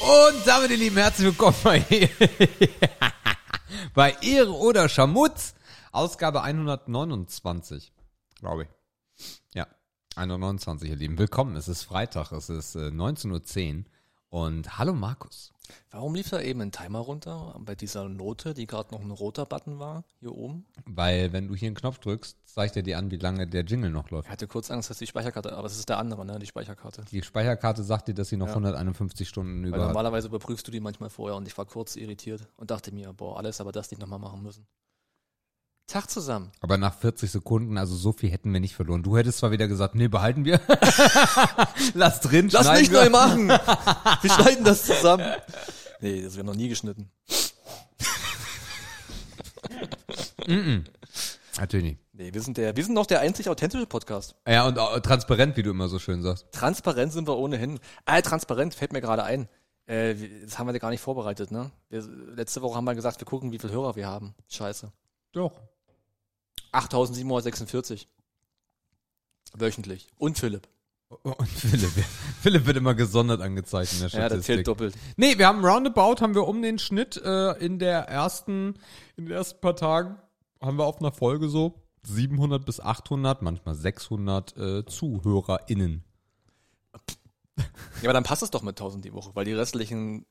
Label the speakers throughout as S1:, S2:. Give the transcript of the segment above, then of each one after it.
S1: Und damit, ihr Lieben, herzlich willkommen bei, bei Ehre oder Schamutz, Ausgabe 129, glaube ich. Ja, 129, ihr Lieben. Willkommen, es ist Freitag, es ist äh, 19.10 Uhr und hallo Markus.
S2: Warum lief da eben ein Timer runter bei dieser Note, die gerade noch ein roter Button war, hier oben?
S1: Weil, wenn du hier einen Knopf drückst, zeigt er dir an, wie lange der Jingle noch läuft.
S2: Ich hatte kurz Angst, dass die Speicherkarte, aber es ist der andere, ne, die Speicherkarte.
S1: Die Speicherkarte sagt dir, dass sie noch
S2: Ja.
S1: 151 Stunden
S2: Weil
S1: über hat.
S2: normalerweise überprüfst du die manchmal vorher und ich war kurz irritiert und dachte mir, boah, alles, aber das nicht nochmal machen müssen. Tag zusammen.
S1: Aber nach 40 Sekunden, also so viel hätten wir nicht verloren. Du hättest zwar wieder gesagt, nee, behalten wir. Lass drin,
S2: Lass
S1: schneiden
S2: mich
S1: wir.
S2: neu machen! Wir schneiden das zusammen. Nee, das wird noch nie geschnitten.
S1: Natürlich nicht.
S2: Nee, wir sind der, wir sind noch der einzig authentische Podcast.
S1: Ja, und auch transparent, wie du immer so schön sagst.
S2: Transparent sind wir ohnehin. Ah, transparent fällt mir gerade ein. Äh, wir- das haben wir gar nicht vorbereitet, ne? Wir, letzte Woche haben wir gesagt, wir gucken, wie viele Hörer wir haben. Scheiße.
S1: Doch.
S2: 8746. Wöchentlich. Und Philipp.
S1: Und Philipp, Philipp wird immer gesondert angezeigt in der
S2: Ja, das
S1: Statistik.
S2: zählt doppelt.
S1: nee, wir haben Roundabout, haben wir um den Schnitt äh, in der ersten, in den ersten paar Tagen, haben wir auf einer Folge so 700 bis 800, manchmal 600 äh, ZuhörerInnen.
S2: Ja, aber dann passt es doch mit 1000 die Woche, weil die restlichen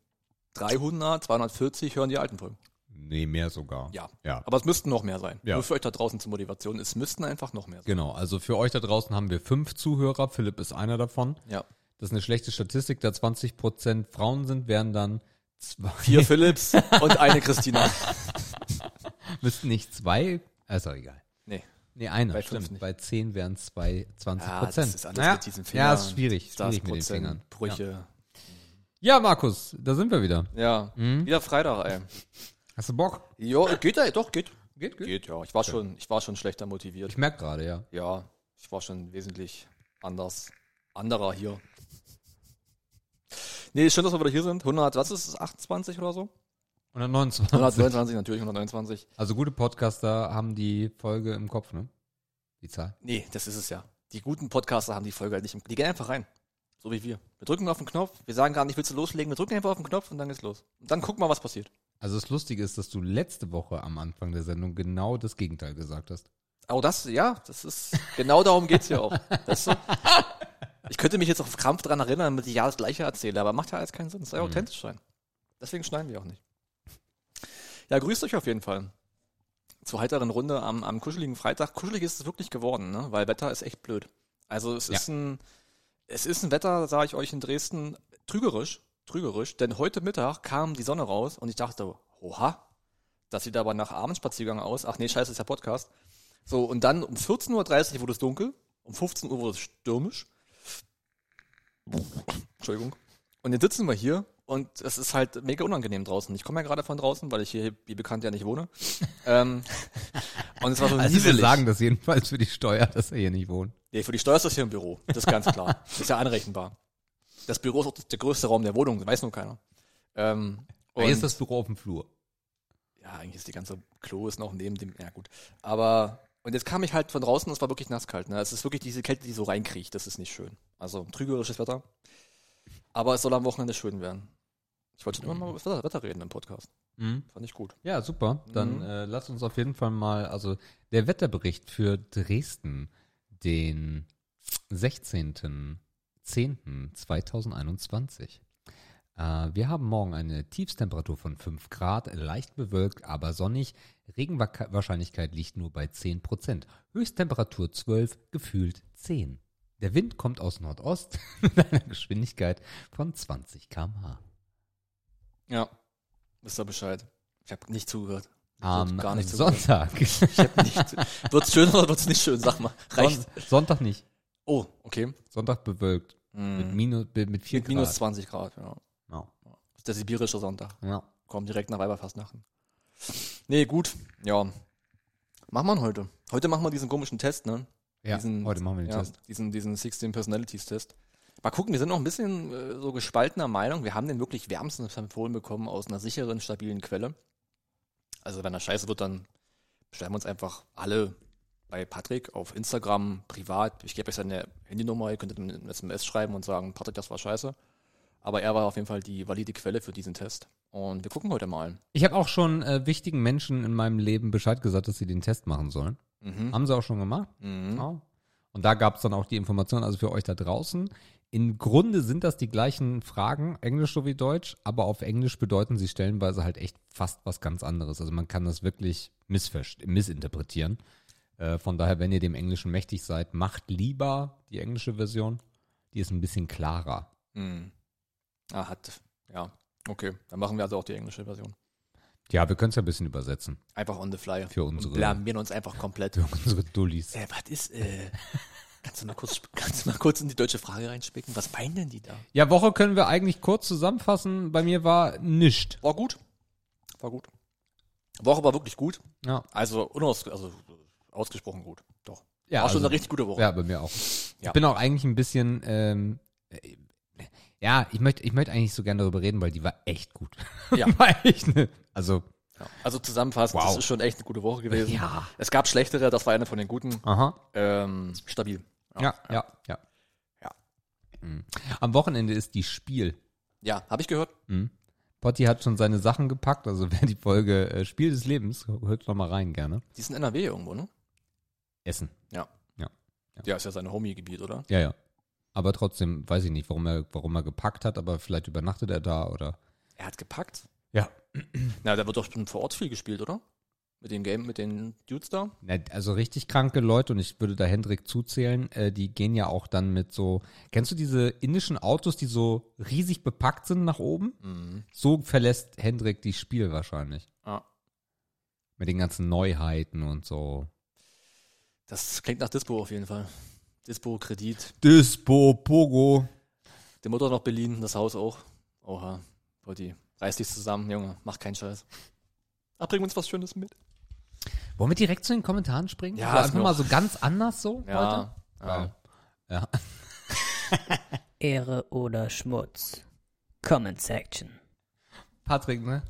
S2: 300, 240 hören die alten Folgen.
S1: Nee, mehr sogar.
S2: Ja.
S1: Ja.
S2: Aber es müssten noch mehr sein.
S1: Ja.
S2: Nur für euch da draußen zur Motivation. Es müssten einfach noch mehr sein.
S1: Genau, also für euch da draußen haben wir fünf Zuhörer, Philipp ist einer davon.
S2: Ja.
S1: Das ist eine schlechte Statistik, da 20% Frauen sind, wären dann zwei,
S2: Vier Philips und eine Christina.
S1: müssten nicht zwei, also egal.
S2: Nee.
S1: Nee, einer,
S2: Bei fünf
S1: stimmt.
S2: nicht.
S1: Bei zehn wären es zwei, 20
S2: Ah,
S1: Prozent.
S2: das ist alles mit diesen Fingern.
S1: ja, ist schwierig,
S2: Das
S1: schwierig mit den Fingern. Ja.
S2: Brüche.
S1: ja, Markus, da sind wir wieder.
S2: Ja.
S1: Mhm.
S2: Wieder Freitag, ey.
S1: Hast du Bock?
S2: Ja, geht ey, doch, geht.
S1: Geht, geht.
S2: Geht, ja. Ich war schon, ich war schon schlechter motiviert.
S1: Ich merke gerade, ja.
S2: Ja, ich war schon wesentlich anders, anderer hier. Nee, schön, dass wir wieder hier sind. 100, was ist es, 28 oder so?
S1: 129.
S2: 129, natürlich 129.
S1: Also gute Podcaster haben die Folge im Kopf, ne? Die Zahl.
S2: Nee, das ist es ja. Die guten Podcaster haben die Folge halt nicht im Die gehen einfach rein. So wie wir. Wir drücken auf den Knopf, wir sagen gar nicht, willst du loslegen? Wir drücken einfach auf den Knopf und dann geht's los. Und dann gucken wir, was passiert.
S1: Also das Lustige ist, dass du letzte Woche am Anfang der Sendung genau das Gegenteil gesagt hast.
S2: Aber das, ja, das ist, genau darum geht's ja auch. Das ist so, ich könnte mich jetzt auf Krampf dran erinnern, damit ich ja das Gleiche erzähle, aber macht ja alles keinen Sinn. Es soll ja authentisch sein. Deswegen schneiden wir auch nicht. Ja, grüßt euch auf jeden Fall. Zur heiteren Runde am, am kuscheligen Freitag. Kuschelig ist es wirklich geworden, ne? weil Wetter ist echt blöd. Also es
S1: Ja.
S2: ist ein, es ist ein Wetter, sage ich euch in Dresden, trügerisch, trügerisch, denn heute Mittag kam die Sonne raus und ich dachte, oha, das sieht aber nach Abendspaziergang aus. Ach nee, scheiße, ist ja Podcast. So, und dann um 14.30 Uhr wurde es dunkel, um 15 Uhr wurde es stürmisch. Entschuldigung. Und jetzt sitzen wir hier und es ist halt mega unangenehm draußen. Ich komme ja gerade von draußen, weil ich hier, wie bekannt, ja nicht wohne. ähm, und es war so
S1: Also wir
S2: nieselig.
S1: sagen das jedenfalls für die Steuer, dass er hier nicht wohnt.
S2: Nee, für die Steuer ist das hier im Büro. Das ist ganz klar. Das ist ja anrechenbar. Das Büro ist auch der größte Raum der Wohnung, das weiß nur keiner. Ähm,
S1: Hier
S2: und-
S1: ist das Büro auf dem Flur.
S2: ja, eigentlich ist die ganze Klo ist noch neben dem, ja gut. Aber, und jetzt kam ich halt von draußen und es war wirklich nasskalt. Ne? Es ist wirklich diese Kälte, die so reinkriegt, das ist nicht schön. Also trügerisches Wetter. Aber es soll am Wochenende schön werden. Ich wollte schon immer mal über das Wetter, Wetter reden im Podcast.
S1: Mhm.
S2: Fand ich gut.
S1: Ja, super. Dann
S2: Mhm.
S1: äh, lass uns auf jeden Fall mal, also der Wetterbericht für Dresden, den 16.10.2021. Äh, wir haben morgen eine Tiefstemperatur von 5 Grad, leicht bewölkt, aber sonnig. Regenwahrscheinlichkeit liegt nur bei 10 Prozent. Höchsttemperatur 12, gefühlt 10. Der Wind kommt aus Nordost mit einer Geschwindigkeit von 20 km/h.
S2: Ja. Wisst ihr Bescheid? Ich habe nicht zugehört. Ich hab
S1: Am
S2: gar nicht zugehört.
S1: Sonntag.
S2: Ich hab nicht. zu- Wird's schön oder wird's nicht schön? Sag mal. Reicht.
S1: Son Sonntag nicht.
S2: Oh, okay.
S1: Sonntag bewölkt. Mit
S2: Hm.
S1: minus, mit Mhm. mit vier
S2: Mit minus
S1: Grad.
S2: 20 Grad, ja.
S1: Ja.
S2: Das ist der sibirische Sonntag.
S1: Ja.
S2: Komm, direkt nach Weiberfastnachten. Nee, gut. Ja. Machen wir ihn heute. Heute machen wir diesen komischen Test, ne?
S1: ja.
S2: diesen,
S1: Heute machen wir den
S2: ja,
S1: Test.
S2: Diesen, diesen 16 Personalities Test. Mal gucken, wir sind noch ein bisschen äh, so gespaltener Meinung. Wir haben den wirklich wärmstens empfohlen bekommen aus einer sicheren, stabilen Quelle. Also wenn er scheiße wird, dann stellen wir uns einfach alle bei Patrick auf Instagram, privat. Ich gebe euch seine Handynummer, ihr könntet ihm eine SMS schreiben und sagen, Patrick, das war scheiße. Aber er war auf jeden Fall die valide Quelle für diesen Test. Und wir gucken heute mal.
S1: Ich habe auch schon äh, wichtigen Menschen in meinem Leben Bescheid gesagt, dass sie den Test machen sollen.
S2: Mhm.
S1: Haben sie auch schon gemacht.
S2: Mhm.
S1: Ja. Und da gab es dann auch die Information, also für euch da draußen. Im Grunde sind das die gleichen Fragen, Englisch sowie Deutsch, aber auf Englisch bedeuten sie stellenweise halt echt fast was ganz anderes. Also man kann das wirklich missverst- missinterpretieren. Äh, von daher, wenn ihr dem Englischen mächtig seid, macht lieber die englische Version. Die ist ein bisschen klarer.
S2: Mhm. Ah, hat. Ja. Okay. Dann machen wir also auch die englische Version.
S1: Ja, wir können es ja ein bisschen übersetzen
S2: Einfach on the fly.
S1: für
S2: Und
S1: unsere,
S2: blamieren uns einfach komplett.
S1: für unsere Dullis.
S2: Äh, was ist, äh, kannst du mal kurz, kannst du mal kurz in die deutsche Frage reinspicken? Was meinen denn die da?
S1: Ja, Woche können wir eigentlich kurz zusammenfassen. Bei mir war nischt.
S2: War gut. War gut. Woche war wirklich gut.
S1: Ja,
S2: Also, unaus, also ausgesprochen gut. Doch.
S1: ja
S2: war schon
S1: also-
S2: eine richtig gute Woche.
S1: Ja, bei mir auch.
S2: Ja.
S1: Ich bin auch eigentlich ein bisschen, ähm, äh, ja, ich möchte ich möchte eigentlich so gerne darüber reden, weil die war echt gut.
S2: Ja.
S1: war echt ne, also,
S2: Ja. Also zusammenfassend,
S1: Wow.
S2: das ist schon echt eine gute Woche gewesen.
S1: Ja.
S2: Es gab schlechtere, das war eine von den guten.
S1: aha,
S2: Ähm, stabil.
S1: ja, ja, ja.
S2: Ja.
S1: Mhm. Am Wochenende ist die Spiel.
S2: Ja, habe ich gehört.
S1: Mhm. Potti hat schon seine Sachen gepackt, also wer die Folge äh, Spiel des Lebens, hört noch mal rein gerne.
S2: Die ist in NRW irgendwo, ne?
S1: Essen.
S2: Ja, ist ja sein Homie-Gebiet, oder?
S1: Ja, ja. Aber trotzdem weiß ich nicht, warum er, warum er gepackt hat, aber vielleicht übernachtet er da oder.
S2: Er hat gepackt.
S1: Ja.
S2: Na, da wird doch schon vor Ort viel gespielt, oder? Mit dem Game, mit den Dudes da.
S1: Na, Also richtig kranke Leute, und ich würde da Hendrik zuzählen, äh, die gehen ja auch dann mit so, kennst du diese indischen Autos, die so riesig bepackt sind nach oben?
S2: Mhm.
S1: So verlässt Hendrik die Spiel wahrscheinlich.
S2: Ja.
S1: Mit den ganzen Neuheiten und so.
S2: Das klingt nach Dispo auf jeden Fall. Dispo, Kredit.
S1: Dispo, Pogo.
S2: Die Mutter noch Berlin, das Haus auch. Oha, Body. Reiß dich zusammen, Junge. Mach keinen Scheiß. Ach, bring uns was Schönes mit.
S1: Wollen wir direkt zu den Kommentaren springen?
S2: Ja,
S1: Also
S2: ist
S1: einfach
S2: mir
S1: mal
S2: auch-
S1: so ganz anders so heute.
S2: Ja.
S1: Wow.
S2: ja.
S1: Ja.
S3: Ehre oder Schmutz. Comment Section.
S1: Patrick, ne?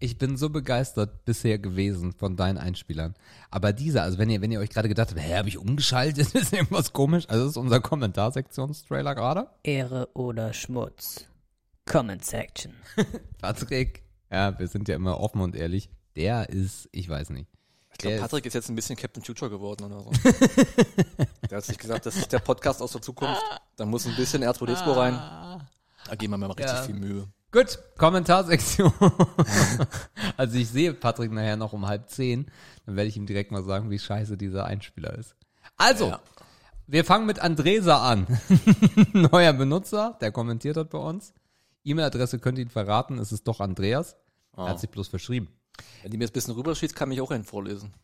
S1: Ich bin so begeistert bisher gewesen von deinen Einspielern. Aber dieser, also wenn ihr, wenn ihr euch gerade gedacht habt, hä, habe ich umgeschaltet, ist irgendwas komisch. Also das ist unser Kommentarsektionstrailer gerade.
S3: Ehre oder Schmutz. Comment Section.
S1: Patrick, ja, wir sind ja immer offen und ehrlich. Der ist, ich weiß nicht.
S2: Ich glaube,
S1: Der
S2: Patrick ist jetzt ein bisschen Captain Future geworden oder so. der hat sich gesagt, das ist der Podcast aus der Zukunft. Da muss ein bisschen R2D2 rein. Da geben wir mir mal richtig
S1: Ja.
S2: viel Mühe.
S1: Gut, Kommentarsektion. also ich sehe Patrick nachher noch um halb zehn. Dann werde ich ihm direkt mal sagen, wie scheiße dieser Einspieler ist. Also,
S2: Ja.
S1: wir fangen mit Andresa an. Neuer Benutzer, der kommentiert hat bei uns. E-Mail-Adresse könnt ihr ihn verraten, es ist doch Andreas. Er hat sich bloß verschrieben.
S2: Wenn die mir jetzt ein bisschen rüberschießt, kann ich auch einen vorlesen.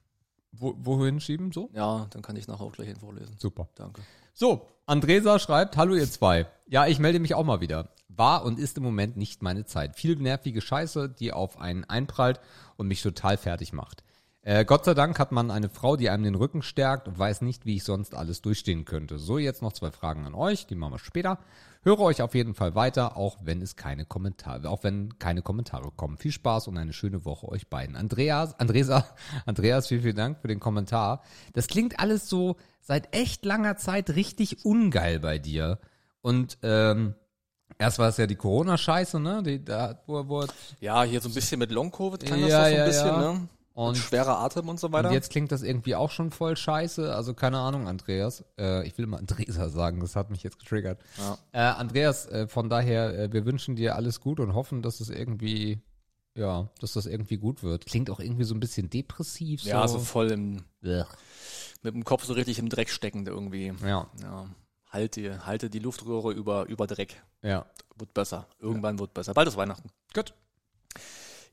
S1: Wo, wohin schieben? So?
S2: Ja, dann kann ich nachher auch gleich einen vorlesen.
S1: Super.
S2: Danke.
S1: So, Andresa schreibt, hallo ihr zwei. Ja, ich melde mich auch mal wieder. War und ist im Moment nicht meine Zeit. Viel nervige Scheiße, die auf einen einprallt und mich total fertig macht. Äh, Gott sei Dank hat man eine Frau, die einem den Rücken stärkt und weiß nicht, wie ich sonst alles durchstehen könnte. So, jetzt noch zwei Fragen an euch, die machen wir später. Höre euch auf jeden Fall weiter, auch wenn es keine Kommentare, auch wenn keine Kommentare kommen. Viel Spaß und eine schöne Woche euch beiden. Andreas, Andresa, Andreas, vielen, vielen Dank für den Kommentar. Das klingt alles so seit echt langer Zeit richtig ungeil bei dir. Und ähm, erst war es ja die Corona-Scheiße, ne? Die, da, wo, wo,
S2: Ja, hier so ein bisschen mit Long-Covid kann das
S1: Ja,
S2: doch so ein
S1: ja,
S2: bisschen,
S1: ja.
S2: ne?
S1: Und-
S2: Und schwerer Atem und so weiter.
S1: und jetzt klingt das irgendwie auch schon voll scheiße. Also keine Ahnung, Andreas. Äh, ich will immer Andresa sagen, das hat mich jetzt getriggert.
S2: Ja.
S1: Äh, Andreas, äh, von daher, äh, wir wünschen dir alles gut und hoffen, dass es irgendwie, ja, dass das irgendwie gut wird. Klingt auch irgendwie so ein bisschen depressiv. So.
S2: Ja, so voll im,
S1: Blech.
S2: mit dem Kopf so richtig im Dreck steckend irgendwie.
S1: ja,
S2: Ja. Halte, halte die Luftröhre über, über Dreck.
S1: ja.
S2: Wird besser. Irgendwann wird besser. Bald ist Weihnachten.
S1: Gut.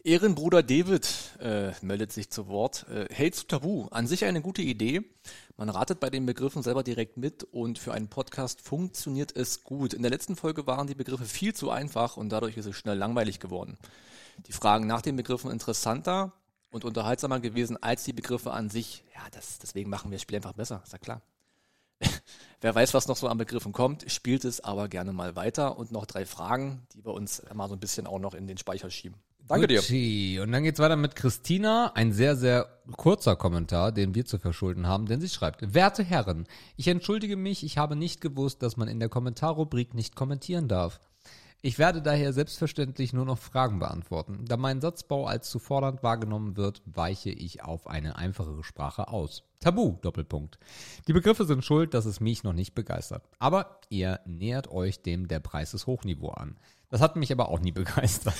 S2: Ehrenbruder David äh, meldet sich zu Wort. Äh, Hate zu Tabu. An sich eine gute Idee. Man ratet bei den Begriffen selber direkt mit und für einen Podcast funktioniert es gut. In der letzten Folge waren die Begriffe viel zu einfach und dadurch ist es schnell langweilig geworden. Die Fragen nach den Begriffen interessanter und unterhaltsamer gewesen als die Begriffe an sich. Ja, das, deswegen machen wir das Spiel einfach besser. Ist ja klar. Wer weiß, was noch so an Begriffen kommt, spielt es aber gerne mal weiter und noch drei Fragen, die wir uns mal so ein bisschen auch noch in den Speicher schieben. Danke dir.
S1: Gucci. Und dann geht's weiter mit Christina. Ein sehr, sehr kurzer Kommentar, den wir zu verschulden haben, denn sie schreibt, Werte Herren, ich entschuldige mich, ich habe nicht gewusst, dass man in der Kommentarrubrik nicht kommentieren darf. Ich werde daher selbstverständlich nur noch Fragen beantworten. Da mein Satzbau als zu fordernd wahrgenommen wird, weiche ich auf eine einfachere Sprache aus. Tabu, Doppelpunkt. Die Begriffe sind schuld, dass es mich noch nicht begeistert. Aber ihr nähert euch dem der Preis ist Hochniveau an. Das hat mich aber auch nie begeistert.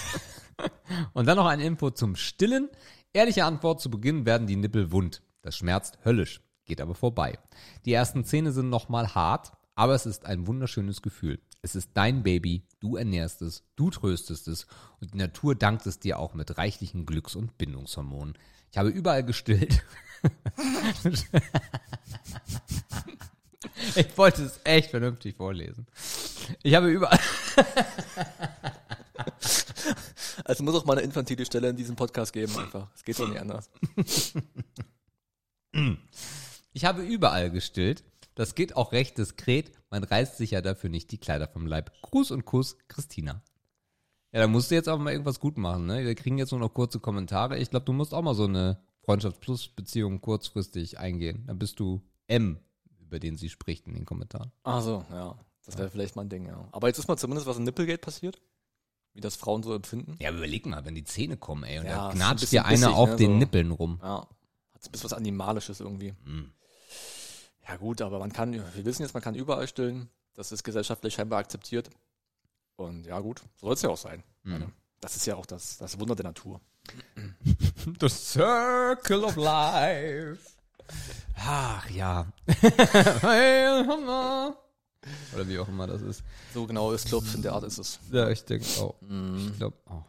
S1: Und dann noch eine Info zum Stillen. Ehrliche Antwort, zu Beginn werden die Nippel wund. Das schmerzt höllisch, geht aber vorbei. Die ersten Zähne sind nochmal hart, aber es ist ein wunderschönes Gefühl. Es ist dein Baby, du ernährst es, du tröstest es und die Natur dankt es dir auch mit reichlichen Glücks- und Bindungshormonen. Ich habe überall gestillt. ich wollte es echt vernünftig vorlesen. Ich habe überall.
S2: Also muss auch mal eine infantile Stelle in diesem Podcast geben einfach. Es geht doch nicht anders.
S1: Ich habe überall gestillt. Das geht auch recht diskret. Man reißt sich ja dafür nicht die Kleider vom Leib. Gruß und Kuss, Christina. Ja, da musst du jetzt auch mal irgendwas gut machen. Ne? Wir kriegen jetzt nur noch kurze Kommentare. Ich glaube, du musst auch mal so eine Freundschafts-Plus-Beziehung kurzfristig eingehen. Dann bist du M, über den sie spricht in den Kommentaren.
S2: Ach so, ja. Das wäre vielleicht mal ein Ding, ja. Aber jetzt ist mal zumindest, was in Nippelgate passiert. Wie das Frauen so empfinden.
S1: Ja, aber überleg mal, wenn die Zähne kommen, ey, und
S2: Ja,
S1: da
S2: ist ein
S1: knatscht
S2: bisschen
S1: dir einer
S2: bissig,
S1: auf
S2: ne,
S1: den
S2: so.
S1: Nippeln rum.
S2: Ja. Hat so ein bisschen was Animalisches irgendwie.
S1: Mhm.
S2: Ja gut, aber man kann, wir wissen jetzt, man kann überall stillen. Das ist gesellschaftlich scheinbar akzeptiert. Und ja gut, so soll es ja auch sein. Also,
S1: Mhm.
S2: Das ist ja auch das, das Wunder der Natur.
S1: The Circle of Life. Ach ja. Oder wie auch immer das ist.
S2: So genau ist Clubs in der Art ist es.
S1: Ja, ich denke auch.
S2: Mhm.
S1: Ich glaube auch.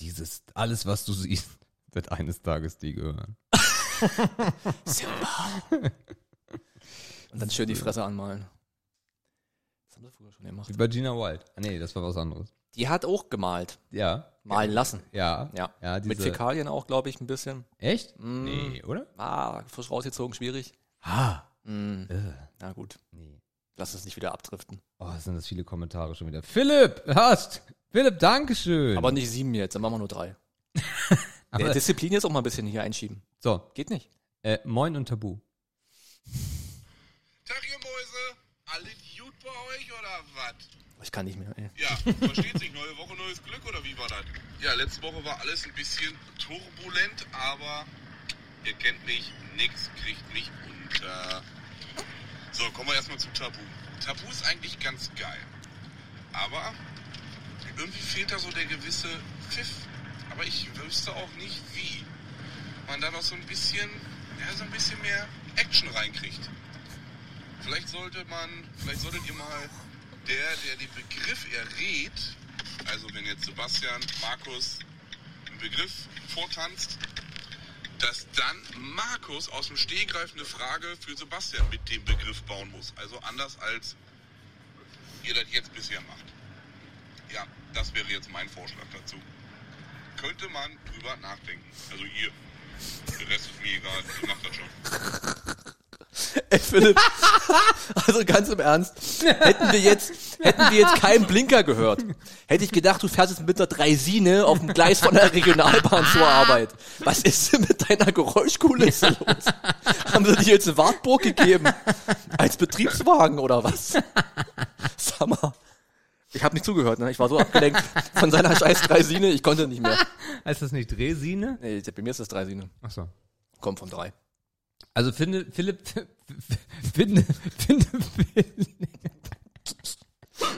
S1: Dieses, alles, was du siehst, wird eines Tages dir gehören.
S2: Und dann schön die Fresse anmalen. Das haben sie früher schon gemacht.
S1: Wie bei Gina Wild. Ah, nee, das war was anderes.
S2: Die hat auch gemalt.
S1: Ja.
S2: Malen lassen.
S1: Ja.
S2: Ja.
S1: Ja,
S2: Mit
S1: diese,
S2: Fäkalien auch, glaube ich, ein bisschen.
S1: Echt?
S2: Mm.
S1: Nee, oder?
S2: Ah, frisch rausgezogen, schwierig.
S1: Ha.
S2: Mm.
S1: Äh,
S2: Na gut,
S1: nee.
S2: lass es nicht wieder abdriften.
S1: Oh, sind das viele Kommentare schon wieder. Philipp, hast. Philipp, Dankeschön.
S2: Aber nicht sieben jetzt, dann machen wir nur drei.
S1: Aber-
S2: Der Disziplin jetzt auch mal ein bisschen hier einschieben.
S1: so,
S2: Geht nicht.
S1: äh, Moin und Tabu.
S4: Tag, ihr Mäuse. Alle gut bei euch oder was?
S2: Ich kann nicht mehr. Ey.
S4: Ja, versteht sich. Neue Woche, neues Glück oder wie war das? Ja, letzte Woche war alles ein bisschen turbulent, aber ihr kennt mich. Nix kriegt mich unter. So, kommen wir erstmal zum Tabu. Tabu ist eigentlich ganz geil. Aber irgendwie fehlt da so der gewisse Pfiff. Aber ich wüsste auch nicht wie. Man da noch so ein bisschen, ja, so ein bisschen mehr Action reinkriegt. Vielleicht sollte man, vielleicht solltet ihr mal der, der den Begriff errät, also wenn jetzt Sebastian, Markus einen Begriff vortanzt, dass dann Markus aus dem Stehgreif eine Frage für Sebastian mit dem Begriff bauen muss. Also anders als ihr das jetzt bisher macht. Ja, das wäre jetzt mein Vorschlag dazu. Könnte man drüber nachdenken. Also ihr. Der Rest ist mir egal, ihr macht das schon.
S2: Ey, Philipp. Also ganz im Ernst. Hätten wir jetzt, hätten wir jetzt keinen Blinker gehört, hätte ich gedacht, du fährst jetzt mit einer Dreisine auf dem Gleis von der Regionalbahn zur Arbeit. Was ist denn mit deiner Geräuschkulisse los? Haben sie dir jetzt eine Wartburg gegeben? Als Betriebswagen oder was? Sag mal. Ich habe nicht zugehört, ne? Ich war so abgelenkt von seiner scheiß Dreisine, ich konnte nicht mehr.
S1: Heißt das nicht Resine?
S2: Nee, bei mir ist das Dreisine.
S1: Achso.
S2: Kommt von drei.
S1: Also finde, Philipp, finde, finde, finde,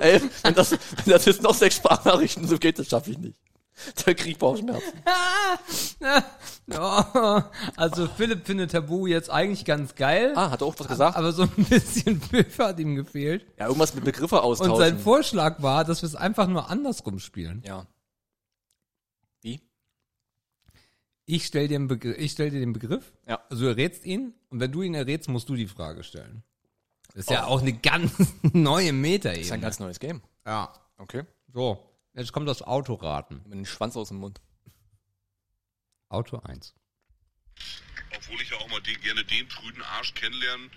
S2: Ey, wenn das, wenn das jetzt noch sechs Sprachnachrichten so geht, das schaffe ich nicht. Der kriegt Bauchschmerzen.
S1: Oh, also Philipp findet Tabu jetzt eigentlich ganz geil,
S2: Ah, hat er auch was gesagt?
S1: aber so ein bisschen Pfiff hat ihm gefehlt.
S2: Ja, irgendwas mit Begriffe austauschen.
S1: Und sein Vorschlag war, dass wir es einfach nur andersrum spielen.
S2: ja. Wie?
S1: Ich stell dir, einen Begr- ich stell dir den Begriff,
S2: Ja.
S1: also du errätst ihn und wenn du ihn errätst, musst du die Frage stellen. Das ist ja auch eine ganz neue
S2: Oh. Ist ein
S1: Metaebene.
S2: ganz neues Game.
S1: Ja,
S2: Okay.
S1: so. Jetzt kommt das Autoraten.
S2: Mit dem Schwanz aus dem Mund.
S1: Auto 1.
S4: obwohl ich ja auch mal den, gerne den prüden Arsch kennenlernen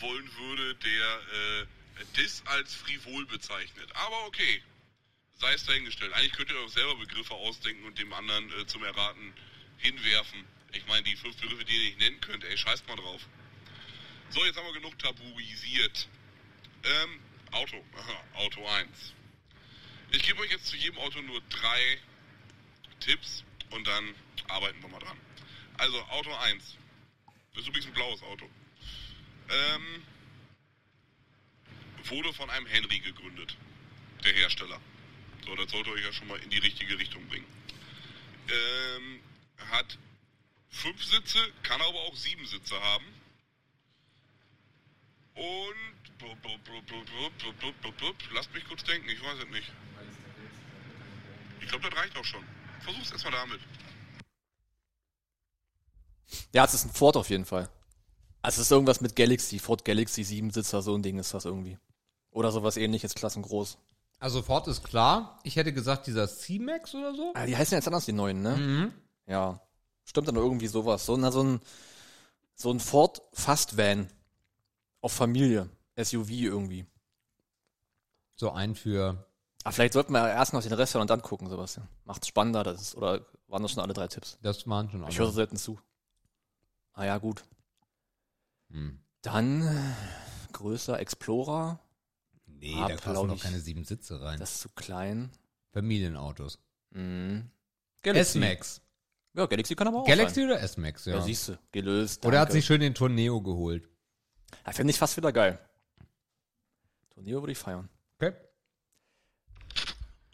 S4: wollen würde, der äh, Dis als frivol bezeichnet. Aber okay, sei es dahingestellt. Eigentlich könnt ihr euch selber Begriffe ausdenken und dem anderen äh, zum Erraten hinwerfen. Ich meine, die fünf Begriffe, die ihr nicht nennen könnt, ey, scheißt mal drauf. So, jetzt haben wir genug tabuisiert. Ähm, Auto. Aha, Auto 1. Ich gebe euch jetzt zu jedem Auto nur drei Tipps und dann arbeiten wir mal dran. Also Auto 1. Das ist übrigens ein blaues Auto. Ähm, wurde von einem Henry gegründet, der Hersteller. So, das sollte euch ja schon mal in die richtige Richtung bringen. Ähm, hat fünf Sitze, kann aber auch sieben Sitze haben. Und blub, blub, blub, blub, blub, blub, blub, blub, blub. lasst mich kurz denken, ich weiß es nicht. Ich glaube, das reicht auch schon. Versuch's erstmal damit.
S2: Ja, es ist ein Ford auf jeden Fall. Also es ist irgendwas mit Galaxy, Ford Galaxy 7 Sitzer, so ein Ding ist das irgendwie. Oder sowas ähnliches, klassengroß.
S1: Also Ford ist klar. Ich hätte gesagt, dieser C-Max oder so.
S2: Ah, die heißen ja jetzt anders, die neuen, ne? Ja. Stimmt dann irgendwie sowas. So, na, so ein, so ein Ford Fast Van. Auf Familie. SUV irgendwie.
S1: So ein für.
S2: Ah, vielleicht sollten wir erst noch den Rest hören und dann gucken, Sebastian. Macht's spannender, das ist, oder waren das schon alle drei Tipps?
S1: Das waren schon
S2: Ich höre so
S1: andere.
S2: selten zu. Ah ja, gut.
S1: Hm.
S2: Dann äh, größer Explorer.
S1: Nee,
S2: Ah,
S1: da passen
S2: glaub
S1: noch
S2: ich.
S1: keine sieben Sitze rein.
S2: Das ist zu klein.
S1: Familienautos.
S2: Mhm.
S1: S-Max.
S2: Ja, Galaxy kann aber auch
S1: Galaxy
S2: sein.
S1: oder S-Max,
S2: Ja,
S1: ja.
S2: siehst du. Gelöst.
S1: oder hat
S2: danke.
S1: sich schön den Torneo geholt.
S2: Ja, Finde ich fast wieder geil. Turnier würde ich feiern.
S1: Okay.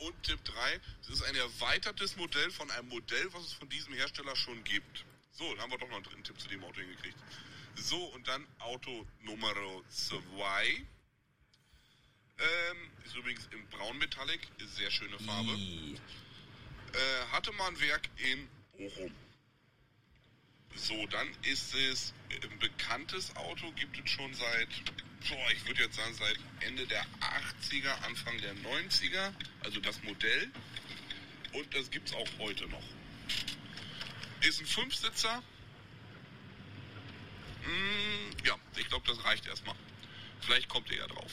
S4: Und Tipp 3, es ist ein erweitertes Modell von einem Modell, was es von diesem Hersteller schon gibt. So, dann haben wir doch noch einen dritten Tipp zu dem Auto hingekriegt. So, und dann Auto Nummer 2. Ähm, ist übrigens im Braun Metallic, ist sehr schöne Farbe.
S2: Mm.
S4: Äh, hatte mal ein Werk in Bochum. So, dann ist es äh, ein bekanntes Auto, gibt es schon seit, boah, ich würde jetzt sagen, seit Ende der 80er, Anfang der 90er, also das Modell. Und das gibt es auch heute noch. Ist ein Fünfsitzer. Mm, ja, ich glaube, das reicht erstmal. Vielleicht kommt ihr ja drauf.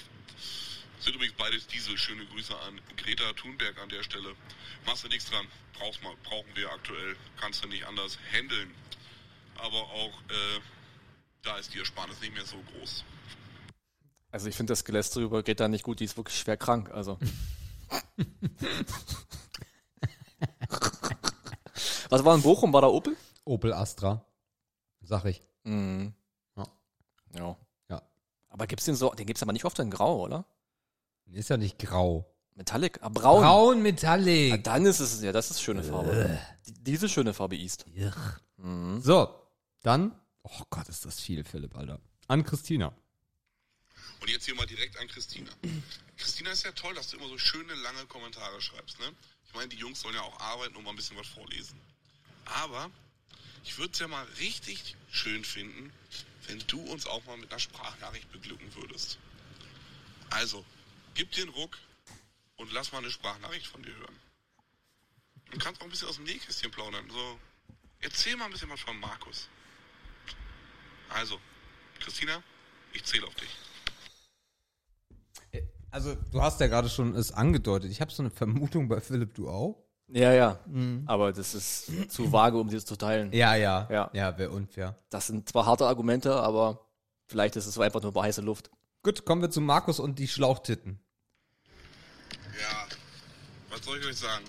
S4: Sind übrigens beides Diesel. Schöne Grüße an Greta Thunberg an der Stelle. Machst du nichts dran. Brauchst mal, brauchen wir aktuell. Kannst du nicht anders handeln aber auch äh, da ist die Ersparnis nicht mehr so groß.
S2: Also ich finde das Gelästere über Greta nicht gut, die ist wirklich schwer krank. Also. Was war in Bochum? War da Opel?
S1: Opel Astra. Sag ich.
S2: Mhm.
S1: Ja.
S2: Ja.
S1: Ja.
S2: Aber gibt's den so, den gibt's aber nicht oft in Grau, oder?
S1: Ist ja nicht grau.
S2: Metallic, ah, braun.
S1: Braun
S2: Ah,
S1: Metallic.
S2: dann ist es, ja, das ist schöne
S1: Äh.
S2: Farbe. Die- Diese schöne Farbe East.
S1: Irr.
S2: Mhm.
S1: So, dann. Oh Gott, ist das viel, Philipp, Alter. An Christina.
S4: Und jetzt hier mal direkt an Christina. Christina ist ja toll, dass du immer so schöne lange Kommentare schreibst, ne? Ich meine, die Jungs sollen ja auch arbeiten und mal ein bisschen was vorlesen. Aber ich würde es ja mal richtig schön finden, wenn du uns auch mal mit einer Sprachnachricht beglücken würdest. Also, gib dir einen Ruck und lass mal eine Sprachnachricht von dir hören. Du kannst auch ein bisschen aus dem Nähkästchen plaudern. So, erzähl mal ein bisschen was von Markus. Also, Christina, ich zähle auf dich.
S1: Also, du hast ja gerade schon es angedeutet. Ich habe so eine Vermutung bei Philipp, du auch?
S2: Ja, ja. Aber das ist zu vage, um dieses zu teilen.
S1: Mhm. Ja, ja.
S2: Ja.
S1: ja wäre unfair.
S2: Das sind zwar harte Argumente, aber vielleicht ist es so einfach nur heiße Luft.
S1: Gut, kommen wir zu Markus und die Schlauchtitten.
S4: Ja, was soll ich euch sagen?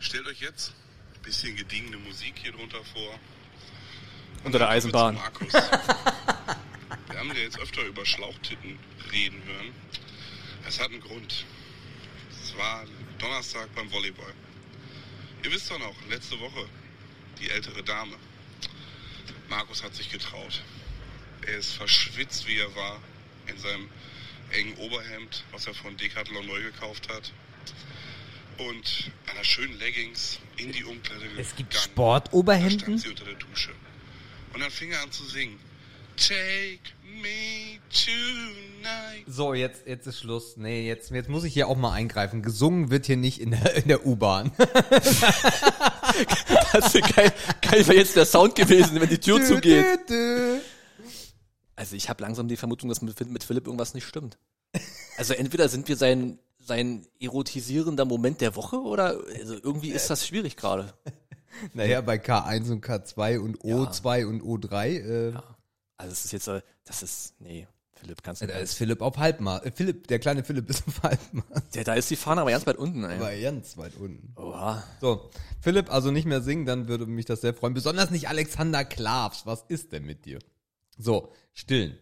S4: Stellt euch jetzt ein bisschen gediegene Musik hier drunter vor.
S2: Unter der Eisenbahn.
S4: Jetzt Markus. Wir haben ja jetzt öfter über Schlauchtitten reden hören. Es hat einen Grund. Es war Donnerstag beim Volleyball. Ihr wisst doch noch, letzte Woche, die ältere Dame. Markus hat sich getraut. Er ist verschwitzt, wie er war, in seinem engen Oberhemd, was er von Decathlon neu gekauft hat. Und einer schönen Leggings in die Umkleide
S1: Es gibt
S4: gegangen. Da stand
S1: Sportoberhemden.
S4: sie unter der Dusche. Und dann fing er an zu singen. Take me tonight.
S1: So, jetzt, jetzt ist Schluss. Nee, jetzt, jetzt muss ich hier auch mal eingreifen. Gesungen wird hier nicht in der, in der U-Bahn.
S2: Das wäre geil, geil wäre jetzt der Sound gewesen, wenn die Tür zugeht.
S1: Dü, dü, dü.
S2: Also ich habe langsam die Vermutung, dass mit, mit Philipp irgendwas nicht stimmt. Also entweder sind wir sein, sein erotisierender Moment der Woche oder also irgendwie ist das schwierig gerade.
S1: Naja, bei K1 und K2 und O2 und O3. Äh,
S2: Also es ist jetzt, äh, das ist, nee. Philipp, kannst
S1: Da
S2: du
S1: ist Philipp auf Halbmar. Äh, Philipp, der kleine Philipp ist auf Halbmar.
S2: Ja, da ist die Fahne aber ganz weit unten, ey.
S1: Aber ganz weit unten.
S2: Oha.
S1: So, Philipp, also nicht mehr singen, dann würde mich das sehr freuen. Besonders nicht Alexander Klavs. Was ist denn mit dir? So, stillen.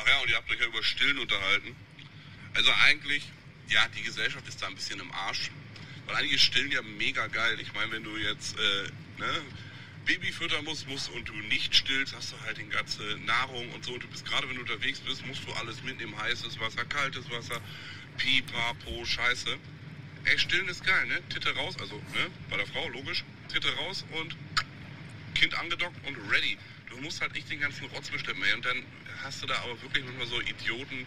S4: Ach ja, und ihr habt euch ja über Stillen unterhalten. Also eigentlich, ja, die Gesellschaft ist da ein bisschen im Arsch. Weil eigentlich ist Stillen ja mega geil. Ich meine, wenn du jetzt äh, ne, Baby füttern musst, musst und du nicht stillst, hast du halt die ganze Nahrung und so. Und du bist gerade, wenn du unterwegs bist, musst du alles mitnehmen. Heißes Wasser, kaltes Wasser, Pipapo, Scheiße. Ey, Stillen ist geil, ne? Titte raus, also ne, bei der Frau, logisch. Titte raus und Kind angedockt und ready. Du musst halt nicht den ganzen Rotz bestimmen, ey. Und dann hast du da aber wirklich manchmal so Idioten,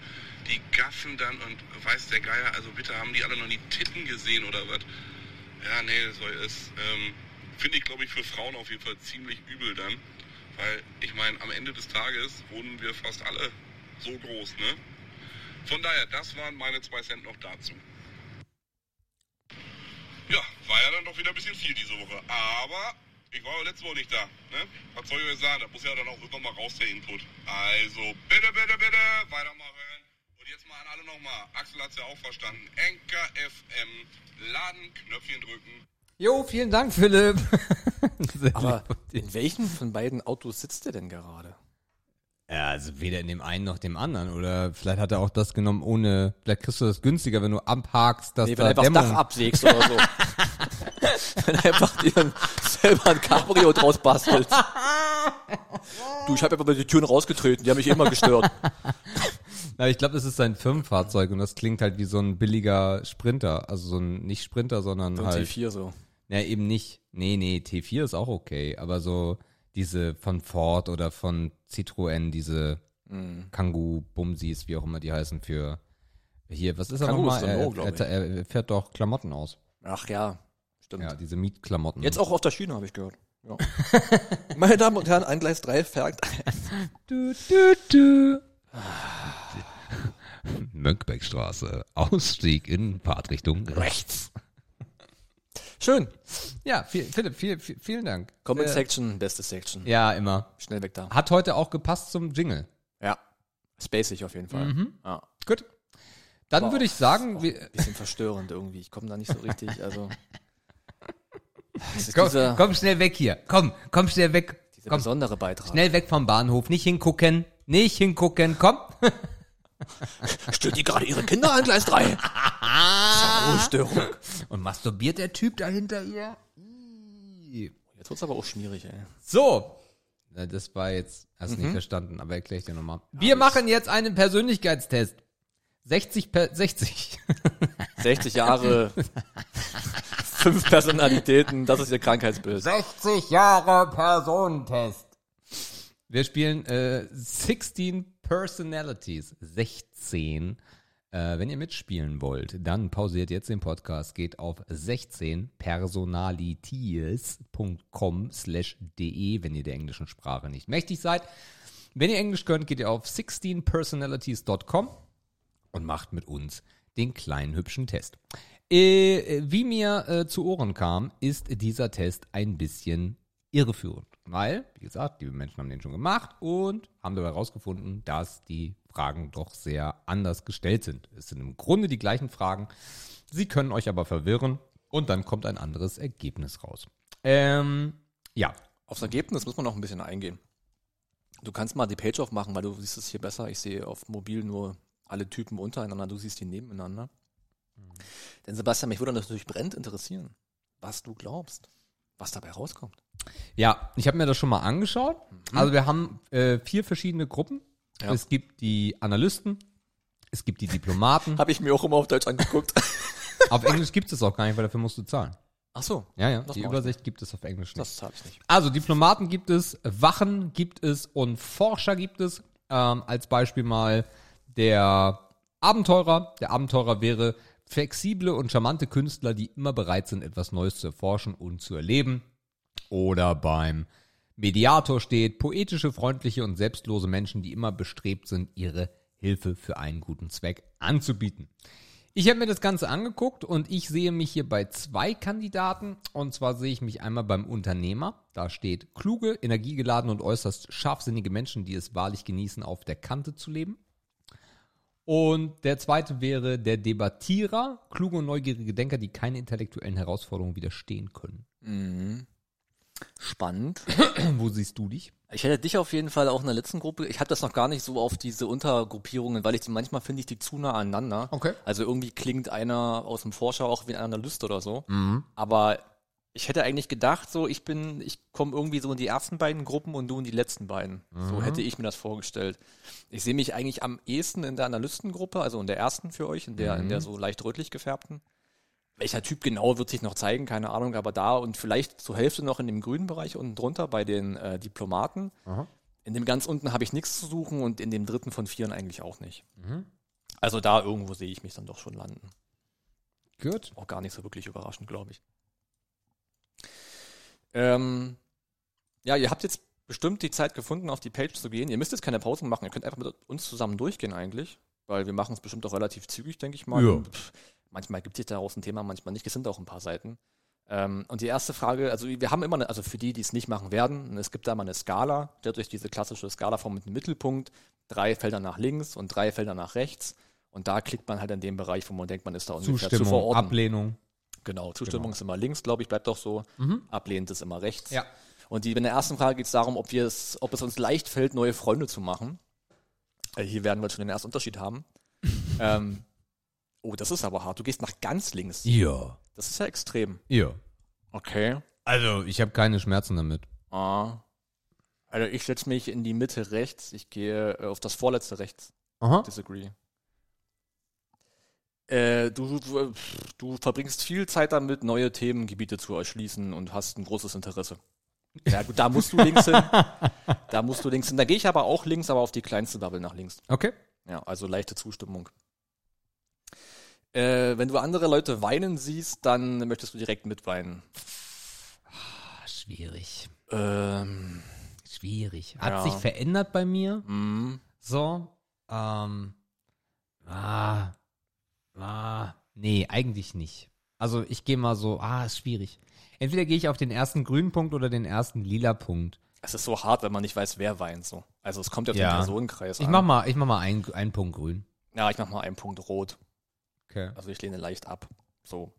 S4: die gaffen dann und weiß der Geier, also bitte haben die alle noch nie Titten gesehen oder was? Ja, nee, das soll- ist, ähm, finde ich, glaube ich, für Frauen auf jeden Fall ziemlich übel dann. Weil, ich meine, am Ende des Tages wurden wir fast alle so groß, ne? Von daher, das waren meine zwei Cent noch dazu. Ja, war ja dann doch wieder ein bisschen viel diese Woche. Aber ich war ja letzte Woche nicht da. Ne? Was soll ich euch sagen? Da muss ja dann auch irgendwann mal raus der Input. Also bitte, bitte, bitte weitermachen. Und jetzt mal an alle nochmal. Axel hat's ja auch verstanden. Enker FM. Laden, Knöpfchen drücken.
S1: Jo, vielen Dank, Philipp. Sehr
S2: Aber
S1: lieb von dir.
S2: in welchen von beiden Autos sitzt der denn gerade?
S1: Ja, also weder in dem einen noch dem anderen. Oder vielleicht hat er auch das genommen ohne, vielleicht kriegst du das günstiger, wenn du abhakst, dass
S2: Nee, wenn
S1: da
S2: er einfach
S1: Dämmung...
S2: Dach absägst oder so. wenn er einfach dir ein- selber ein Cabrio draus bastelt. Du, ich habe einfach mal die Türen rausgetreten, die haben mich immer gestört.
S1: Na, ich glaube, es ist sein Firmenfahrzeug und das klingt halt wie so ein billiger Sprinter. Also so ein, nicht Sprinter, sondern
S2: So ein
S1: halt...
S2: T4 so.
S1: Na, eben nicht. Nee, nee, T4 ist auch okay, aber so diese von Ford oder von Citroën, diese
S2: Mhm.
S1: Kangu-Bumsis, wie auch immer die heißen für hier, was ist er
S2: Kangoo
S1: nochmal?
S2: ist so ein
S1: Er,
S2: No, glaub
S1: er, er, er fährt doch Klamotten aus.
S2: Ach ja, stimmt.
S1: Ja, diese Mietklamotten.
S2: Jetzt auch auf der Schiene, habe ich gehört. Ja. Meine Damen und Herren, an Gleis 3 fährt
S1: Du, du, du. Mönckebergstraße, Ausstieg in Fahrtrichtung rechts.
S2: Schön.
S1: Ja, viel, Philipp, viel, viel, vielen Dank.
S2: Comment
S1: Äh,
S2: Section, beste Section.
S1: Ja, immer.
S2: Schnell weg da.
S1: Hat heute auch gepasst zum Jingle.
S2: Ja. Spacig auf jeden Fall.
S1: Mhm.
S2: Ja.
S1: Gut. Dann
S2: Wow.
S1: würde ich sagen, wir,
S2: Bisschen verstörend irgendwie. Ich komme da nicht so richtig. Also. Es ist
S1: Komm,
S2: dieser,
S1: komm schnell weg hier. Komm, komm schnell weg.
S2: dieser
S1: Komm,
S2: besondere Beitrag.
S1: schnell weg vom Bahnhof. Nicht hingucken. Nicht hingucken. Komm.
S2: Stört die gerade ihre Kinder an Gleis 3? Ruhestörung.
S1: Und masturbiert der Typ da hinter ihr? Ih.
S2: Jetzt wird's aber auch schmierig, ey.
S1: So. Na, Das war jetzt, hast du nicht verstanden, aber erkläre ich dir nochmal. Wir machen jetzt einen Persönlichkeitstest. 60 per 60.
S2: 60 Jahre, fünf Personalitäten, das ist ihr Krankheitsbild.
S1: 60 Jahre Personentest. Wir spielen äh, 16 Personalities. 16. Äh, wenn ihr mitspielen wollt, dann pausiert jetzt den Podcast, geht auf 16personalities.com slash de, wenn ihr der englischen Sprache nicht mächtig seid. Wenn ihr Englisch könnt, geht ihr auf 16personalities.com und macht mit uns den kleinen hübschen Test. Äh, wie mir äh, zu Ohren kam, ist dieser Test ein bisschen irreführend, weil, wie gesagt, die Menschen haben den schon gemacht und haben dabei herausgefunden, dass die Fragen doch sehr anders gestellt sind. Es sind im Grunde die gleichen Fragen, sie können euch aber verwirren und dann kommt ein anderes Ergebnis raus. Ähm, ja,
S2: Aufs Ergebnis muss man noch ein bisschen eingehen. Du kannst mal die Page aufmachen, weil du siehst es hier besser. Ich sehe auf mobil nur alle Typen untereinander, du siehst die nebeneinander.
S1: Mhm.
S2: Denn Sebastian, mich würde natürlich brennend interessieren, was du glaubst, was dabei rauskommt.
S1: Ja, ich habe mir das schon mal angeschaut. Also wir haben äh, vier verschiedene Gruppen.
S2: Ja.
S1: Es gibt die Analysten, es gibt die Diplomaten.
S2: Habe ich mir auch immer auf Deutsch angeguckt.
S1: auf Englisch gibt es auch gar nicht, weil dafür musst du zahlen.
S2: Ach so,
S1: Ja, ja,
S2: Das
S1: die
S2: brauch ich
S1: Übersicht gibt es auf Englisch nicht.
S2: das habe ich nicht.
S1: Also Diplomaten gibt es, Wachen gibt es und Forscher gibt es. Ähm, als Beispiel mal der Abenteurer. Der Abenteurer wäre flexible und charmante Künstler, die immer bereit sind, etwas Neues zu erforschen und zu erleben. Oder beim Mediator steht poetische, freundliche und selbstlose Menschen, die immer bestrebt sind, ihre Hilfe für einen guten Zweck anzubieten. Ich habe mir das Ganze angeguckt und ich sehe mich hier bei zwei Kandidaten. Und zwar sehe ich mich einmal beim Unternehmer. Da steht kluge, energiegeladene und äußerst scharfsinnige Menschen, die es wahrlich genießen, auf der Kante zu leben. Und der zweite wäre der Debattierer, kluge und neugierige Denker, die keine intellektuellen Herausforderungen widerstehen können.
S2: Mhm. Spannend.
S1: Wo siehst du dich?
S2: Ich hätte dich auf jeden Fall auch in der letzten Gruppe. Ich hatte das noch gar nicht so auf diese Untergruppierungen, weil ich die manchmal finde ich die zu nah aneinander.
S1: Okay.
S2: Also irgendwie klingt einer aus dem Forscher auch wie ein Analyst oder so. Aber ich hätte eigentlich gedacht, so ich bin, ich komme irgendwie so in die ersten beiden Gruppen und du in die letzten beiden. So hätte ich mir das vorgestellt. Ich sehe mich eigentlich am ehesten in der Analystengruppe, also in der ersten für euch, in der, in der so leicht rötlich gefärbten. Welcher Typ genau wird sich noch zeigen, keine Ahnung, aber da und vielleicht zur Hälfte noch in dem grünen Bereich unten drunter bei den äh, Diplomaten. In dem ganz unten habe ich nichts zu suchen und in dem dritten von vieren eigentlich auch nicht.
S1: Mhm.
S2: Also da irgendwo sehe ich mich dann doch schon landen.
S1: Gut.
S2: Auch gar nicht so wirklich überraschend, glaube ich. Ähm, ja, ihr habt jetzt bestimmt die Zeit gefunden, auf die Page zu gehen. Ihr müsst jetzt keine Pausen machen. Ihr könnt einfach mit uns zusammen durchgehen eigentlich, weil wir machen es bestimmt auch relativ zügig, denke ich mal.
S1: Ja.
S2: Pff, manchmal gibt es daraus ein Thema, manchmal nicht. Es sind auch ein paar Seiten. Ähm, und die erste Frage, also wir haben immer, eine, also für die, die es nicht machen werden, es gibt da mal eine Skala, stellt euch diese klassische Skalaform mit einem Mittelpunkt, drei Felder nach links und drei Felder nach rechts. Und da klickt man halt in dem Bereich, wo man denkt, man ist da ungefähr zu
S1: Zustimmung,
S2: verorten.
S1: Ablehnung.
S2: Genau, Zustimmung ist immer links, glaube ich, bleibt doch so. Ablehnend ist immer rechts.
S1: Ja.
S2: Und die, in der ersten Frage geht es darum, ob, wir es, ob es uns leicht fällt, neue Freunde zu machen. Äh, hier werden wir schon den ersten Unterschied haben. ähm, oh, das ist aber hart. Du gehst nach ganz links.
S1: Ja.
S2: Das ist ja extrem.
S1: Ja.
S2: Okay.
S1: Also, ich habe keine Schmerzen damit.
S2: Ah. Also ich setze mich in die Mitte rechts. Ich gehe äh, auf das vorletzte rechts.
S1: Aha.
S2: Disagree. Äh, du, du, du verbringst viel Zeit damit, neue Themengebiete zu erschließen und hast ein großes Interesse. Ja gut, da musst du links hin. Da musst du links hin. Da gehe ich aber auch links, aber auf die kleinste Bubble nach links.
S1: Okay.
S2: Ja, also leichte Zustimmung. Äh, wenn du andere Leute weinen siehst, dann möchtest du direkt mitweinen.
S1: Ah, Schwierig.
S2: Ähm,
S1: Schwierig. Hat
S2: Ja.
S1: sich verändert bei mir.
S2: mh.
S1: So. Ähm. Ah. Ah. Nee, eigentlich nicht. Also ich gehe mal so, ah, ist schwierig. Entweder gehe ich auf den ersten grünen Punkt oder den ersten lila Punkt.
S2: Es ist so hart, wenn man nicht weiß, wer weint so. Also es kommt ja auf
S1: Ja.
S2: den Personenkreis
S1: Ich
S2: an.
S1: mach mal, ich mach mal einen, einen Punkt grün.
S2: ja, ich mach mal einen Punkt rot.
S1: Okay.
S2: Also ich lehne leicht ab. So.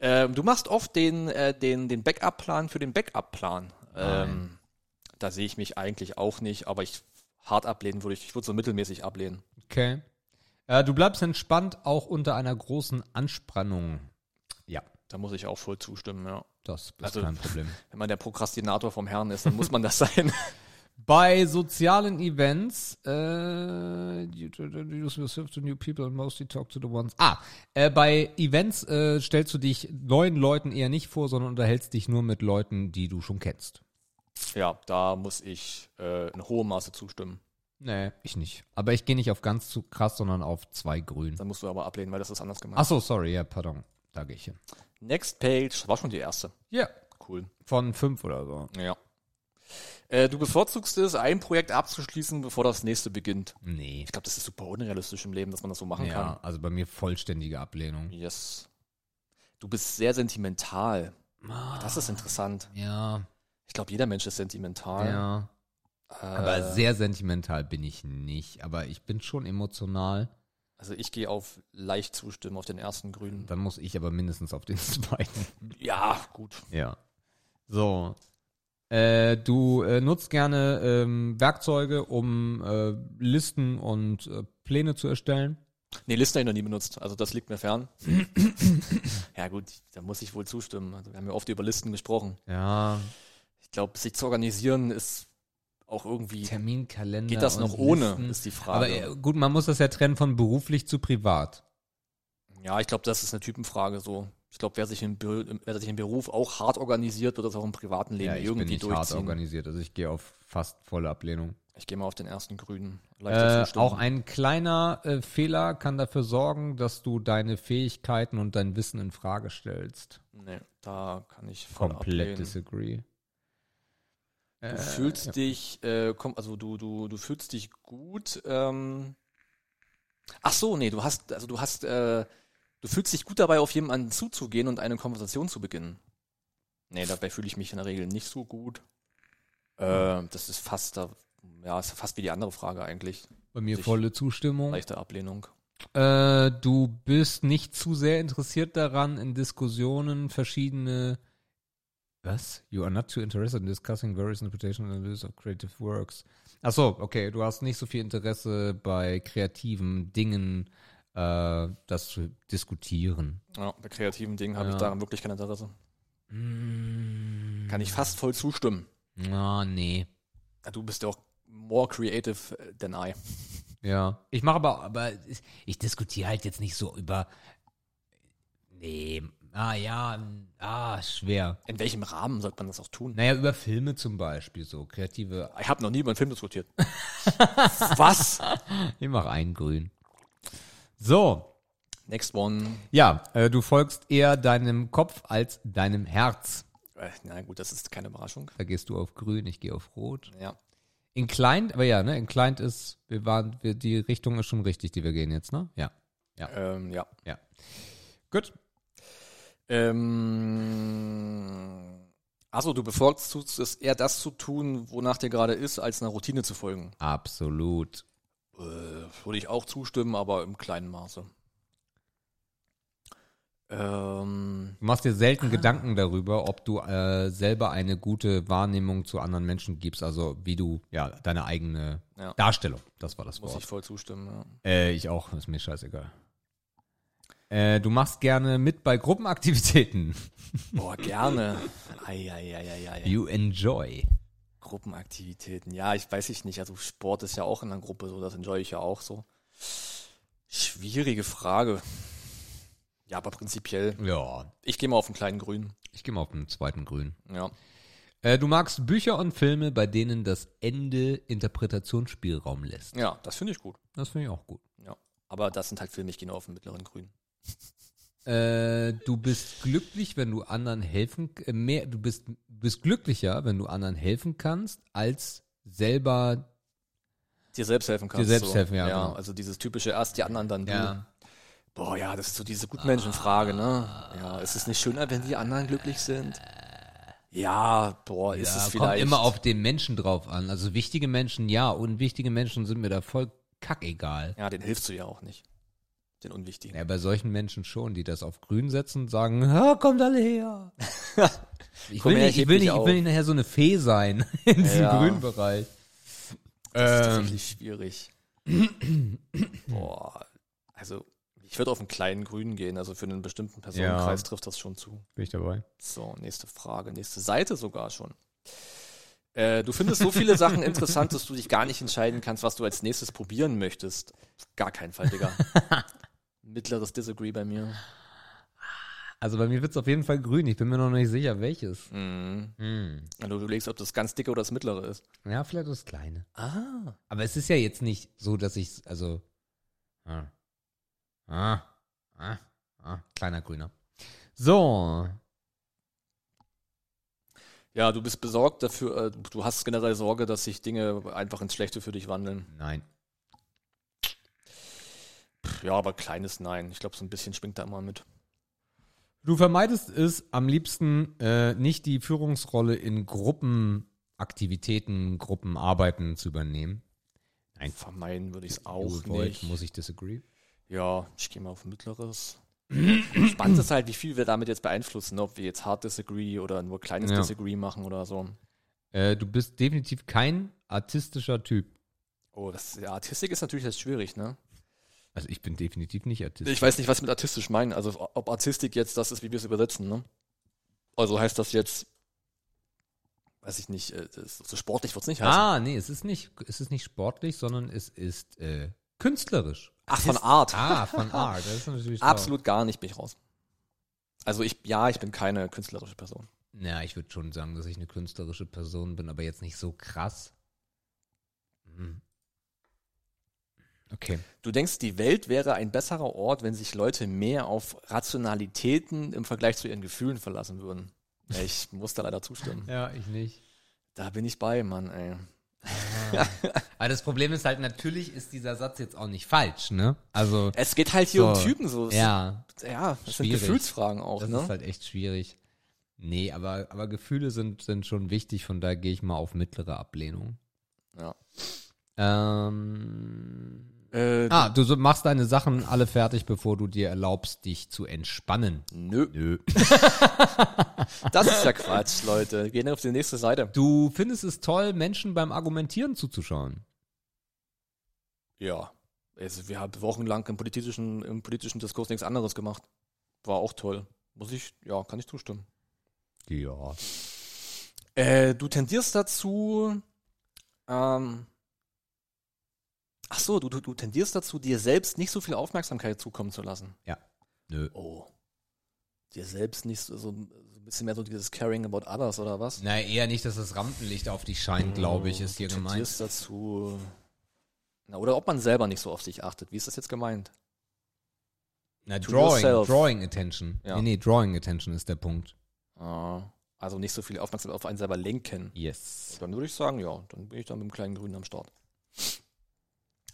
S2: Ähm, du machst oft den, äh, den, den Backup-Plan für den Backup-Plan. Ähm, da sehe ich mich eigentlich auch nicht, aber ich hart ablehnen würde ich. Ich würde so mittelmäßig ablehnen.
S1: Okay. Äh, du bleibst entspannt, auch unter einer großen Anspannung. Ja,
S2: Da muss ich auch voll zustimmen, ja.
S1: das ist
S2: Also-
S1: kein Problem.
S2: Wenn man der Prokrastinator vom Herrn ist, dann muss man das sein.
S1: Bei sozialen Events, äh, you introduce yourself to new people and mostly talk to the ones. Ah, äh, bei Events äh, stellst du dich neuen Leuten eher nicht vor, sondern unterhältst dich nur mit Leuten, die du schon kennst.
S2: ja, da muss ich äh, in hohem Maße zustimmen.
S1: Nee, ich nicht. Aber ich gehe nicht auf ganz zu krass, sondern auf zwei grün.
S2: Dann musst du aber ablehnen, weil das ist anders gemacht.
S1: Achso, sorry, ja, pardon. Da gehe ich hin.
S2: Next Page war schon die erste.
S1: Ja,
S2: Cool.
S1: von fünf oder so.
S2: Ja. Äh, du bevorzugst es, ein Projekt abzuschließen, bevor das nächste beginnt.
S1: Nee.
S2: Ich glaube, das ist super unrealistisch im Leben, dass man das so machen
S1: Ja, also bei mir vollständige Ablehnung.
S2: kann. Yes. Du bist sehr sentimental.
S1: Ah.
S2: Das ist interessant.
S1: Ja,
S2: Ich glaube, jeder Mensch ist sentimental. Äh,
S1: ja. Äh. Aber sehr sentimental bin ich nicht. Aber ich bin schon emotional.
S2: Also ich gehe auf leicht zustimmen, auf den ersten grünen.
S1: Dann muss ich aber mindestens auf den zweiten.
S2: Ja, gut.
S1: Ja. So. Äh, du äh, nutzt gerne ähm, Werkzeuge, um äh, Listen und äh, Pläne zu erstellen.
S2: Nee, Listen habe ich noch nie benutzt. Also das liegt mir fern. ja gut, da muss ich wohl zustimmen. Also, wir haben ja oft über Listen gesprochen.
S1: Ja.
S2: Ich glaube, sich zu organisieren ist auch irgendwie
S1: Terminkalender.
S2: Geht das noch
S1: und
S2: ohne,
S1: Listen.
S2: ist die Frage.
S1: Aber äh, gut, man muss das ja trennen von beruflich zu privat.
S2: Ja, ich glaube, das ist eine Typenfrage so. Ich glaube, wer, sich im Bü- wer sich im Beruf auch hart organisiert, wird das auch im privaten Leben
S1: ich bin
S2: irgendwie
S1: nicht hart
S2: durchziehen.
S1: organisiert. Also ich gehe auf fast volle Ablehnung.
S2: Ich gehe mal auf den ersten grünen. Leichter
S1: Äh,
S2: zustimmen.
S1: auch ein kleiner äh, Fehler kann dafür sorgen, dass du deine Fähigkeiten und dein Wissen in Frage stellst.
S2: Nee, da kann ich voll
S1: Komplett
S2: ablehnen.
S1: disagree.
S2: Du
S1: Äh,
S2: äh, fühlst dich, äh, komm, also du, du, du fühlst dich gut, ähm, Ach so, nee, du hast, also du hast, äh, du fühlst dich gut dabei, auf jemanden zuzugehen und eine Konversation zu beginnen. Nee, dabei fühle ich mich in der Regel nicht so gut. Äh, das ist fast, da, ja, ist fast wie die andere Frage eigentlich.
S1: Bei mir
S2: Sich-
S1: volle Zustimmung.
S2: Leichte Ablehnung.
S1: Äh, du bist nicht zu sehr interessiert daran, in Diskussionen verschiedene. Was? You are not too interested in discussing various interpretations and views of creative works. Ach so, okay, du hast nicht so viel Interesse bei kreativen Dingen, äh, das zu diskutieren.
S2: Ja, bei kreativen Dingen habe
S1: Ja.
S2: ich daran wirklich kein Interesse. Kann ich fast voll zustimmen.
S1: Ah, nee.
S2: Ja, Du bist ja auch more creative äh, than I.
S1: Ja. Ich mache aber, aber ich- ich diskutiere halt jetzt nicht so über. Nee. Ah, ja. Ah, schwer.
S2: In welchem Rahmen sollte man das auch tun?
S1: Naja, über Filme zum Beispiel, so kreative.
S2: Ich habe noch nie über einen Film diskutiert. Was?
S1: Ich mach einen grün. So,
S2: Next one.
S1: ja, äh, du folgst eher deinem Kopf als deinem Herz.
S2: Äh, na gut, das ist keine Überraschung.
S1: Da gehst du auf grün, ich gehe auf rot.
S2: Ja.
S1: In Client, aber ja, ne, in Client ist, wir waren, wir, die Richtung ist schon richtig, die wir gehen jetzt, ne? Ja,
S2: Ähm, ja.
S1: ja. Gut.
S2: Ähm, also du bevorzugst es eher das zu tun, wonach dir gerade ist, als einer Routine zu folgen.
S1: Absolut.
S2: Äh, würde ich auch zustimmen, aber im kleinen Maße. Ähm,
S1: Du machst dir
S2: Ah.
S1: selten Gedanken darüber, ob du äh, selber eine gute Wahrnehmung zu anderen Menschen gibst, also wie du, ja, deine eigene
S2: Ja.
S1: Darstellung. Das war das
S2: muss
S1: Wort.
S2: ich voll zustimmen. Ja.
S1: Äh, ich auch, ist mir scheißegal. Äh, du machst gerne mit bei Gruppenaktivitäten.
S2: Boah, gerne. Eieieiei.
S1: You enjoy.
S2: Gruppenaktivitäten. Ja, ich weiß ich nicht. Also Sport ist ja auch in einer Gruppe so, das enjoy ich ja auch so. Schwierige Frage. Ja, aber prinzipiell.
S1: Ja,
S2: Ich gehe mal auf den kleinen Grün.
S1: ich gehe mal auf den zweiten Grün.
S2: Ja.
S1: Äh, du magst Bücher und Filme, bei denen das Ende Interpretationsspielraum lässt.
S2: Ja, das finde ich gut.
S1: Das finde ich auch gut.
S2: Ja. Aber das sind halt Filme, ich gehe nur auf den mittleren Grün.
S1: Äh, du bist glücklich, wenn du anderen helfen äh, mehr du bist bist glücklicher, wenn du anderen helfen kannst, als selber
S2: Dir selbst helfen kannst.
S1: selbst
S2: so.
S1: helfen, ja,
S2: ja.
S1: genau.
S2: Also dieses typische erst die anderen, dann du.
S1: Ja.
S2: Boah, ja, das ist so diese Gutmenschenfrage, ne? Ja, ist es nicht schöner, wenn die anderen glücklich sind? Ja, boah, ist
S1: Ja,
S2: es
S1: kommt
S2: vielleicht.
S1: immer auf den Menschen drauf an. Also wichtige Menschen, ja, unwichtige Menschen sind mir da voll kackegal.
S2: Ja, den hilfst du ja auch nicht. Den Unwichtigen.
S1: Ja, bei solchen Menschen schon, die das auf grün setzen und sagen, "Ah, kommt alle her. Also ich,
S2: Komm
S1: will
S2: her,
S1: nicht,
S2: heb
S1: ich, will
S2: dich
S1: nicht, ich
S2: auf.
S1: will nicht nachher so eine Fee sein in diesem
S2: Ja.
S1: grünen Bereich.
S2: Das ist
S1: Ähm,
S2: tatsächlich schwierig. boah, also ich würde auf einen kleinen Grün gehen, also für einen bestimmten Personenkreis trifft das schon zu.
S1: bin ich dabei.
S2: So, nächste Frage, nächste Seite sogar schon. Äh, du findest so viele Sachen interessant, dass du dich gar nicht entscheiden kannst, was du als nächstes probieren möchtest. Auf Gar keinen Fall, Digga. Mittleres Disagree bei mir.
S1: Also bei mir wird es auf jeden Fall grün. Ich bin mir noch nicht sicher, welches.
S2: Mhm.
S1: Hm.
S2: Wenn du überlegst, ob das ganz dicke oder das mittlere ist.
S1: Ja, vielleicht das kleine.
S2: Ah.
S1: Aber es ist ja jetzt nicht so, dass ich, also, ah, ah, ah, ah, kleiner Grüner. So,
S2: Ja, du bist besorgt dafür, äh, du hast generell Sorge, dass sich Dinge einfach ins Schlechte für dich wandeln.
S1: nein.
S2: Pff, Ja, aber kleines Nein. Ich glaube, so ein bisschen schwingt da immer mit.
S1: Du vermeidest es am liebsten äh, nicht die Führungsrolle in Gruppenaktivitäten, Gruppenarbeiten zu übernehmen. Nein,
S2: Vermeiden würde ich es
S1: you
S2: auch
S1: avoid,
S2: nicht.
S1: muss ich disagree.
S2: Ja, ich gehe mal auf mittleres. Spannend ist halt, wie viel wir damit jetzt beeinflussen, ob wir jetzt hard disagree oder nur kleines
S1: Ja.
S2: disagree machen oder so.
S1: Äh, du bist definitiv kein artistischer Typ.
S2: Oh, das ja, Artistik ist natürlich jetzt schwierig, ne?
S1: Also ich bin definitiv nicht artistisch.
S2: Ich weiß nicht, was ich mit artistisch meinen. Also ob Artistik jetzt das ist, wie wir es übersetzen, ne? Also heißt das jetzt, weiß ich nicht, äh, das, so sportlich wird es nicht heißen.
S1: ah, nee, es ist nicht, es ist nicht sportlich, sondern es ist äh, künstlerisch.
S2: Ach, von
S1: Artist-
S2: Art.
S1: Ah, von Art. Das ist natürlich schlau.
S2: Absolut gar nicht bin ich raus. Also ich, ja, ich bin keine künstlerische Person.
S1: Ja, ich würde schon sagen, dass ich eine künstlerische Person bin, aber jetzt nicht so krass. Hm. Okay.
S2: Du denkst, die Welt wäre ein besserer Ort, wenn sich Leute mehr auf Rationalitäten im Vergleich zu ihren Gefühlen verlassen würden. Ich muss da leider zustimmen.
S1: Ja, ich nicht.
S2: Da bin ich bei, Mann, ey.
S1: Aber das Problem ist halt, natürlich ist dieser Satz jetzt auch nicht falsch, ne? Also,
S2: Es geht halt hier
S1: So.
S2: um Typen so. Es-
S1: ja,
S2: ja das sind
S1: Schwierig.
S2: Gefühlsfragen auch,
S1: das
S2: ne?
S1: ist halt echt schwierig. Nee, aber, aber Gefühle sind, sind schon wichtig, von daher gehe ich mal auf mittlere Ablehnung.
S2: Ja.
S1: Ähm,
S2: äh,
S1: ah, du so- machst deine Sachen alle fertig, bevor du dir erlaubst, dich zu entspannen.
S2: Nö.
S1: Nö.
S2: Das ist ja Quatsch, Leute. Wir gehen auf die nächste Seite.
S1: Du findest es toll, Menschen beim Argumentieren zuzuschauen.
S2: Ja. Also wir haben wochenlang im politischen, im politischen Diskurs nichts anderes gemacht. War auch toll. Muss ich, ja, kann ich zustimmen.
S1: Ja.
S2: Äh, du tendierst dazu, ähm, ach so, du, du, du tendierst dazu, dir selbst nicht so viel Aufmerksamkeit zukommen zu lassen.
S1: Nö.
S2: Oh. Dir selbst nicht so, so ein bisschen mehr so dieses Caring about others oder was?
S1: Na, eher nicht, dass das Rampenlicht auf dich scheint, glaube ich, ist hier
S2: Du
S1: gemeint.
S2: tendierst dazu. Na, oder ob man selber nicht so auf sich achtet. Wie ist das jetzt gemeint?
S1: Na,
S2: To
S1: Drawing,
S2: yourself.
S1: Drawing Attention.
S2: Ja.
S1: Nee, nee, Drawing Attention ist der Punkt.
S2: Ah, also nicht so viel Aufmerksamkeit auf einen selber lenken.
S1: Yes.
S2: Dann würde ich sagen, ja, dann bin ich dann mit dem kleinen Grünen am Start.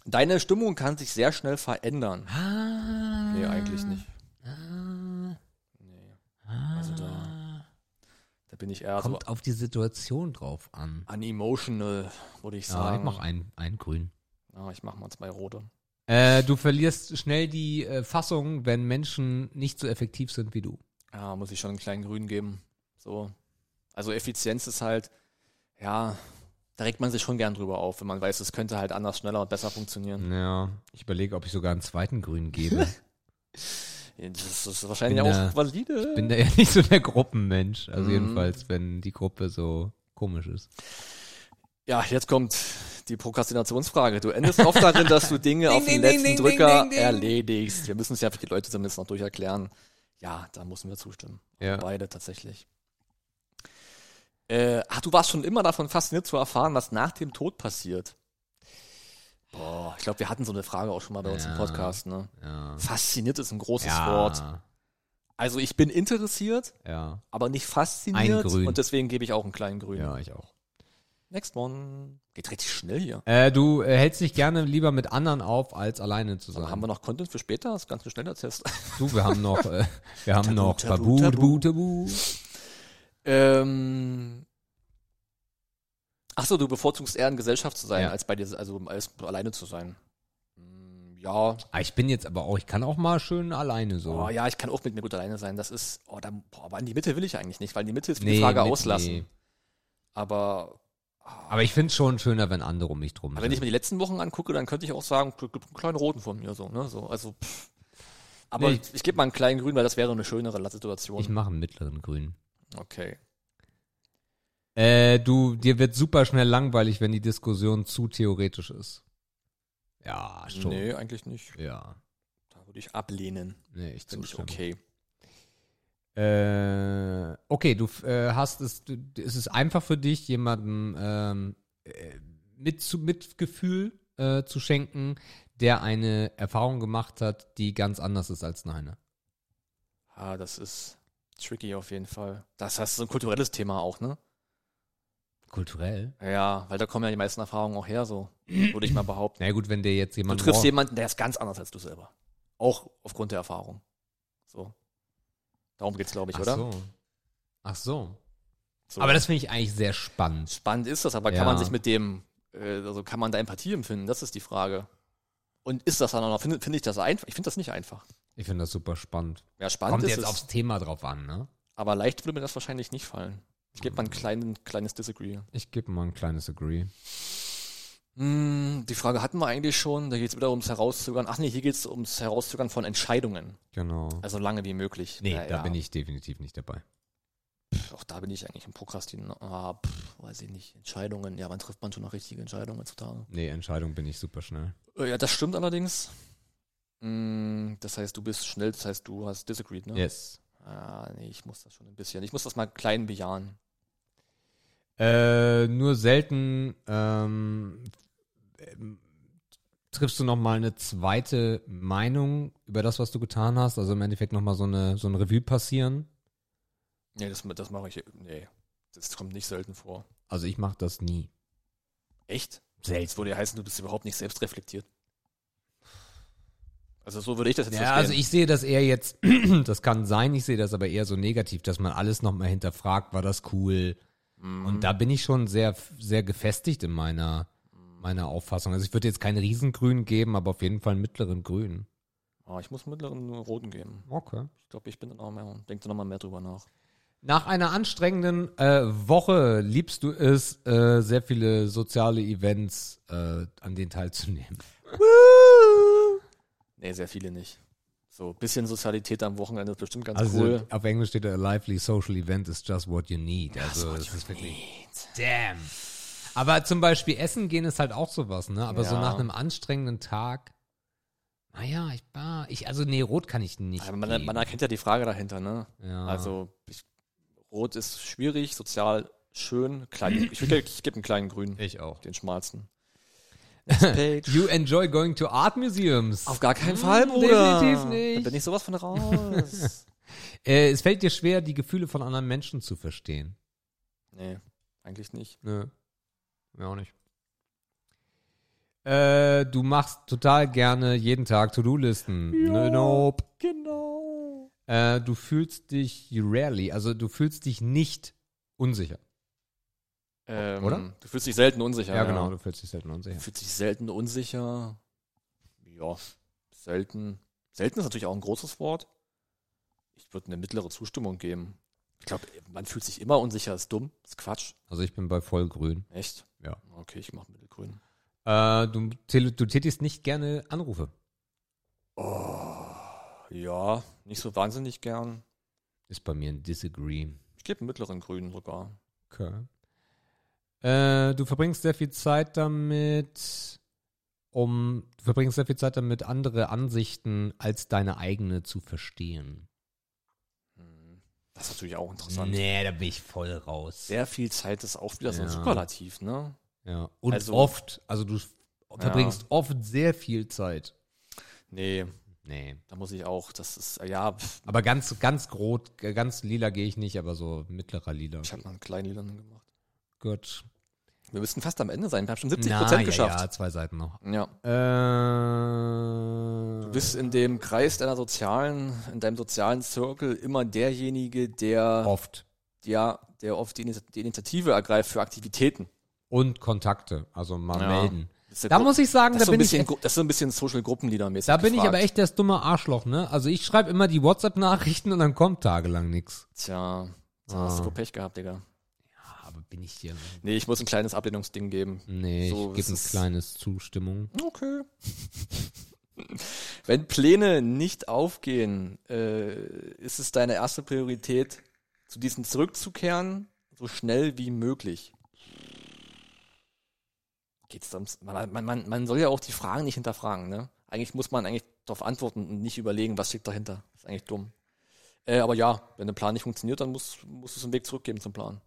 S2: Deine Stimmung kann sich sehr schnell verändern.
S1: Ah.
S2: Nee, eigentlich nicht.
S1: Ah.
S2: Nee. Also da- Also Da bin ich eher so
S1: Kommt auf die Situation drauf an.
S2: unemotional, würde ich
S1: Ja,
S2: sagen.
S1: ich mach einen, einen grün.
S2: ah, ich mach mal zwei rote.
S1: Äh, du verlierst schnell die äh, Fassung, wenn Menschen nicht so effektiv sind wie du.
S2: Ja, muss ich schon einen kleinen Grün geben. So. Also Effizienz ist halt, ja, da regt man sich schon gern drüber auf, wenn man weiß, es könnte halt anders, schneller und besser funktionieren.
S1: Ja, ich überlege, ob ich sogar einen zweiten grün gebe.
S2: Das ist wahrscheinlich
S1: Hm. Bin
S2: auch
S1: da-
S2: valide.
S1: Bin da ja nicht so der Gruppenmensch. Also
S2: Mhm.
S1: jedenfalls, wenn die Gruppe so komisch ist.
S2: Ja, jetzt kommt die Prokrastinationsfrage. Du endest oft darin, dass du Dinge auf
S1: ding, ding,
S2: den letzten
S1: ding, ding,
S2: Drücker
S1: ding, ding.
S2: erledigst. Wir müssen es ja für die Leute zumindest noch durch erklären. Ja, da müssen wir zustimmen.
S1: Ja.
S2: Beide tatsächlich. Äh, ach, du warst schon immer davon fasziniert zu erfahren, was nach dem Tod passiert. Boah, ich glaube, wir hatten so eine Frage auch schon mal bei uns im
S1: Ja.
S2: Podcast. Ne?
S1: Ja.
S2: Fasziniert ist ein großes
S1: ja.
S2: Wort. Also ich bin interessiert,
S1: Ja.
S2: aber nicht fasziniert.
S1: Ein Grün.
S2: Und deswegen gebe ich auch einen kleinen Grün.
S1: Ja, ich auch.
S2: Next one. Geht richtig schnell hier.
S1: Äh, du äh, hältst dich gerne lieber mit anderen auf, als alleine zu sein.
S2: Haben wir noch Content für später? Das ist ganz ein schneller Test.
S1: Du, wir haben noch, äh, wir haben
S2: Tabu,
S1: noch
S2: tabu,
S1: Tabu, Tabu,
S2: tabu.
S1: Tabu.
S2: ähm. Achso, du bevorzugst eher in Gesellschaft zu sein,
S1: Ja.
S2: als bei dir, also als alleine zu sein. Hm, Ja.
S1: Ah, ich bin jetzt aber auch, ich kann auch mal schön alleine so.
S2: Oh ja, ich kann auch mit mir gut alleine sein. Das ist, oh, da, boah, aber in die Mitte will ich eigentlich nicht, weil in die Mitte ist für die
S1: Nee,
S2: Frage
S1: mit-
S2: auslassen.
S1: nee.
S2: Aber
S1: Aber ich finde es schon schöner, wenn andere um mich drum
S2: Aber wenn ich
S1: sind.
S2: mir die letzten Wochen angucke, dann könnte ich auch sagen, gib gib einen kleinen roten von mir so, ne? So, also pff. Aber
S1: Nee.
S2: ich, ich gebe mal einen kleinen grün, weil das wäre eine schönere Situation.
S1: Ich mache einen mittleren Grün.
S2: okay.
S1: Äh, du, dir wird super schnell langweilig, wenn die Diskussion zu theoretisch ist. Ja, schon.
S2: Nee, eigentlich nicht.
S1: Ja.
S2: Da würde ich ablehnen.
S1: Nee, ich
S2: Finde ich
S1: zustimme.
S2: okay.
S1: Äh, okay, du f- äh, hast es, du, es ist einfach für dich, jemandem ähm, äh, mit, zu, mit Gefühl äh, zu schenken, der eine Erfahrung gemacht hat, die ganz anders ist als deine.
S2: Ah, das ist tricky auf jeden Fall. Das heißt, so ein kulturelles Thema auch, ne?
S1: Kulturell?
S2: Ja, weil da kommen ja die meisten Erfahrungen auch her, so. Würde ich mal behaupten.
S1: Na gut, wenn dir jetzt
S2: Du
S1: jemand.
S2: triffst
S1: morgen-
S2: jemanden, der ist ganz anders als du selber. Auch aufgrund der Erfahrung. So. Darum geht's, glaube ich, oder?
S1: Ach so. Ach so.
S2: So.
S1: Aber das finde ich eigentlich sehr spannend.
S2: Spannend ist das, aber kann
S1: Ja.
S2: man sich mit dem, äh, also kann man da Empathie empfinden? Das ist die Frage. Und ist das dann auch noch, finde find ich das einfach? Ich finde das nicht einfach.
S1: Ich finde das super spannend.
S2: Ja, spannend
S1: Kommt
S2: ist
S1: jetzt
S2: es,
S1: aufs Thema drauf an, ne?
S2: aber leicht würde mir das wahrscheinlich nicht fallen. Ich gebe
S1: Hm.
S2: mal ein kleinen, kleines Disagree.
S1: Ich gebe mal ein kleines Agree.
S2: Hm, die Frage hatten wir eigentlich schon, da geht es wieder ums Herauszögern. Ach nee, hier geht es ums Herauszögern von Entscheidungen.
S1: Genau.
S2: Also lange wie möglich.
S1: Nee,
S2: Na
S1: da
S2: ja,
S1: bin ich definitiv nicht dabei.
S2: pf, Auch da bin ich eigentlich im Prokrastin. Ah, pf, weiß ich nicht. Entscheidungen. Ja, wann trifft man schon noch richtige Entscheidungen heutzutage?
S1: Nee, Entscheidung bin ich super schnell.
S2: Äh, Ja, das stimmt allerdings. Mm, Das heißt, du bist schnell, das heißt, du hast disagreed, ne?
S1: Yes.
S2: Ah, nee, ich muss das schon ein bisschen. Ich muss das mal klein bejahen.
S1: Äh, nur selten ähm, ähm, triffst du nochmal eine zweite Meinung über das, was du getan hast. Also im Endeffekt nochmal so, eine, so ein Revue passieren.
S2: Nee, das, das mache ich. Nee, das kommt nicht selten vor.
S1: Also ich mache das nie.
S2: Echt? Jetzt würde ja heißen, du bist überhaupt nicht selbst reflektiert. Also so würde ich das jetzt
S1: Ja, also ich sehe das eher jetzt, das kann sein, ich sehe das aber eher so negativ, dass man alles nochmal hinterfragt, war das cool? Und da bin ich schon sehr, sehr gefestigt in meiner, meiner Auffassung. Also ich würde jetzt keinen Riesengrün geben, aber auf jeden Fall einen mittleren Grün.
S2: oh, ich muss mittleren roten geben.
S1: Okay.
S2: Ich glaube, ich bin dann auch mehr. Denk da nochmal mehr drüber nach.
S1: Nach einer anstrengenden äh, Woche liebst du es, äh, sehr viele soziale Events äh, an denen teilzunehmen.
S2: Nee, sehr viele nicht. So ein bisschen Sozialität am Wochenende ist bestimmt ganz
S1: Also
S2: cool.
S1: auf Englisch steht da, a lively social event is just what you need. Also das ist wirklich damn. Aber zum Beispiel Essen gehen ist halt auch sowas, ne? Aber so
S2: Ja.
S1: nach einem anstrengenden Tag, naja, ich war, ich, also nee, rot kann ich nicht.
S2: Aber man,
S1: geben.
S2: man erkennt ja die Frage dahinter, ne?
S1: Ja.
S2: Also ich, rot ist schwierig, sozial schön, klein. Ich, will- ich gebe einen kleinen grünen,
S1: ich auch.
S2: den schmalsten. Next page.
S1: You enjoy going to art museums.
S2: Auf gar keinen Fall,
S1: Mm,
S2: Bruder.
S1: definitiv nicht.
S2: Da bin ich sowas von raus.
S1: äh, es fällt dir schwer, die Gefühle von anderen Menschen zu verstehen.
S2: nee, eigentlich nicht.
S1: Nö. Mir auch nicht. Äh, du machst total gerne jeden Tag To-Do-Listen. Nö, Nope.
S2: Genau.
S1: Äh, du fühlst dich rarely, also du fühlst dich nicht unsicher.
S2: Ähm,
S1: Oder? genau.
S2: Du fühlst dich selten unsicher.
S1: du fühlst dich selten
S2: Du
S1: unsicher.
S2: fühlst dich selten unsicher. Ja, selten. Selten ist natürlich auch ein großes Wort. Ich würde eine mittlere Zustimmung geben. Ich glaube, man fühlt sich immer unsicher, ist dumm, ist Quatsch.
S1: Also ich bin bei vollgrün.
S2: Echt?
S1: Ja.
S2: Okay, ich mache mittelgrün.
S1: Äh, du, tele- du tätigst nicht gerne Anrufe.
S2: Oh, Ja, nicht so wahnsinnig gern.
S1: Ist bei mir ein Disagree.
S2: Ich gebe einen mittleren Grün sogar.
S1: Okay. Äh, du verbringst sehr viel Zeit damit, um, du verbringst sehr viel Zeit damit, andere Ansichten als deine eigene zu verstehen.
S2: Hm. Das ist natürlich auch interessant.
S1: Nee, da bin ich voll raus.
S2: Sehr viel Zeit ist auch wieder so ein
S1: Ja.
S2: Superlativ, ne?
S1: Ja. Und
S2: Also-
S1: oft, also du verbringst oft sehr viel Zeit.
S2: Nee,
S1: Nee.
S2: da muss ich auch, das ist, äh, ja, pff,
S1: Aber ganz, ganz rot, äh, ganz lila gehe ich nicht, aber so mittlerer lila.
S2: ich habe mal einen kleinen Lilan gemacht.
S1: Gut.
S2: Wir müssten fast am Ende sein, wir haben schon 70%
S1: Na, ja,
S2: Prozent geschafft.
S1: ja, zwei Seiten noch.
S2: ja.
S1: Äh,
S2: Du bist in dem Kreis deiner sozialen, in deinem sozialen Circle immer derjenige, der,
S1: oft.
S2: ja, der oft die, Ini- die Initiative ergreift für Aktivitäten.
S1: Und Kontakte, also mal
S2: Ja.
S1: melden.
S2: Das ist der
S1: Da
S2: Gru-
S1: muss ich sagen,
S2: das
S1: da
S2: ist so ein
S1: bin ich,
S2: bisschen, Gru- das ist so ein bisschen Social Gruppenleader-mäßig.
S1: da bin ich
S2: gefragt.
S1: aber echt das dumme Arschloch, ne? Also ich schreibe immer die WhatsApp-Nachrichten und dann kommt tagelang nichts.
S2: Tja, da hast
S1: Ah.
S2: du Pech gehabt, Digga.
S1: Aber bin ich hier?
S2: Nee, ich muss ein kleines Ablehnungsding geben.
S1: Nee,
S2: So,
S1: ich
S2: es
S1: gebe ein
S2: ist-
S1: kleines Zustimmung.
S2: Okay. Wenn Pläne nicht aufgehen, äh, ist es deine erste Priorität, zu diesen zurückzukehren, so schnell wie möglich. Geht's sonst? Man, man, man, man soll ja auch die Fragen nicht hinterfragen, ne? Eigentlich muss man eigentlich darauf antworten und nicht überlegen, was steckt dahinter. Ist eigentlich dumm. Äh, aber ja, wenn der Plan nicht funktioniert, dann muss, muss es einen Weg zurückgeben zum Plan.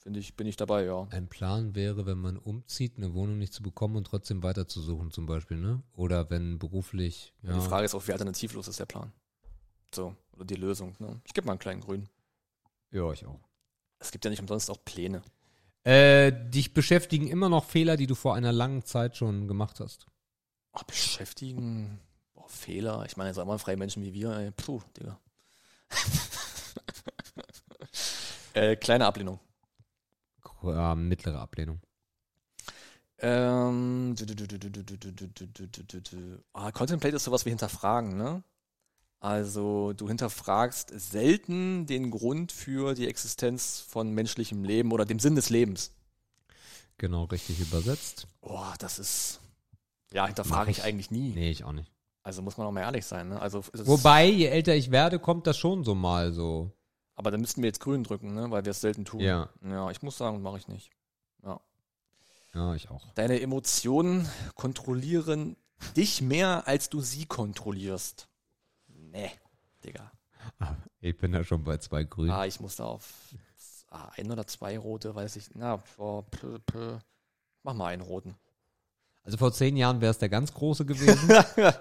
S2: Finde ich, bin ich dabei, ja.
S1: Ein Plan wäre, wenn man umzieht, eine Wohnung nicht zu bekommen und trotzdem weiterzusuchen, zum Beispiel, ne? Oder wenn beruflich. Ja.
S2: Die Frage ist auch, wie alternativlos ist der Plan? So, oder die Lösung. Ne? Ich gebe mal einen kleinen Grün.
S1: ja, ich auch.
S2: Es gibt ja nicht umsonst auch Pläne.
S1: Äh, dich beschäftigen immer noch Fehler, die du vor einer langen Zeit schon gemacht hast.
S2: Oh, beschäftigen, oh, Fehler. Ich meine, sagen wir freie Menschen wie wir, ey. Puh, Digga. äh, kleine Ablehnung.
S1: Ja, Äh, mittlere Ablehnung.
S2: Ähm, du- du- du- du- du- du- du- du- du- du- du- du- du. Ah, Contemplate ist sowas wie hinterfragen, ne? Also du hinterfragst selten den Grund für die Existenz von menschlichem Leben oder dem Sinn des Lebens.
S1: Genau, richtig übersetzt.
S2: Oh, das ist. Ja,
S1: Mach
S2: hinterfrage ich
S1: ich.
S2: eigentlich nie.
S1: Nee, ich auch nicht.
S2: Also muss man auch mal ehrlich sein. Ne? Also es ist,
S1: Wobei, je älter ich werde, kommt das schon so mal so.
S2: Aber dann müssten wir jetzt grün drücken, ne? weil wir es selten tun.
S1: Ja,
S2: ja, ich muss sagen, mache ich nicht.
S1: ja, ich auch.
S2: Deine Emotionen kontrollieren dich mehr, als du sie kontrollierst. Nee, Digga.
S1: Ich bin da schon bei zwei Grünen.
S2: Ah, ich muss da auf ah, ein oder zwei rote, weiß ich. Na, boah, p, p. mach mal einen roten.
S1: Also vor zehn Jahren wäre es der ganz große gewesen.
S2: Ja,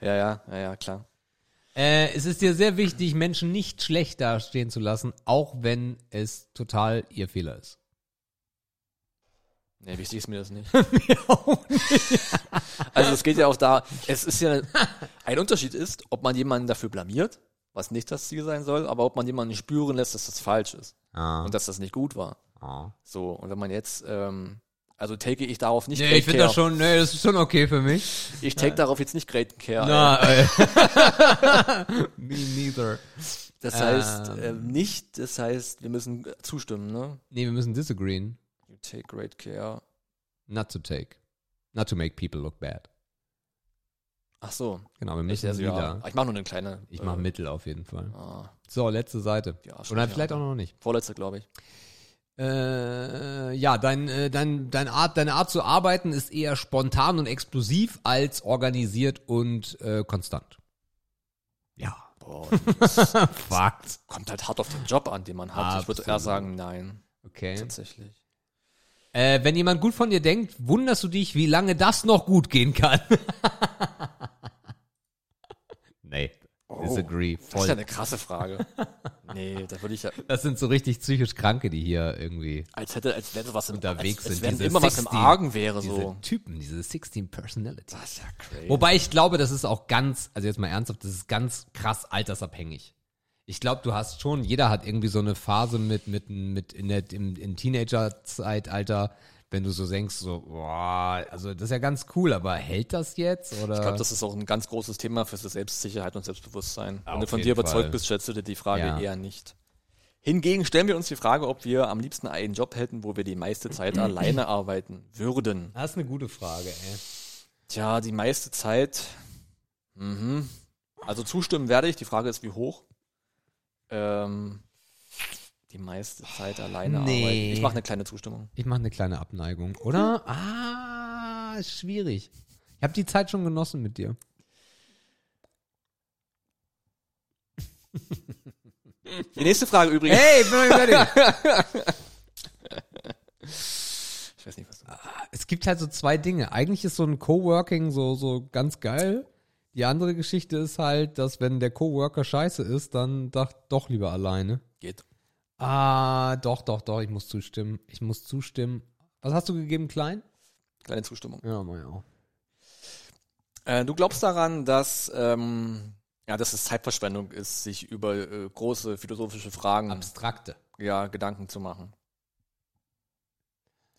S2: ja, ja, ja, klar.
S1: äh, es ist dir sehr wichtig, Menschen nicht schlecht dastehen zu lassen, auch wenn es total ihr Fehler ist.
S2: Nee, wichtig ist mir das nicht.
S1: Ah,
S2: also es geht ja auch da, es ist ja, ein Unterschied ist, ob man jemanden dafür blamiert, was nicht das Ziel sein soll, aber ob man jemanden spüren lässt, dass das falsch ist
S1: Ah,
S2: und dass das nicht gut war.
S1: ah.
S2: So, und wenn man jetzt, ähm, also take ich darauf nicht
S1: Nee, ich finde das schon, nee, das ist schon okay für mich.
S2: Ich take darauf jetzt nicht Great Care. ey.
S1: Na, äh. Me neither.
S2: Das heißt, ähm, nicht, das heißt, wir müssen zustimmen, ne?
S1: Nee, wir müssen disagreeen.
S2: You take great care.
S1: Not to take. Not to make people look bad.
S2: Ach so.
S1: Genau, wir
S2: Ich,
S1: müssen
S2: also, ja.
S1: wieder.
S2: ich mache nur eine kleine.
S1: Ich mache
S2: äh,
S1: Mittel auf jeden Fall.
S2: Ah,
S1: So, letzte Seite.
S2: die
S1: Oder
S2: Arschlöcher.
S1: vielleicht auch noch nicht.
S2: Vorletzte, glaube ich.
S1: Äh, ja, dein, äh, dein, dein Art, deine Art zu arbeiten ist eher spontan und explosiv als organisiert und äh, konstant. Ja.
S2: Boah,
S1: Fakt.
S2: kommt halt hart auf den Job an, den man hat. Ich würde eher
S1: Absolut.
S2: sagen, nein.
S1: Okay.
S2: Tatsächlich.
S1: Äh, wenn jemand gut von dir denkt, wunderst du dich, wie lange das noch gut gehen kann. nee. Disagree.
S2: Oh. Das ist
S1: Voll.
S2: ja eine krasse Frage. nee, da würde ich ja,
S1: Das sind so richtig psychisch Kranke, die hier irgendwie
S2: als hätte, als wäre was im,
S1: unterwegs
S2: als, als
S1: sind.
S2: wenn
S1: Diese
S2: immer was im
S1: 16
S2: Argen wäre,
S1: diese
S2: so.
S1: Typen, diese 16 Personality.
S2: Das ist ja crazy.
S1: Wobei ich glaube, das ist auch ganz, also jetzt mal ernsthaft, das ist ganz krass altersabhängig. Ich glaube, du hast schon, jeder hat irgendwie so eine Phase mit, mit, mit in der im, im Teenager-Zeitalter, wenn du so denkst, so, boah, also das ist ja ganz cool, aber hält das jetzt? Oder?
S2: Ich glaube, das ist auch ein ganz großes Thema für Selbstsicherheit und Selbstbewusstsein.
S1: Ah,
S2: Wenn du
S1: auf
S2: von dir
S1: jeden
S2: überzeugt
S1: Fall.
S2: bist, schätzt du dir die Frage
S1: Ja.
S2: eher nicht. Hingegen stellen wir uns die Frage, ob wir am liebsten einen Job hätten, wo wir die meiste Zeit alleine arbeiten würden.
S1: Das ist eine gute Frage, ey.
S2: Tja, die meiste Zeit. Mhm. Also zustimmen werde ich. Die Frage ist, wie hoch? Ähm, die meiste Zeit alleine
S1: Nee.
S2: arbeiten. Ich mache eine kleine Zustimmung.
S1: Ich mache eine kleine Abneigung, oder? Ah, ist schwierig. Ich habe die Zeit schon genossen mit dir.
S2: Die nächste Frage übrigens.
S1: Hey, ich bin noch nicht fertig.
S2: Ich weiß nicht, was.
S1: es gibt halt so zwei Dinge. Eigentlich ist so ein Coworking so, so ganz geil. Die andere Geschichte ist halt, dass wenn der Coworker scheiße ist, dann doch, doch lieber alleine.
S2: Geht.
S1: Ah, doch, doch, doch, ich muss zustimmen. Ich muss zustimmen. Was hast du gegeben, klein?
S2: Kleine Zustimmung.
S1: Ja, mal auch.
S2: Äh, du glaubst daran, dass, ähm, ja, dass es Zeitverschwendung ist, sich über äh, große philosophische Fragen
S1: Abstrakte.
S2: ja, Gedanken zu machen.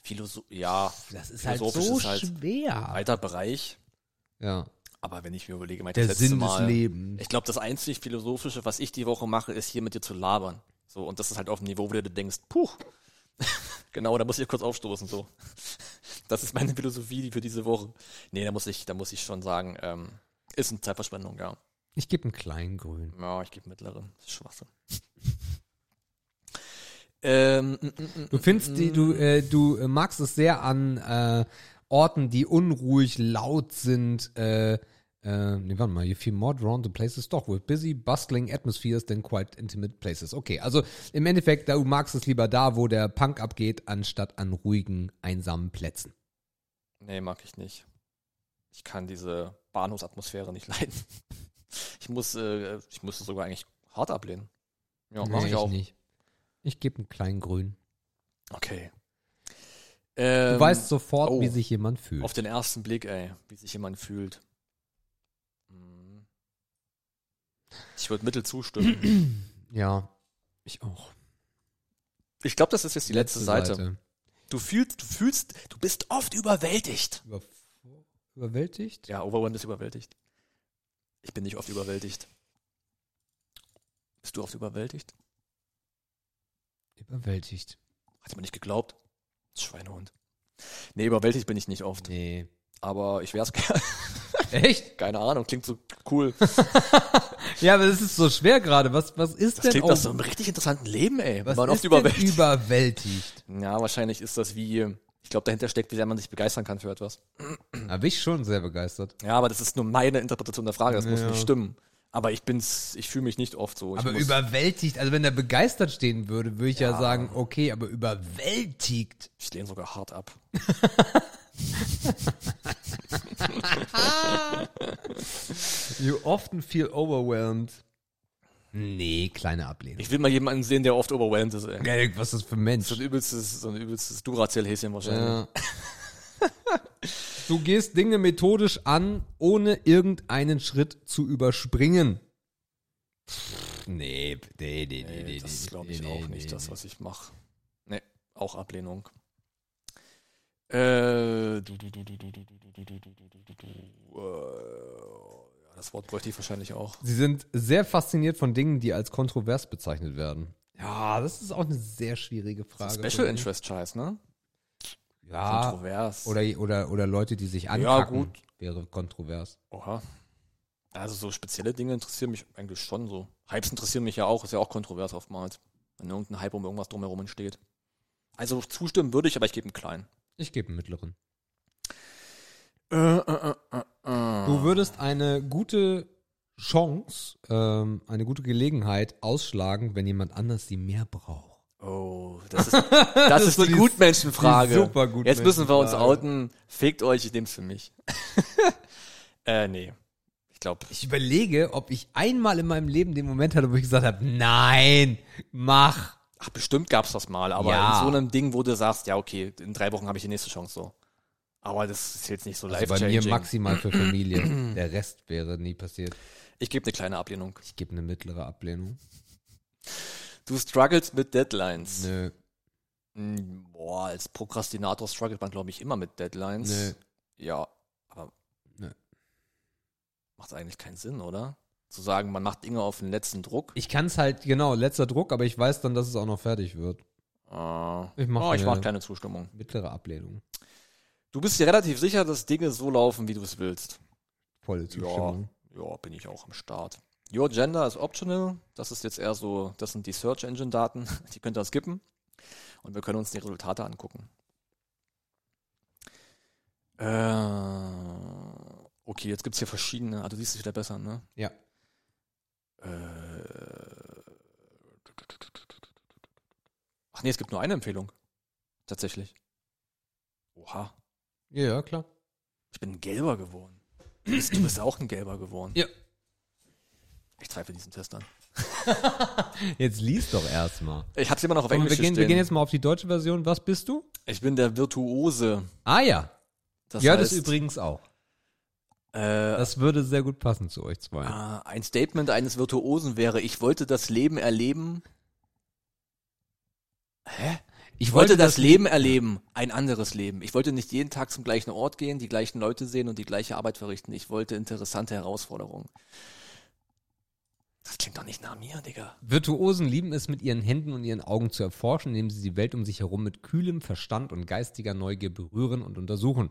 S2: Philosoph ja,
S1: Das ist halt
S2: Philosophisch
S1: so
S2: ist halt-
S1: schwer.
S2: weiter Bereich.
S1: Ja.
S2: Aber wenn ich mir überlege, mein
S1: Der
S2: letzte
S1: Sinn
S2: Mal,
S1: des Lebens.
S2: Ich glaube, das einzig Philosophische, was ich die Woche mache, ist hier mit dir zu labern. So, und das ist halt auf dem Niveau, wo du dir denkst, puh, genau, da muss ich kurz aufstoßen. So. Das ist meine Philosophie für diese Woche. Nee, da muss ich, da muss ich schon sagen, ähm, ist eine Zeitverschwendung, ja.
S1: Ich gebe einen kleinen Grün.
S2: Ja, ich gebe mittleren. Das ist Schwachsinn. ähm, mm, mm, mm.
S1: Du findest die, du, äh, du äh, magst es sehr an äh, Orten, die unruhig, laut sind. Äh, äh, nee, warte mal, you feel more drawn to places doch with busy, bustling atmospheres than quite intimate places. Okay, also im Endeffekt, du magst es lieber da, wo der Punk abgeht, anstatt an ruhigen, einsamen Plätzen.
S2: Nee, mag ich nicht. Ich kann diese Bahnhofsatmosphäre nicht leiden. Ich muss, äh, ich muss es sogar eigentlich hart ablehnen. Ja, mach ich auch.
S1: nicht. Ich gebe einen kleinen Grün.
S2: Okay.
S1: Du
S2: Ähm,
S1: weißt sofort,
S2: oh.
S1: wie sich jemand fühlt.
S2: auf den ersten Blick, ey, wie sich jemand fühlt. Hm. Ich würde mittel zustimmen.
S1: ja, ich auch.
S2: Ich glaube, das ist jetzt die letzte, Seite.
S1: Seite.
S2: Du fühlst, du fühlst, du bist oft überwältigt.
S1: Über, überwältigt?
S2: Ja, overwhelmed ist überwältigt. Ich bin nicht oft überwältigt. Bist du oft überwältigt?
S1: Überwältigt.
S2: Hat mir nicht geglaubt. Schweinehund. Nee, überwältigt bin ich nicht oft.
S1: Nee.
S2: Aber ich wär's gerne.
S1: Echt?
S2: Keine Ahnung, klingt so cool.
S1: Ja, aber es ist so schwer gerade. Was, was ist
S2: Das
S1: denn
S2: klingt
S1: auch-
S2: nach so einem richtig interessanten Leben, ey.
S1: was
S2: wenn man
S1: ist
S2: oft überwältigt.
S1: Denn überwältigt?
S2: Ja, wahrscheinlich ist das wie, ich glaube, dahinter steckt, wie sehr man sich begeistern kann für etwas.
S1: Da bin ich schon sehr begeistert.
S2: Ja, aber das ist nur meine Interpretation der Frage, das muss
S1: Ja.
S2: nicht stimmen. Aber ich bin's, ich fühle mich nicht oft so. Ich
S1: Aber
S2: muss,
S1: überwältigt, also wenn da begeistert stehen würde, würde ich ja,
S2: Ja.
S1: sagen, okay, aber überwältigt.
S2: ich lehne sogar hart ab.
S1: You often feel overwhelmed. Nee, kleine Ablehnung.
S2: Ich will mal jemanden sehen, der oft overwhelmed ist, ey.
S1: Geil, was ist das für ein Mensch?
S2: So ein übelstes, so ein übelstes Duracell-Häschen wahrscheinlich.
S1: du gehst Dinge methodisch an, ohne irgendeinen Schritt zu überspringen. Pff, Nee, nee, nee, nee, nee.
S2: Nee, Äh, das
S1: nee,
S2: ist, glaube ich,
S1: nee,
S2: auch
S1: nee,
S2: nicht
S1: nee,
S2: das,
S1: nee.
S2: was ich mache. Nee, auch Ablehnung. Äh, du, du, du, du, du, du, du, du, du, du, du, du, du, du, äh, ja, das Wort bräuchte ich wahrscheinlich auch.
S1: Sie sind sehr fasziniert von Dingen, die als kontrovers bezeichnet werden. Ja, das ist auch eine sehr schwierige Frage.
S2: Special Interest Scheiß, ne?
S1: Ja,
S2: Kontrovers.
S1: oder, oder, oder Leute, die sich anpacken, ja, gut.
S2: gut.
S1: wäre kontrovers.
S2: Oha. Also so spezielle Dinge interessieren mich eigentlich schon so. Hypes interessieren mich ja auch, ist ja auch kontrovers oftmals. Wenn irgendein Hype um irgendwas drumherum entsteht. Also zustimmen würde ich, aber ich gebe einen kleinen.
S1: Ich gebe einen mittleren.
S2: Äh, äh, äh, äh.
S1: Du würdest eine gute Chance, ähm, eine gute Gelegenheit ausschlagen, wenn jemand anders die mehr braucht.
S2: Oh, das ist, das ist
S1: so
S2: die
S1: die-
S2: Gutmenschenfrage.
S1: die super Gutmenschenfrage.
S2: Jetzt müssen wir uns outen. Fegt euch, ich nehm's für mich. äh, nee. Ich glaube,
S1: Ich überlege, ob ich einmal in meinem Leben den Moment hatte, wo ich gesagt habe, nein, mach.
S2: ach, bestimmt gab's das mal, aber
S1: Ja.
S2: in so einem Ding, wo du sagst, ja, okay, in drei Wochen habe ich die nächste Chance so. Aber das ist jetzt nicht so
S1: Also
S2: live
S1: bei mir
S2: changing
S1: maximal für Familie. Der Rest wäre nie passiert.
S2: Ich gebe eine kleine Ablehnung.
S1: Ich gebe eine mittlere Ablehnung.
S2: Du struggles mit Deadlines.
S1: Nö,
S2: Hm, Boah, als Prokrastinator struggelt man, glaube ich, immer mit Deadlines.
S1: nö.
S2: Ja, aber
S1: Nö.
S2: macht eigentlich keinen Sinn, oder? Zu sagen, man macht Dinge auf den letzten Druck.
S1: Ich kann es halt, genau, letzter Druck, aber ich weiß dann, dass es auch noch fertig wird.
S2: Ah.
S1: Ich mach
S2: oh, ich
S1: eine-
S2: mach keine Zustimmung.
S1: Mittlere Ablehnung.
S2: Du bist dir relativ sicher, dass Dinge so laufen, wie du es willst.
S1: Volle Zustimmung.
S2: Ja, bin ich auch am Start. Your Gender is optional. Das ist jetzt eher so, das sind die Search Engine Daten. Die könnt ihr skippen. Und wir können uns die Resultate angucken. Äh, okay, jetzt gibt's hier verschiedene. Ah, du siehst es wieder besser, ne?
S1: Ja.
S2: Äh, ach nee, es gibt nur eine Empfehlung. Tatsächlich. Oha.
S1: Ja, ja, klar.
S2: Ich bin ein Gelber geworden. Du bist, du bist auch ein Gelber geworden.
S1: Ja.
S2: Ich zweifle diesen Test an.
S1: Jetzt lies doch erstmal.
S2: Ich hab's immer noch auf
S1: Wir
S2: Englisch
S1: gehen,
S2: stehen.
S1: wir gehen jetzt mal auf die deutsche Version. Was bist du?
S2: Ich bin der Virtuose.
S1: Ah ja.
S2: Das
S1: ja, das
S2: heißt,
S1: übrigens auch.
S2: Äh,
S1: Das würde sehr gut passen zu euch zwei.
S2: ah, ein Statement eines Virtuosen wäre, ich wollte das Leben erleben. Hä? Ich wollte das Leben erleben, ein anderes Leben. Ich wollte nicht jeden Tag zum gleichen Ort gehen, die gleichen Leute sehen und die gleiche Arbeit verrichten. Ich wollte interessante Herausforderungen. Das klingt doch nicht nach mir, Digga.
S1: Virtuosen lieben es, mit ihren Händen und ihren Augen zu erforschen, indem sie die Welt um sich herum mit kühlem Verstand und geistiger Neugier berühren und untersuchen.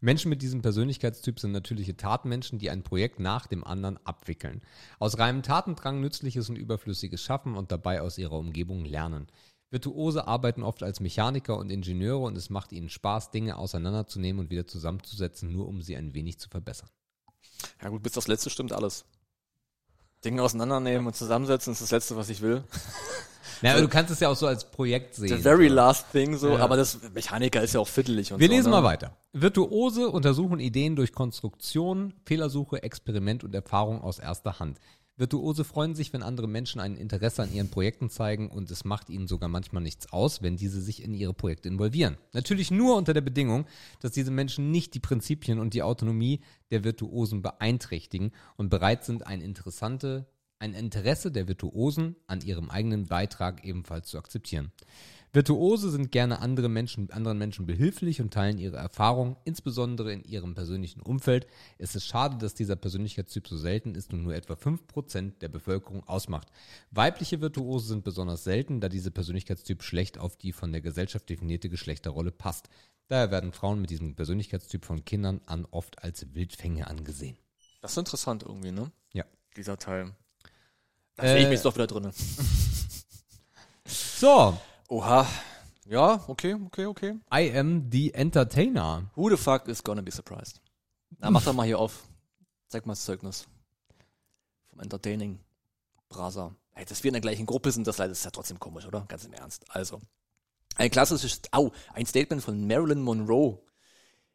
S1: Menschen mit diesem Persönlichkeitstyp sind natürliche Tatmenschen, die ein Projekt nach dem anderen abwickeln. Aus reinem Tatendrang nützliches und überflüssiges schaffen und dabei aus ihrer Umgebung lernen. Virtuose arbeiten oft als Mechaniker und Ingenieure und es macht ihnen Spaß, Dinge auseinanderzunehmen und wieder zusammenzusetzen, nur um sie ein wenig zu verbessern.
S2: Ja gut, bis das Letzte stimmt alles. Dinge auseinandernehmen und zusammensetzen ist das Letzte, was ich will.
S1: Na, aber du kannst es ja auch so als Projekt sehen.
S2: The very
S1: so.
S2: last thing so,
S1: Ja.
S2: aber das Mechaniker ist ja auch fiddelig und
S1: Wir
S2: so.
S1: lesen
S2: ne?
S1: mal weiter. Virtuose untersuchen Ideen durch Konstruktion, Fehlersuche, Experiment und Erfahrung aus erster Hand. Virtuose freuen sich, wenn andere Menschen ein Interesse an ihren Projekten zeigen und es macht ihnen sogar manchmal nichts aus, wenn diese sich in ihre Projekte involvieren. Natürlich nur unter der Bedingung, dass diese Menschen nicht die Prinzipien und die Autonomie der Virtuosen beeinträchtigen und bereit sind, ein interessante ein Interesse der Virtuosen an ihrem eigenen Beitrag ebenfalls zu akzeptieren. Virtuose sind gerne andere Menschen, anderen Menschen behilflich und teilen ihre Erfahrungen, insbesondere in ihrem persönlichen Umfeld. Es ist schade, dass dieser Persönlichkeitstyp so selten ist und nur etwa 5% der Bevölkerung ausmacht. Weibliche Virtuose sind besonders selten, da dieser Persönlichkeitstyp schlecht auf die von der Gesellschaft definierte Geschlechterrolle passt. Daher werden Frauen mit diesem Persönlichkeitstyp von Kindern an oft als Wildfänge angesehen.
S2: Das ist interessant irgendwie, ne?
S1: Ja.
S2: Dieser Teil. Da
S1: Äh,
S2: sehe ich mich doch wieder drinne.
S1: So,
S2: Oha. Ja, okay, okay, okay.
S1: I am the Entertainer.
S2: Who the fuck is gonna be surprised? Na, mach doch mal hier auf. Zeig mal das Zeugnis. Vom Entertaining. Brasa. Hey, dass wir in der gleichen Gruppe sind, das leider ist ja trotzdem komisch, oder? Ganz im Ernst. Also. Ein klassisches, au, ein Statement von Marilyn Monroe.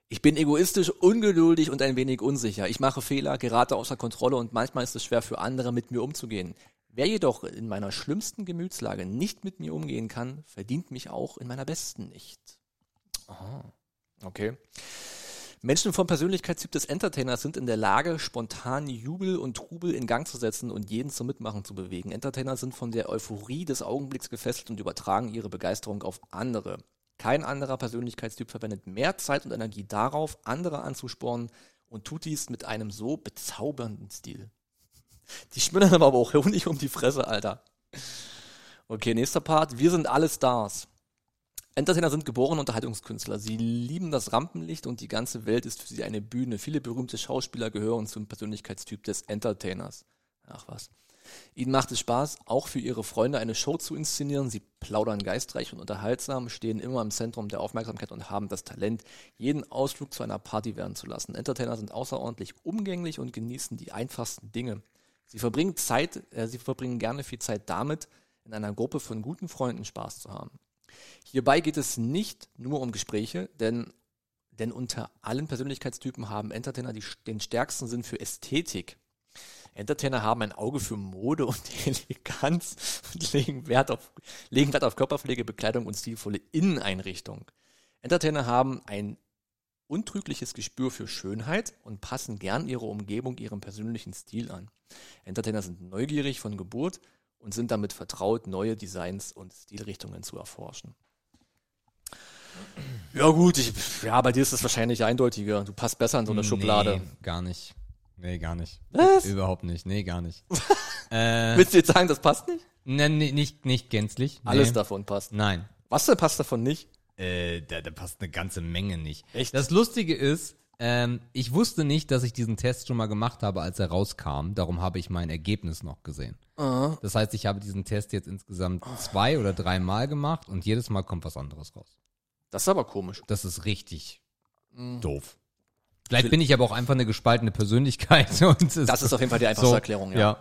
S2: Ich bin egoistisch, ungeduldig und ein wenig unsicher. Ich mache Fehler, gerate außer Kontrolle und manchmal ist es schwer für andere, mit mir umzugehen. Wer jedoch in meiner schlimmsten Gemütslage nicht mit mir umgehen kann, verdient mich auch in meiner besten nicht. Aha. Okay. Menschen vom Persönlichkeitstyp des Entertainers sind in der Lage, spontan Jubel und Trubel in Gang zu setzen und jeden zum Mitmachen zu bewegen. Entertainer sind von der Euphorie des Augenblicks gefesselt und übertragen ihre Begeisterung auf andere. Kein anderer Persönlichkeitstyp verwendet mehr Zeit und Energie darauf, andere anzuspornen und tut dies mit einem so bezaubernden Stil. Die schmüllern aber auch Honig um die Fresse, Alter. Okay, nächster Part. Wir sind alle Stars. Entertainer sind geborene Unterhaltungskünstler. Sie lieben das Rampenlicht und die ganze Welt ist für sie eine Bühne. Viele berühmte Schauspieler gehören zum Persönlichkeitstyp des Entertainers. Ach was. Ihnen macht es Spaß, auch für ihre Freunde eine Show zu inszenieren. Sie plaudern geistreich und unterhaltsam, stehen immer im Zentrum der Aufmerksamkeit und haben das Talent, jeden Ausflug zu einer Party werden zu lassen. Entertainer sind außerordentlich umgänglich und genießen die einfachsten Dinge. Sie verbringen Zeit, äh, sie verbringen gerne viel Zeit damit, in einer Gruppe von guten Freunden Spaß zu haben. Hierbei geht es nicht nur um Gespräche, denn, denn unter allen Persönlichkeitstypen haben Entertainer die, den stärksten Sinn für Ästhetik. Entertainer haben ein Auge für Mode und Eleganz und legen Wert auf, legen Wert auf Körperpflege, Bekleidung und stilvolle Inneneinrichtung. Entertainer haben ein untrügliches Gespür für Schönheit und passen gern ihre Umgebung ihrem persönlichen Stil an. Entertainer sind neugierig von Geburt und sind damit vertraut, neue Designs und Stilrichtungen zu erforschen. Ja gut, ich, ja, bei dir ist das wahrscheinlich eindeutiger. Du passt besser in so eine Schublade.
S1: Nee, gar nicht. Nee, gar nicht.
S2: Was?
S1: Überhaupt nicht. Nee, gar nicht. Äh.
S2: Willst du jetzt sagen, das passt nicht?
S1: Nee, nee, nicht, nicht gänzlich. Nee.
S2: Alles davon passt.
S1: Nein.
S2: Was denn passt davon nicht?
S1: Äh, da, da passt eine ganze Menge nicht.
S2: Echt?
S1: Das Lustige ist, ähm, ich wusste nicht, dass ich diesen Test schon mal gemacht habe, als er rauskam. Darum habe ich mein Ergebnis noch gesehen. Das heißt, ich habe diesen Test jetzt insgesamt
S2: Oh.
S1: zwei oder dreimal gemacht und jedes Mal kommt was anderes raus.
S2: Das ist aber komisch.
S1: Das ist richtig
S2: Mhm.
S1: doof. Vielleicht bin ich aber auch einfach eine gespaltene Persönlichkeit. Und es
S2: Das ist auf jeden Fall die einfachste Erklärung, ja.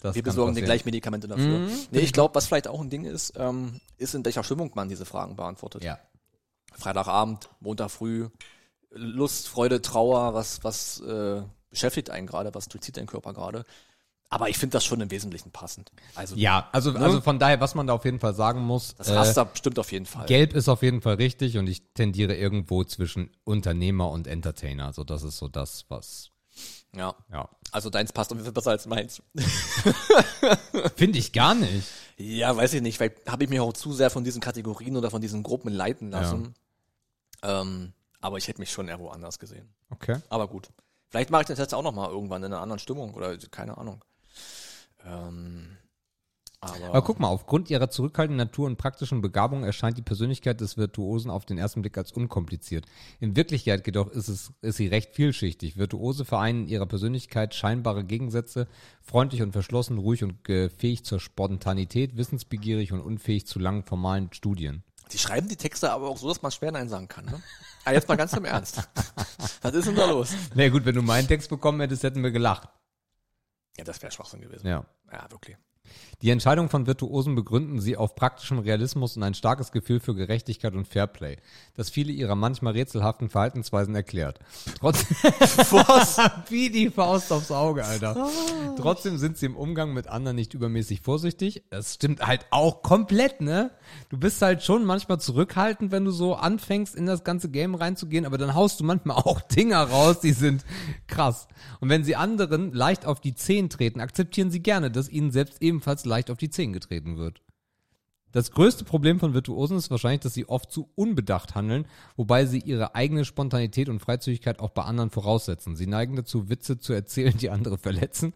S1: das
S2: Wir
S1: kann
S2: besorgen dir
S1: passieren.
S2: gleich Medikamente dafür. Nee, ich glaube, was vielleicht auch ein Ding ist, ähm, ist, in welcher Stimmung man diese Fragen beantwortet.
S1: Ja.
S2: Freitagabend, Montag früh, Lust, Freude, Trauer, was, was äh, beschäftigt einen gerade, was durchzieht deinen Körper gerade. Aber ich finde das schon im Wesentlichen passend. Also
S1: Ja, also, also von daher, was man da auf jeden Fall sagen muss, äh,
S2: das Raster stimmt auf jeden Fall.
S1: Gelb ist auf jeden Fall richtig und ich tendiere irgendwo zwischen Unternehmer und Entertainer. So, das ist so das, was,
S2: Ja.
S1: ja.
S2: Also deins passt auf jeden Fall besser als meins.
S1: Finde ich gar nicht.
S2: Ja, weiß ich nicht. Vielleicht habe ich mich auch zu sehr von diesen Kategorien oder von diesen Gruppen leiten lassen. Ähm, aber ich hätte mich schon eher woanders gesehen.
S1: Okay.
S2: Aber gut. Vielleicht mache ich den Test auch nochmal irgendwann in einer anderen Stimmung oder keine Ahnung. Ähm, aber,
S1: Aber guck mal, aufgrund ihrer zurückhaltenden Natur und praktischen Begabung erscheint die Persönlichkeit des Virtuosen auf den ersten Blick als unkompliziert. In Wirklichkeit jedoch ist, es, ist sie recht vielschichtig. Virtuose vereinen in ihrer Persönlichkeit scheinbare Gegensätze, freundlich und verschlossen, ruhig und äh, fähig zur Spontanität, wissensbegierig und unfähig zu langen formalen Studien.
S2: die schreiben die Texte aber auch so, dass man schwer Nein sagen kann. Ne? Aber jetzt mal ganz im Ernst. Was ist denn da los?
S1: Na ja, gut, wenn du meinen Text bekommen hättest, hätten wir gelacht.
S2: Ja, das wäre Schwachsinn gewesen.
S1: Ja.
S2: ja wirklich.
S1: Die Entscheidung von Virtuosen begründen sie auf praktischem Realismus und ein starkes Gefühl für Gerechtigkeit und Fairplay, das viele ihrer manchmal rätselhaften Verhaltensweisen erklärt. Trotz Wie die Faust aufs Auge, Alter. Trotzdem sind sie im Umgang mit anderen nicht übermäßig vorsichtig. Das stimmt halt auch komplett, ne? Du bist halt schon manchmal zurückhaltend, wenn du so anfängst, in das ganze Game reinzugehen, aber dann haust du manchmal auch Dinger raus, die sind krass. Und wenn sie anderen leicht auf die Zehen treten, akzeptieren sie gerne, dass ihnen selbst ebenfalls leicht auf die Zehen getreten wird. Das größte Problem von Virtuosen ist wahrscheinlich, dass sie oft zu unbedacht handeln, wobei sie ihre eigene Spontanität und Freizügigkeit auch bei anderen voraussetzen. Sie neigen dazu, Witze zu erzählen, die andere verletzen.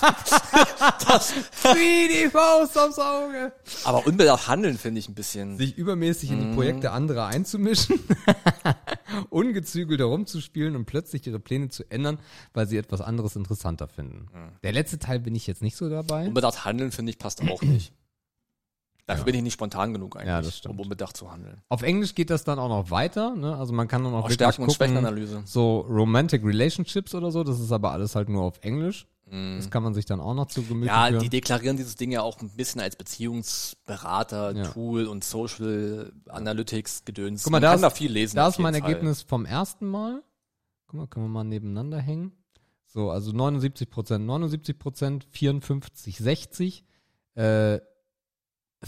S2: Das,
S1: Wie die Faust aufs Auge.
S2: aber unbedacht handeln finde ich ein bisschen.
S1: Sich übermäßig in die Projekte anderer einzumischen, ungezügelt herumzuspielen und plötzlich ihre Pläne zu ändern, weil sie etwas anderes interessanter finden. Der letzte Teil bin ich jetzt nicht so dabei.
S2: Unbedacht handeln finde ich passt auch nicht. Dafür bin ich nicht spontan genug eigentlich,
S1: Ja, das stimmt.
S2: um unbedacht zu handeln.
S1: Auf Englisch geht das dann auch noch weiter. Ne? Also man kann dann auch
S2: Auch
S1: wirklich
S2: Stärken- und
S1: gucken,
S2: Schwächenanalyse.
S1: so Romantic Relationships oder so. Das ist aber alles halt nur auf Englisch. Das kann man sich dann auch noch zu Gemüte
S2: Mhm. Ja,
S1: führen.
S2: die deklarieren dieses Ding ja auch ein bisschen als Beziehungsberater,
S1: Ja.
S2: Tool und Social Analytics Gedöns.
S1: Guck mal,
S2: Man
S1: da
S2: kann
S1: ist,
S2: da viel lesen.
S1: Da
S2: auf
S1: ist mein
S2: jeden Fall.
S1: Ergebnis vom ersten Mal. Guck mal, können wir mal nebeneinander hängen. So, also 79 Prozent, 79 Prozent, 54, 60. Äh,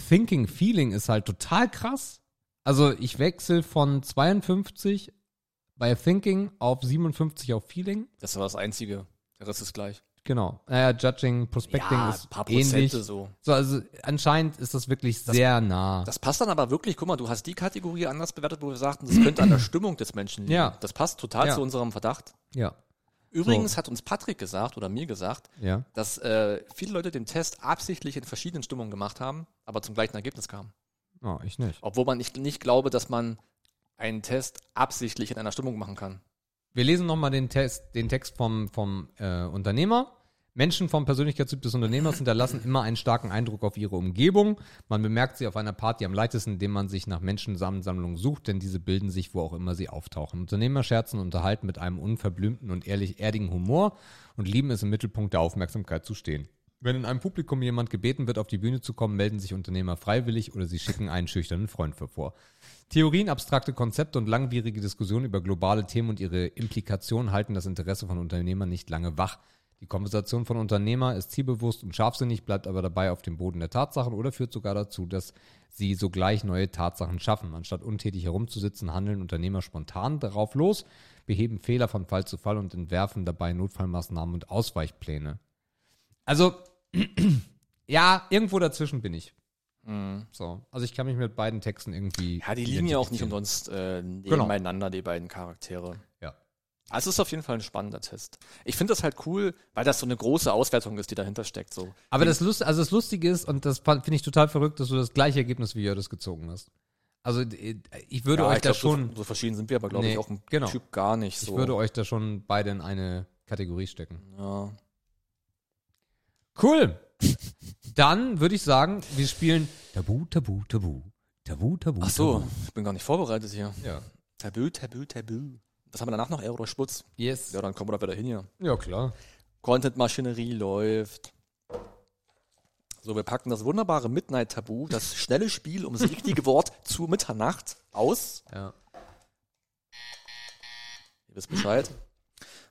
S1: Thinking, Feeling ist halt total krass. Also ich wechsle von 52 bei Thinking auf 57 auf Feeling.
S2: Das war das Einzige. Der Rest ist gleich.
S1: Genau. Naja, Judging, Prospecting ist ähnlich. So.
S2: so.
S1: also anscheinend ist das wirklich sehr nah.
S2: Das passt dann aber wirklich, guck mal, du hast die Kategorie anders bewertet, wo wir sagten, das könnte an der Stimmung des Menschen liegen.
S1: Ja.
S2: Das passt total
S1: Ja.
S2: zu unserem Verdacht.
S1: ja,
S2: Übrigens hat uns Patrick gesagt oder mir gesagt,
S1: ja.
S2: dass äh, viele Leute den Test absichtlich in verschiedenen Stimmungen gemacht haben, aber zum gleichen Ergebnis kamen.
S1: Oh, ich nicht.
S2: Obwohl man nicht, nicht glaube, dass man einen Test absichtlich in einer Stimmung machen kann.
S1: Wir lesen nochmal den, Test, den Text vom, vom äh, Unternehmer. Menschen vom Persönlichkeitstyp des Unternehmers hinterlassen immer einen starken Eindruck auf ihre Umgebung. Man bemerkt sie auf einer Party am leichtesten, indem man sich nach Menschensammlungen sucht, denn diese bilden sich, wo auch immer sie auftauchen. Unternehmer scherzen und unterhalten mit einem unverblümten und ehrlich erdigen Humor und lieben es, im Mittelpunkt der Aufmerksamkeit zu stehen. Wenn in einem Publikum jemand gebeten wird, auf die Bühne zu kommen, melden sich Unternehmer freiwillig oder sie schicken einen schüchternen Freund für vor. Theorien, abstrakte Konzepte und langwierige Diskussionen über globale Themen und ihre Implikationen halten das Interesse von Unternehmern nicht lange wach. Die Konversation von Unternehmer ist zielbewusst und scharfsinnig, bleibt aber dabei auf dem Boden der Tatsachen oder führt sogar dazu, dass sie sogleich neue Tatsachen schaffen. Anstatt untätig herumzusitzen, handeln Unternehmer spontan darauf los, beheben Fehler von Fall zu Fall und entwerfen dabei Notfallmaßnahmen und Ausweichpläne. Also, ja, irgendwo dazwischen bin ich. So. Also ich kann mich mit beiden Texten irgendwie.
S2: Mhm. Ja, die liegen ja auch nicht
S1: identifizieren.
S2: umsonst äh,
S1: Genau.
S2: nebeneinander, die beiden Charaktere.
S1: Ja.
S2: Also es ist auf jeden Fall ein spannender Test. Ich finde das halt cool, weil das so eine große Auswertung ist, die dahinter steckt. So.
S1: Aber das, Lust, also das Lustige ist, und das fand- finde ich total verrückt, dass du das gleiche Ergebnis wie Jördes gezogen hast. Also äh, ich würde euch
S2: ich
S1: da
S2: glaub,
S1: schon,
S2: So, so verschieden sind wir aber, glaube
S1: Nee,
S2: ich, auch im
S1: genau.
S2: Typ gar nicht so.
S1: ich würde euch da schon beide in eine Kategorie stecken.
S2: ja.
S1: Cool. Dann würde ich sagen, wir spielen Tabu, Tabu, Tabu. Tabu, Tabu.
S2: Ach so, ich bin gar nicht vorbereitet hier.
S1: Tabu. Ja.
S2: Tabu, tabu, tabu. Was haben wir danach noch? Air oder Sputz?
S1: Yes.
S2: Ja, dann kommen wir da wieder hin hier.
S1: Ja, klar.
S2: Content-Maschinerie läuft. So, wir packen das wunderbare Midnight-Tabu, das schnelle Spiel um das richtige Wort zu Mitternacht aus.
S1: Ja.
S2: Ihr wisst Bescheid.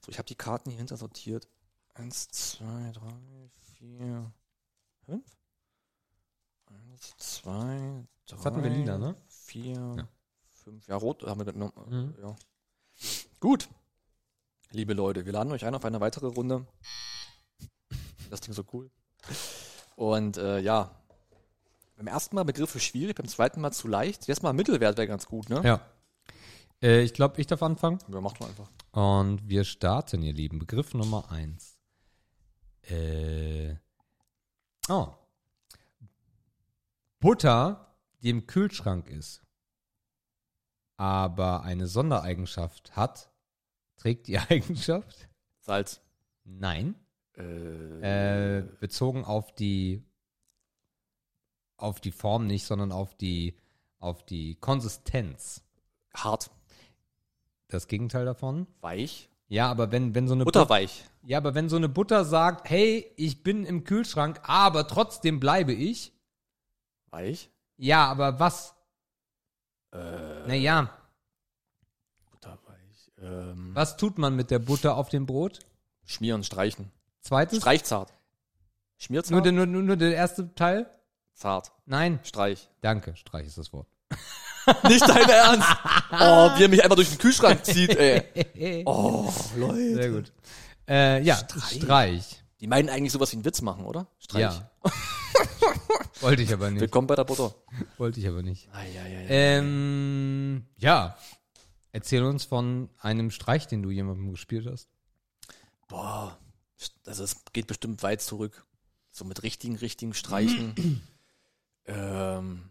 S2: So, ich habe die Karten hier hinter sortiert. Eins, zwei, drei, vier, fünf. Eins, zwei, drei.
S1: Das hatten wir lila, ne?
S2: Vier,
S1: Ja.
S2: fünf. Ja, rot haben wir genommen.
S1: Mhm.
S2: Ja. Gut. Liebe Leute, wir laden euch ein auf eine weitere Runde. Das Ding ist so cool. Und äh, ja, beim ersten Mal Begriffe schwierig, beim zweiten Mal zu leicht. Jetzt mal Mittelwert wäre ganz gut, ne?
S1: Ja. Äh, ich glaube, ich darf anfangen.
S2: Ja, macht mal einfach.
S1: Und wir starten, ihr Lieben. Begriff Nummer eins. Äh. Oh. Butter, die im Kühlschrank ist, aber eine Sondereigenschaft hat, trägt die Eigenschaft?
S2: Salz.
S1: Nein.
S2: Äh,
S1: Äh, bezogen auf die auf die Form nicht, sondern auf die auf die Konsistenz.
S2: Hart.
S1: Das Gegenteil davon.
S2: Weich.
S1: Ja, aber wenn, wenn so eine
S2: Butterweich.
S1: Ja, aber wenn so eine Butter sagt, hey, ich bin im Kühlschrank, aber trotzdem bleibe ich.
S2: Weich.
S1: Ja, aber was?
S2: Äh.
S1: Naja,
S2: Butterweich. Ähm,
S1: was tut man mit der Butter auf dem Brot?
S2: Schmieren, streichen.
S1: Zweites?
S2: Streichzart. Schmierzart.
S1: nur, der, nur, nur nur der erste Teil?
S2: Zart.
S1: Nein.
S2: Streich.
S1: Danke, Streich ist das Wort.
S2: Nicht dein Ernst. Oh, wie er mich einfach durch den Kühlschrank zieht, ey.
S1: Oh,
S2: Leute.
S1: Sehr gut. Äh, ja, Streich.
S2: Die meinen eigentlich sowas wie einen Witz machen, oder? Streich.
S1: Ja. wollte ich aber nicht.
S2: Willkommen bei der Butter.
S1: Wollte ich aber nicht. Äh,
S2: Eieiei.
S1: Ähm, ja. Erzähl uns von einem Streich, den du jemandem gespielt hast.
S2: Boah. Also es geht bestimmt weit zurück. So mit richtigen, richtigen Streichen. ähm.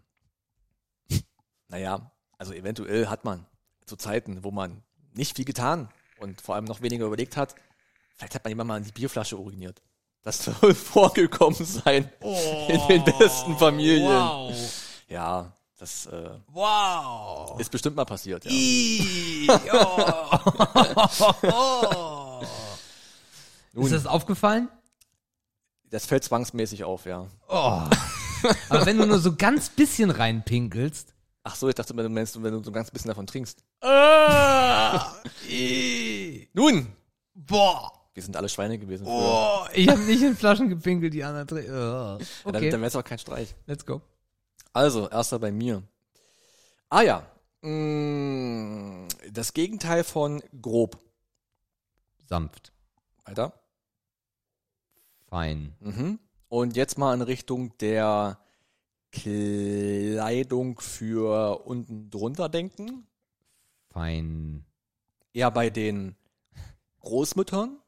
S2: Naja, also eventuell hat man zu Zeiten, wo man nicht viel getan und vor allem noch weniger überlegt hat, vielleicht hat man jemand mal in die Bierflasche uriniert. Das soll vorgekommen sein in den besten Familien. Ja, das äh,
S1: Wow.
S2: ist bestimmt mal passiert. Ja. Nun,
S1: Ist das aufgefallen?
S2: das fällt zwangsmäßig auf, ja.
S1: Oh. Aber wenn du nur so ganz bisschen reinpinkelst.
S2: Ach so, ich dachte, du meinst, wenn du so ein ganz Ah. bisschen davon trinkst.
S1: Ah.
S2: Nun,
S1: Boah.
S2: Die sind alle Schweine gewesen. früher.
S1: Oh, ich habe nicht in Flaschen gepinkelt, die anderen. Dreh- Oh.
S2: Ja, Dann, dann
S1: Okay,
S2: wäre es auch kein Streich.
S1: let's go.
S2: Also, erster bei mir. Ah ja. Mm, Das Gegenteil von grob.
S1: Sanft,
S2: Alter.
S1: fein,
S2: Mhm. Und jetzt mal in Richtung der Kleidung für unten drunter denken.
S1: fein.
S2: Eher bei den Großmüttern.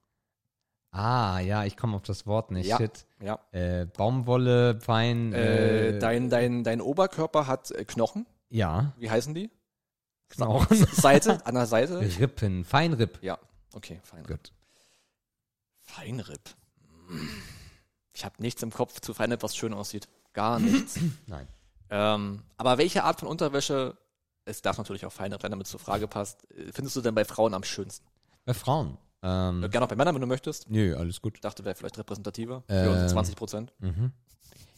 S1: Ah, ja, ich komme auf das Wort nicht.
S2: Ja.
S1: Shit.
S2: Ja.
S1: Äh, Baumwolle, fein.
S2: Äh, dein, dein, dein Oberkörper hat äh, Knochen.
S1: Ja,
S2: Wie heißen die? Genau.
S1: Knochen.
S2: Seite, an der Seite.
S1: Rippen, Feinripp.
S2: Ja, okay, Feinripp.
S1: Gut.
S2: Feinripp. Ich habe nichts im Kopf zu Feinripp, was schön aussieht. Gar nichts.
S1: Nein.
S2: ähm, aber welche Art von Unterwäsche, es darf natürlich auch Feinripp sein, damit es zur Frage passt, äh, findest du denn bei Frauen am schönsten?
S1: Bei Äh, Frauen. Ähm,
S2: Gerne auch bei Männern, wenn du möchtest.
S1: nö, alles gut.
S2: Ich dachte, wäre vielleicht repräsentativer.
S1: Ähm.
S2: Für unsere 20 Prozent.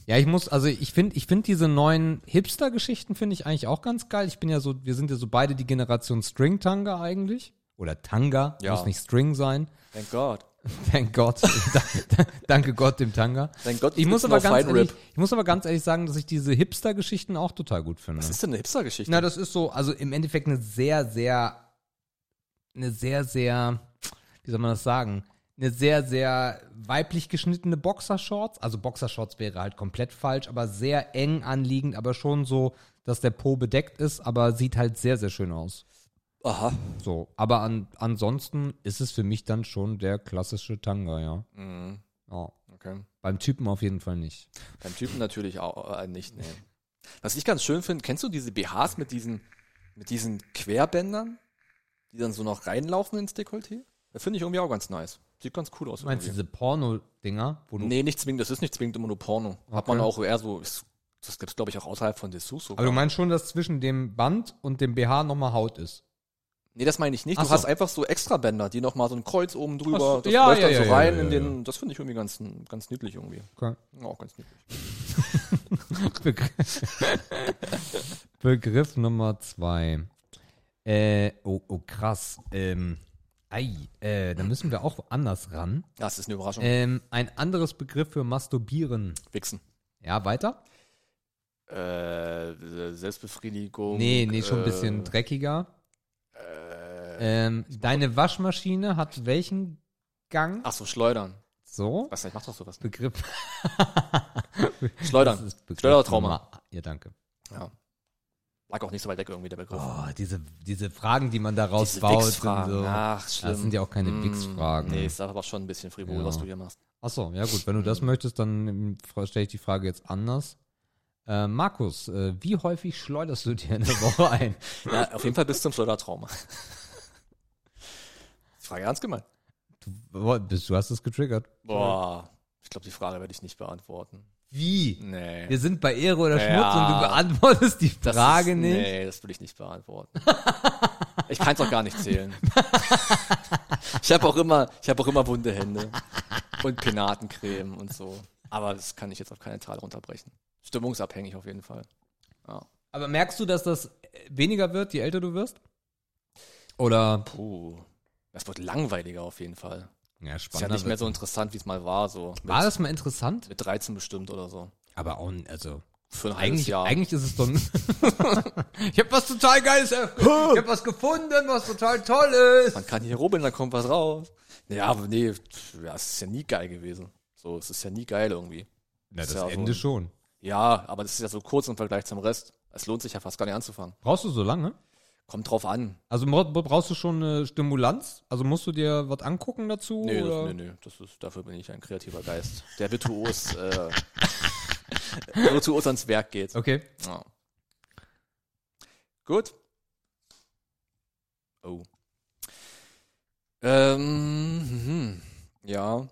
S1: Ja, ich muss, also ich finde, ich finde diese neuen Hipster-Geschichten finde ich eigentlich auch ganz geil. Ich bin ja so, wir sind ja so beide die Generation String-Tanga eigentlich. Oder Tanga,
S2: Ja.
S1: muss nicht String sein.
S2: Thank God.
S1: Thank God. Da- Danke Gott dem Tanga.
S2: Thank God,
S1: Ich muss,
S2: sitzen
S1: aber
S2: auf
S1: ganz
S2: Feinripp.
S1: ehrlich, ich muss aber ganz ehrlich sagen, dass ich diese Hipster-Geschichten auch total gut finde.
S2: Was ist denn eine Hipster-Geschichte?
S1: Na, das ist so, also im Endeffekt eine sehr, sehr, eine sehr, sehr, wie soll man das sagen? Eine sehr, sehr weiblich geschnittene Boxershorts. Also Boxershorts wäre halt komplett falsch, aber sehr eng anliegend, aber schon so, dass der Po bedeckt ist, aber sieht halt sehr, sehr schön aus.
S2: Aha.
S1: So, aber an, ansonsten ist es für mich dann schon der klassische Tanga, ja.
S2: Mhm.
S1: ja.
S2: Okay.
S1: Beim Typen auf jeden Fall nicht.
S2: Beim Typen natürlich auch äh, nicht, nee. Was ich ganz schön finde, kennst du diese BHs mit diesen, mit diesen Querbändern, die dann so noch reinlaufen ins Dekolleté? Das finde ich irgendwie auch ganz nice. Sieht ganz cool aus.
S1: Du meinst
S2: irgendwie.
S1: diese Porno-Dinger, wo du.
S2: Nee, nicht zwingend, das ist nicht zwingend immer nur Porno. Hat man
S1: Okay.
S2: auch eher so, ist, das gibt's glaube ich auch außerhalb von Dessous sogar.
S1: Aber du meinst schon, dass zwischen dem Band und dem BH nochmal Haut ist?
S2: nee, das meine ich nicht. Du
S1: Ach so.
S2: hast einfach so Extrabänder, die nochmal so ein Kreuz oben drüber,
S1: so,
S2: das
S1: ja,
S2: läuft
S1: ja,
S2: dann so
S1: ja, ja,
S2: rein
S1: ja,
S2: in
S1: ja.
S2: den, das finde ich irgendwie ganz, ganz niedlich irgendwie.
S1: Okay.
S2: Ja, Auch ganz niedlich.
S1: Begriff, Begriff Nummer zwei. Äh, oh, oh, krass. Ähm, ei, äh, da müssen wir auch anders ran.
S2: Ja, es ist eine Überraschung.
S1: Ähm, ein anderes Begriff für Masturbieren.
S2: Wichsen.
S1: Ja, weiter?
S2: Äh, Selbstbefriedigung.
S1: Nee, nee, schon ein
S2: äh,
S1: bisschen dreckiger. Ähm, deine Waschmaschine hat welchen Gang?
S2: Ach so, schleudern.
S1: So,
S2: Was, ich mach doch sowas.
S1: Begriff. Das
S2: Schleudern.
S1: ist Begriff
S2: Schleudertrauma.
S1: Nummer- Ja, danke.
S2: Ja. Lag auch nicht so weit weg irgendwie der Begriff.
S1: Oh, diese, diese Fragen, die man daraus
S2: Diese ah,
S1: baut.
S2: Wichsfragen.
S1: sind so-
S2: Ach, schlimm.
S1: Oh, Das sind ja auch keine
S2: Mm,
S1: Wichsfragen.
S2: Nee, ist aber schon ein bisschen frivol,
S1: Ja.
S2: was du hier machst.
S1: Achso, ja gut, wenn du das möchtest, dann stelle ich die Frage jetzt anders. Äh, Markus, äh, wie häufig schleuderst du dir in der Woche ein?
S2: Ja, auf jeden Fall bis zum Schleudertrauma. Die Frage ernst gemeint.
S1: Boah, bist- Du hast es getriggert.
S2: Boah. Ich glaube, die Frage werde ich nicht beantworten.
S1: Wie?
S2: Nee.
S1: Wir sind bei Ehre oder Schmutz
S2: Ja.
S1: und du beantwortest die
S2: Das
S1: Frage
S2: ist,
S1: nicht.
S2: Nee, das will ich nicht beantworten. ich kann es auch gar nicht zählen. ich habe auch immer, ich habe auch immer wunde Hände und Penatencreme und so. Aber das kann ich jetzt auf keine Zahl runterbrechen. Stimmungsabhängig auf jeden Fall.
S1: Aber merkst du, dass das äh, weniger wird, je älter du wirst? Oder?
S2: Puh. Das wird langweiliger auf jeden Fall.
S1: Ja,
S2: Ist ja
S1: spannend.
S2: nicht mehr so interessant, wie es mal war, so. Mit,
S1: War das mal interessant?
S2: mit 13 bestimmt oder so.
S1: Aber auch, n- also,
S2: Für ein halbes
S1: Eigentlich,
S2: Jahr.
S1: eigentlich ist es doch. ich habe was total Geiles. erf- Ich habe was gefunden, was total toll ist.
S2: Man kann hier rubbeln, da kommt was raus. Ja, aber nee, pf, ja, es ist ja nie geil gewesen. So, es ist ja nie geil irgendwie.
S1: Na,
S2: das Ende
S1: schon.
S2: Ja, aber das ist ja so kurz im Vergleich zum Rest. Es lohnt sich ja fast gar nicht anzufangen.
S1: Brauchst du so lange?
S2: Kommt drauf an.
S1: Also mo- brauchst du schon eine Stimulanz? Also musst du dir was angucken dazu?
S2: Nee,
S1: oder?
S2: das, nee, nee, das ist, dafür bin ich ein kreativer Geist, der virtuos, äh, virtuos ans Werk geht.
S1: Okay.
S2: Ja. Gut. Oh. Ähm, mhm. ja.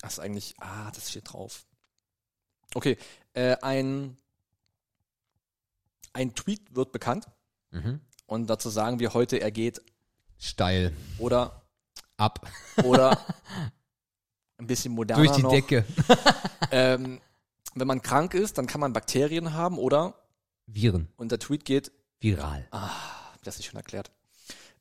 S2: Das ist eigentlich, ah, das steht drauf. Okay, äh, ein, ein Tweet wird bekannt und dazu sagen wir heute, er geht
S1: Mhm. Steil.
S2: oder
S1: Ab.
S2: oder ein bisschen moderner
S1: Durch die
S2: noch.
S1: Decke.
S2: Ähm, wenn man krank ist, dann kann man Bakterien haben oder
S1: Viren.
S2: und der Tweet geht,
S1: Viral.
S2: ah, hab das ist schon erklärt.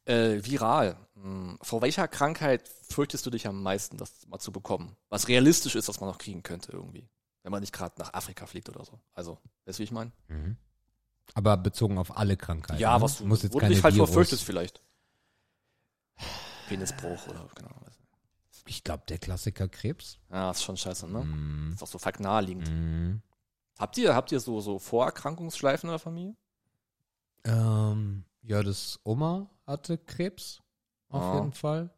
S2: Äh, viral. Hm, Vor welcher Krankheit fürchtest du dich am meisten, das mal zu bekommen? Was realistisch ist, was man noch kriegen könnte irgendwie. Wenn man nicht gerade nach Afrika fliegt oder so. Also, weißt du, wie ich meine?
S1: Mhm. Aber bezogen auf alle Krankheiten.
S2: Ja,
S1: ne?
S2: was du,
S1: Muss jetzt
S2: wo du
S1: keine
S2: dich halt
S1: Virus.
S2: verfürchtest vielleicht. Penisbruch oder keine Ahnung. was.
S1: Ich glaube, der Klassiker Krebs.
S2: Ja, ist schon scheiße, ne?
S1: Mhm.
S2: Ist doch so fuck naheliegend.
S1: Mhm.
S2: Habt ihr, habt ihr so, so Vorerkrankungsschleifen in der Familie?
S1: Ähm, ja, das Oma hatte Krebs, auf
S2: Ah.
S1: jeden Fall.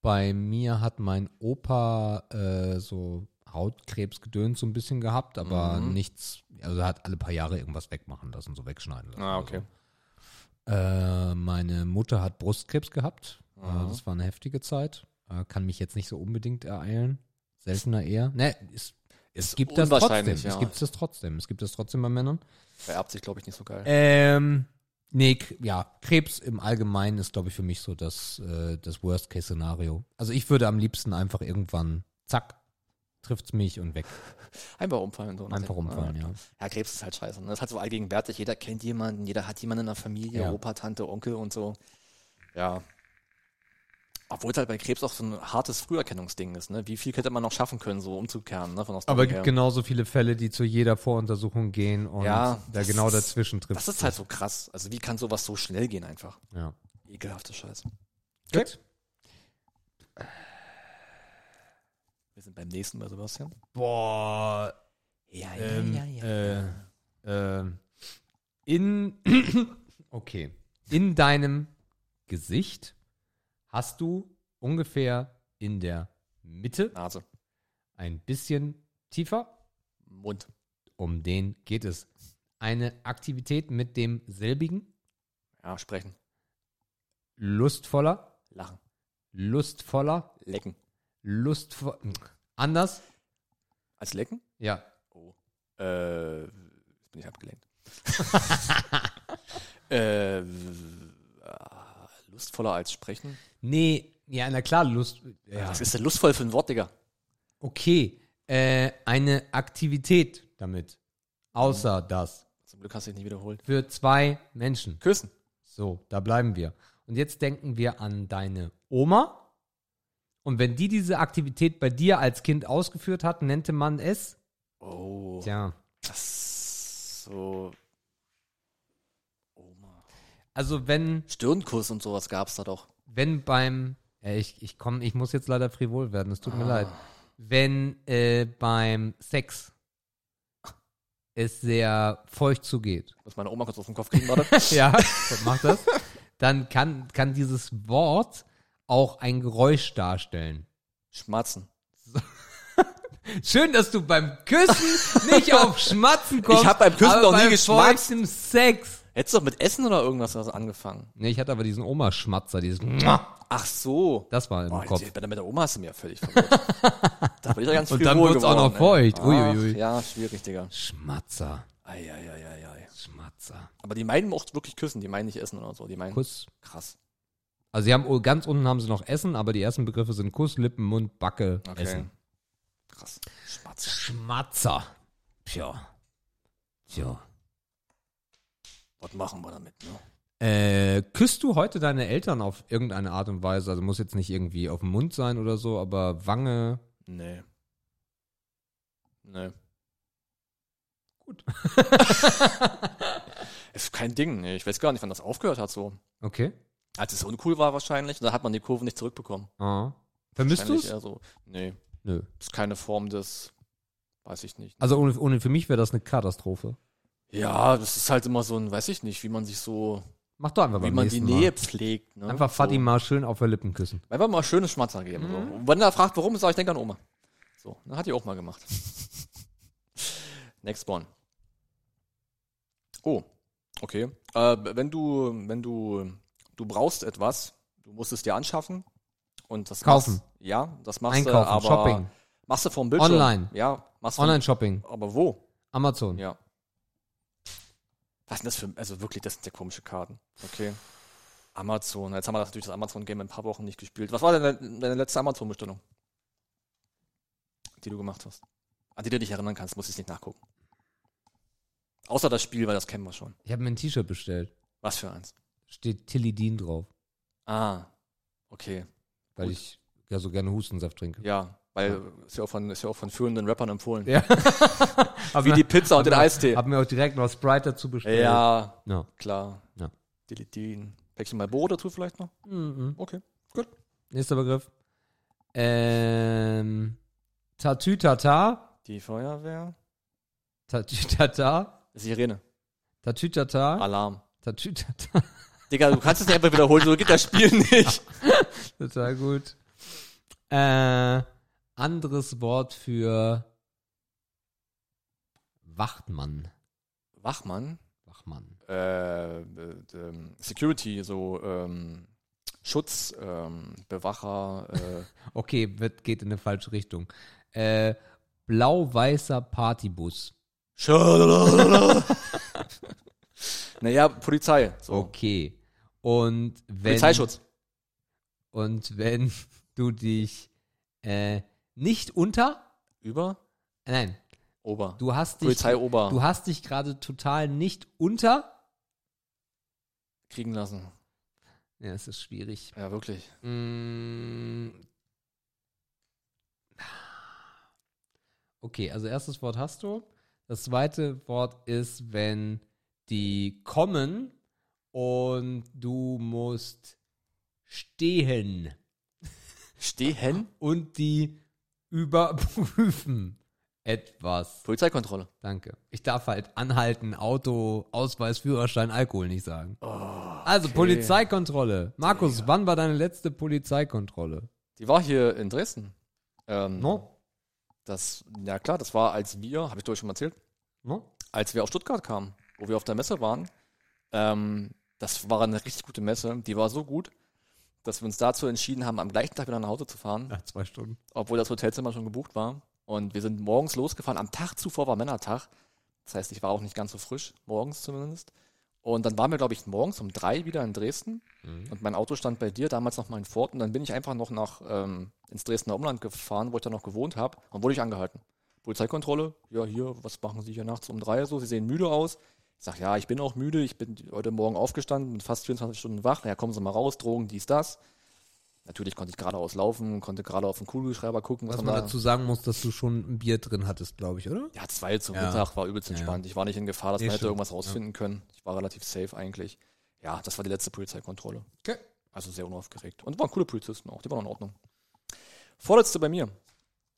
S1: Bei mir hat mein Opa äh, so Hautkrebsgedöns so ein bisschen gehabt, aber
S2: Mhm.
S1: nichts, also er hat alle paar Jahre irgendwas wegmachen lassen, so wegschneiden lassen.
S2: Ah,
S1: oder
S2: okay.
S1: So. Äh, meine Mutter hat Brustkrebs gehabt.
S2: Ah.
S1: Äh, das war eine heftige Zeit. Äh, kann mich jetzt nicht so unbedingt ereilen. Seltener eher. Ne, es, es
S2: Ist
S1: gibt das trotzdem.
S2: unwahrscheinlich, ja.
S1: Es gibt das trotzdem. Es gibt das trotzdem bei Männern.
S2: Vererbt sich, glaube ich, nicht so geil.
S1: Ähm, nee, k- ja, Krebs im Allgemeinen ist, glaube ich, für mich so das, äh, das Worst-Case-Szenario. Also ich würde am liebsten einfach irgendwann, zack, trifft's mich und weg.
S2: Einfach umfallen. So
S1: Einfach umfallen, ja.
S2: Ja, Krebs ist halt scheiße. Ne? Das ist halt so allgegenwärtig. Jeder kennt jemanden, jeder hat jemanden in der Familie,
S1: Ja.
S2: Opa, Tante, Onkel und so. Ja. Obwohl es halt bei Krebs auch so ein hartes Früherkennungsding ist. Ne? Wie viel hätte man noch schaffen können, so umzukehren? Ne? Von
S1: Aber
S2: der Story
S1: es gibt
S2: her.
S1: genauso viele Fälle, die zu jeder Voruntersuchung gehen und
S2: Ja,
S1: da
S2: das
S1: genau
S2: ist-
S1: dazwischen trifft.
S2: Das ist halt so krass. Also wie kann sowas so schnell gehen einfach?
S1: Ja.
S2: Ekelhafte Scheiße.
S1: Gut.
S2: Wir sind beim nächsten bei Sebastian.
S1: Boah.
S2: Ja,
S1: Ähm, Äh, äh, in okay in deinem Gesicht hast du ungefähr in der Mitte
S2: Nase,
S1: ein bisschen tiefer
S2: Mund,
S1: um den geht es eine Aktivität mit dem selbigen
S2: ja, sprechen,
S1: lustvoller
S2: lachen,
S1: lustvoller
S2: lecken.
S1: lustvoll anders
S2: Als lecken?
S1: ja
S2: Oh. Äh, jetzt bin ich abgelenkt. äh, äh, lustvoller als sprechen?
S1: nee ja na klar lust ja.
S2: Was ist denn lustvoll für ein Wort, Digga?
S1: Okay, äh, eine Aktivität damit. Außer das.
S2: Zum Glück hast du dich nicht wiederholt.
S1: Für zwei Menschen.
S2: Küssen.
S1: So, da bleiben wir. Und jetzt denken wir an deine Oma. Und wenn die diese Aktivität bei dir als Kind ausgeführt hat, nannte man es.
S2: Oh.
S1: Tja.
S2: Das so. Oma.
S1: Also wenn,
S2: Stirnkuss und sowas gab's da doch.
S1: wenn beim, äh, ich, ich komm, ich muss jetzt leider frivol werden, es tut mir leid. Wenn äh, beim Sex es sehr feucht zugeht
S2: Muss meine Oma kurz auf den Kopf kriegen, warte.
S1: ja, macht das, dann kann, kann dieses Wort auch ein Geräusch darstellen.
S2: Schmatzen.
S1: Schön, dass du beim Küssen nicht auf Schmatzen kommst.
S2: Ich hab beim Küssen
S1: aber
S2: noch nie
S1: bei
S2: geschmatzt.
S1: feuchtem Sex.
S2: Hättest du doch mit Essen oder irgendwas angefangen?
S1: Nee, ich hatte aber diesen Oma-Schmatzer, dieses
S2: Ach so.
S1: Das war im
S2: Boah,
S1: Kopf.
S2: die- Bei der, mit der Oma hast du mir ja völlig verwirrt. da bin ich ja ganz
S1: Und dann
S2: frivol
S1: wird's auch noch
S2: geworden,
S1: feucht.
S2: ey.
S1: Uiuiui.
S2: Ach, Ja, schwierig, Digga.
S1: Schmatzer,
S2: Eieieiei.
S1: Schmatzer.
S2: Aber die meinen auch wirklich küssen, die meinen nicht essen oder so. Die meinen
S1: Kuss.
S2: krass.
S1: Also sie haben ganz unten haben sie noch Essen, aber die ersten Begriffe sind Kuss, Lippen, Mund, Backe, Essen.
S2: Krass. Schmatz.
S1: Schmatzer. Tja. Tja.
S2: Was machen wir damit? Ne?
S1: Äh, küsst du heute deine Eltern auf irgendeine Art und Weise? Also muss jetzt nicht irgendwie auf dem Mund sein oder so, aber Wange.
S2: Nee. Nee.
S1: Gut.
S2: Ist kein Ding, nee. Ich weiß gar nicht, wann das aufgehört hat so.
S1: Okay.
S2: Als es uncool war wahrscheinlich, da hat man die Kurve nicht zurückbekommen.
S1: Ah. Vermisst du
S2: Wahrscheinlich
S1: es?
S2: eher so. Nee.
S1: Nö.
S2: Ist keine Form des, weiß ich nicht.
S1: Also ohne, ohne für mich wäre das eine Katastrophe.
S2: Ja, das ist halt immer so ein, weiß ich nicht, wie man sich so,
S1: Mach doch einfach
S2: wie
S1: beim
S2: man die
S1: nächsten
S2: Nähe
S1: Mal.
S2: pflegt. Ne?
S1: Einfach
S2: so.
S1: Fatima schön auf der Lippen küssen.
S2: Einfach mal schönes Schmatzer geben. So.
S1: Mhm.
S2: Und wenn er fragt, warum, sage ich, denke an Oma. So, dann hat die auch mal gemacht. Next one. Oh, okay. Äh, wenn du, wenn du, du brauchst etwas, du musst es dir anschaffen und das
S1: Kaufen.
S2: Machst, ja, das machst
S1: Einkaufen,
S2: du, aber
S1: Shopping,
S2: machst du vom Bildschirm.
S1: Online.
S2: Ja, machst du.
S1: Online-Shopping,
S2: Aber wo?
S1: Amazon.
S2: Ja. Was sind das für, also wirklich, das sind ja komische Karten. Okay. Amazon, jetzt haben wir das natürlich das Amazon-Game in ein paar Wochen nicht gespielt. Was war denn deine, deine letzte Amazon-Bestellung? Die du gemacht hast. An die du dich erinnern kannst, muss ich nicht nachgucken. Außer das Spiel, weil das kennen wir schon.
S1: Ich habe mir ein T-Shirt bestellt.
S2: Was für eins.
S1: Steht Tilly Dean drauf.
S2: Ah, okay.
S1: weil
S2: Gut.
S1: ich ja so gerne Hustensaft trinke.
S2: Ja, weil ist ja auch von, ist ja auch von führenden Rappern empfohlen.
S1: Ja.
S2: Wie die Pizza und den Eistee.
S1: Hab mir auch direkt noch Sprite dazu bestellt.
S2: Ja,
S1: Ja.
S2: klar.
S1: Ja.
S2: Die, die, Päckchen Malboro dazu vielleicht noch?
S1: Mhm.
S2: Okay.
S1: Nächster Begriff. Ähm, Tatü Tata.
S2: Die Feuerwehr.
S1: Tatü Tata.
S2: Sirene.
S1: Tatü Tata.
S2: Alarm.
S1: Tatü Tata.
S2: Digga, du kannst es nicht einfach wiederholen, so geht das Spiel nicht.
S1: Total gut. Äh, anderes Wort für Wachtmann.
S2: Wachmann.
S1: Wachmann.
S2: Äh, äh, ähm, Security, so ähm, Schutz, ähm, Bewacher, äh,
S1: Okay, wird, geht in eine falsche Richtung. Äh, Blau-weißer Partybus.
S2: Schalalala. naja, Polizei. So.
S1: Okay. Und wenn,
S2: Polizeischutz.
S1: Und wenn du dich äh, nicht unter, äh,
S2: Über,
S1: nein,
S2: Ober.
S1: du hast dich,
S2: Polizei Ober
S1: du hast dich gerade total nicht unter.
S2: kriegen lassen.
S1: Ja, es ist schwierig.
S2: Ja, wirklich.
S1: Mm. Okay, also erstes Wort hast du. Das zweite Wort ist, wenn die kommen und du musst stehen
S2: Stehen?
S1: und die überprüfen etwas.
S2: Polizeikontrolle.
S1: Danke. Ich darf halt anhalten, Auto, Ausweis, Führerschein, Alkohol nicht sagen. Also Polizeikontrolle. Markus, wann war deine letzte Polizeikontrolle?
S2: Die war hier in Dresden. Ähm,
S1: No?
S2: Das, ja klar, das war, als wir, habe ich dir schon mal erzählt,
S1: No?
S2: als wir aus Stuttgart kamen, wo wir auf der Messe waren. Ähm, das war eine richtig gute Messe. Die war so gut, dass wir uns dazu entschieden haben, am gleichen Tag wieder nach Hause zu fahren.
S1: Nach zwei Stunden.
S2: obwohl das Hotelzimmer schon gebucht war. Und wir sind morgens losgefahren. Am Tag zuvor war Männertag. Das heißt, ich war auch nicht ganz so frisch, morgens zumindest. Und dann waren wir, glaube ich, morgens um drei wieder in Dresden. Und mein Auto stand bei dir, damals noch mal in Ford. Und dann bin ich einfach noch nach, ähm, ins Dresdner Umland gefahren, wo ich dann noch gewohnt habe. Und wurde ich angehalten. Polizeikontrolle. Ja, hier, was machen Sie hier nachts um drei? So, Sie sehen müde aus. Ich sage, ja, ich bin auch müde. Ich bin heute Morgen aufgestanden, bin fast 24 Stunden wach. Na Ja, kommen Sie mal raus, Drogen, dies, das. Natürlich konnte ich geradeaus laufen, konnte gerade auf den Kugelschreiber gucken.
S1: Was
S2: von
S1: man
S2: da-
S1: dazu sagen muss, dass du schon ein Bier drin hattest, glaube ich, oder?
S2: ja, zwei zum
S1: Ja.
S2: Mittag war übelst
S1: Ja, ja.
S2: entspannt. Ich war nicht in Gefahr, dass
S1: Nee,
S2: man hätte
S1: stimmt.
S2: irgendwas rausfinden können. Ich war relativ safe eigentlich. Ja, das war die letzte Polizeikontrolle.
S1: Okay.
S2: Also sehr unaufgeregt. Und waren coole Polizisten auch, die waren in Ordnung. Vorletzte bei mir.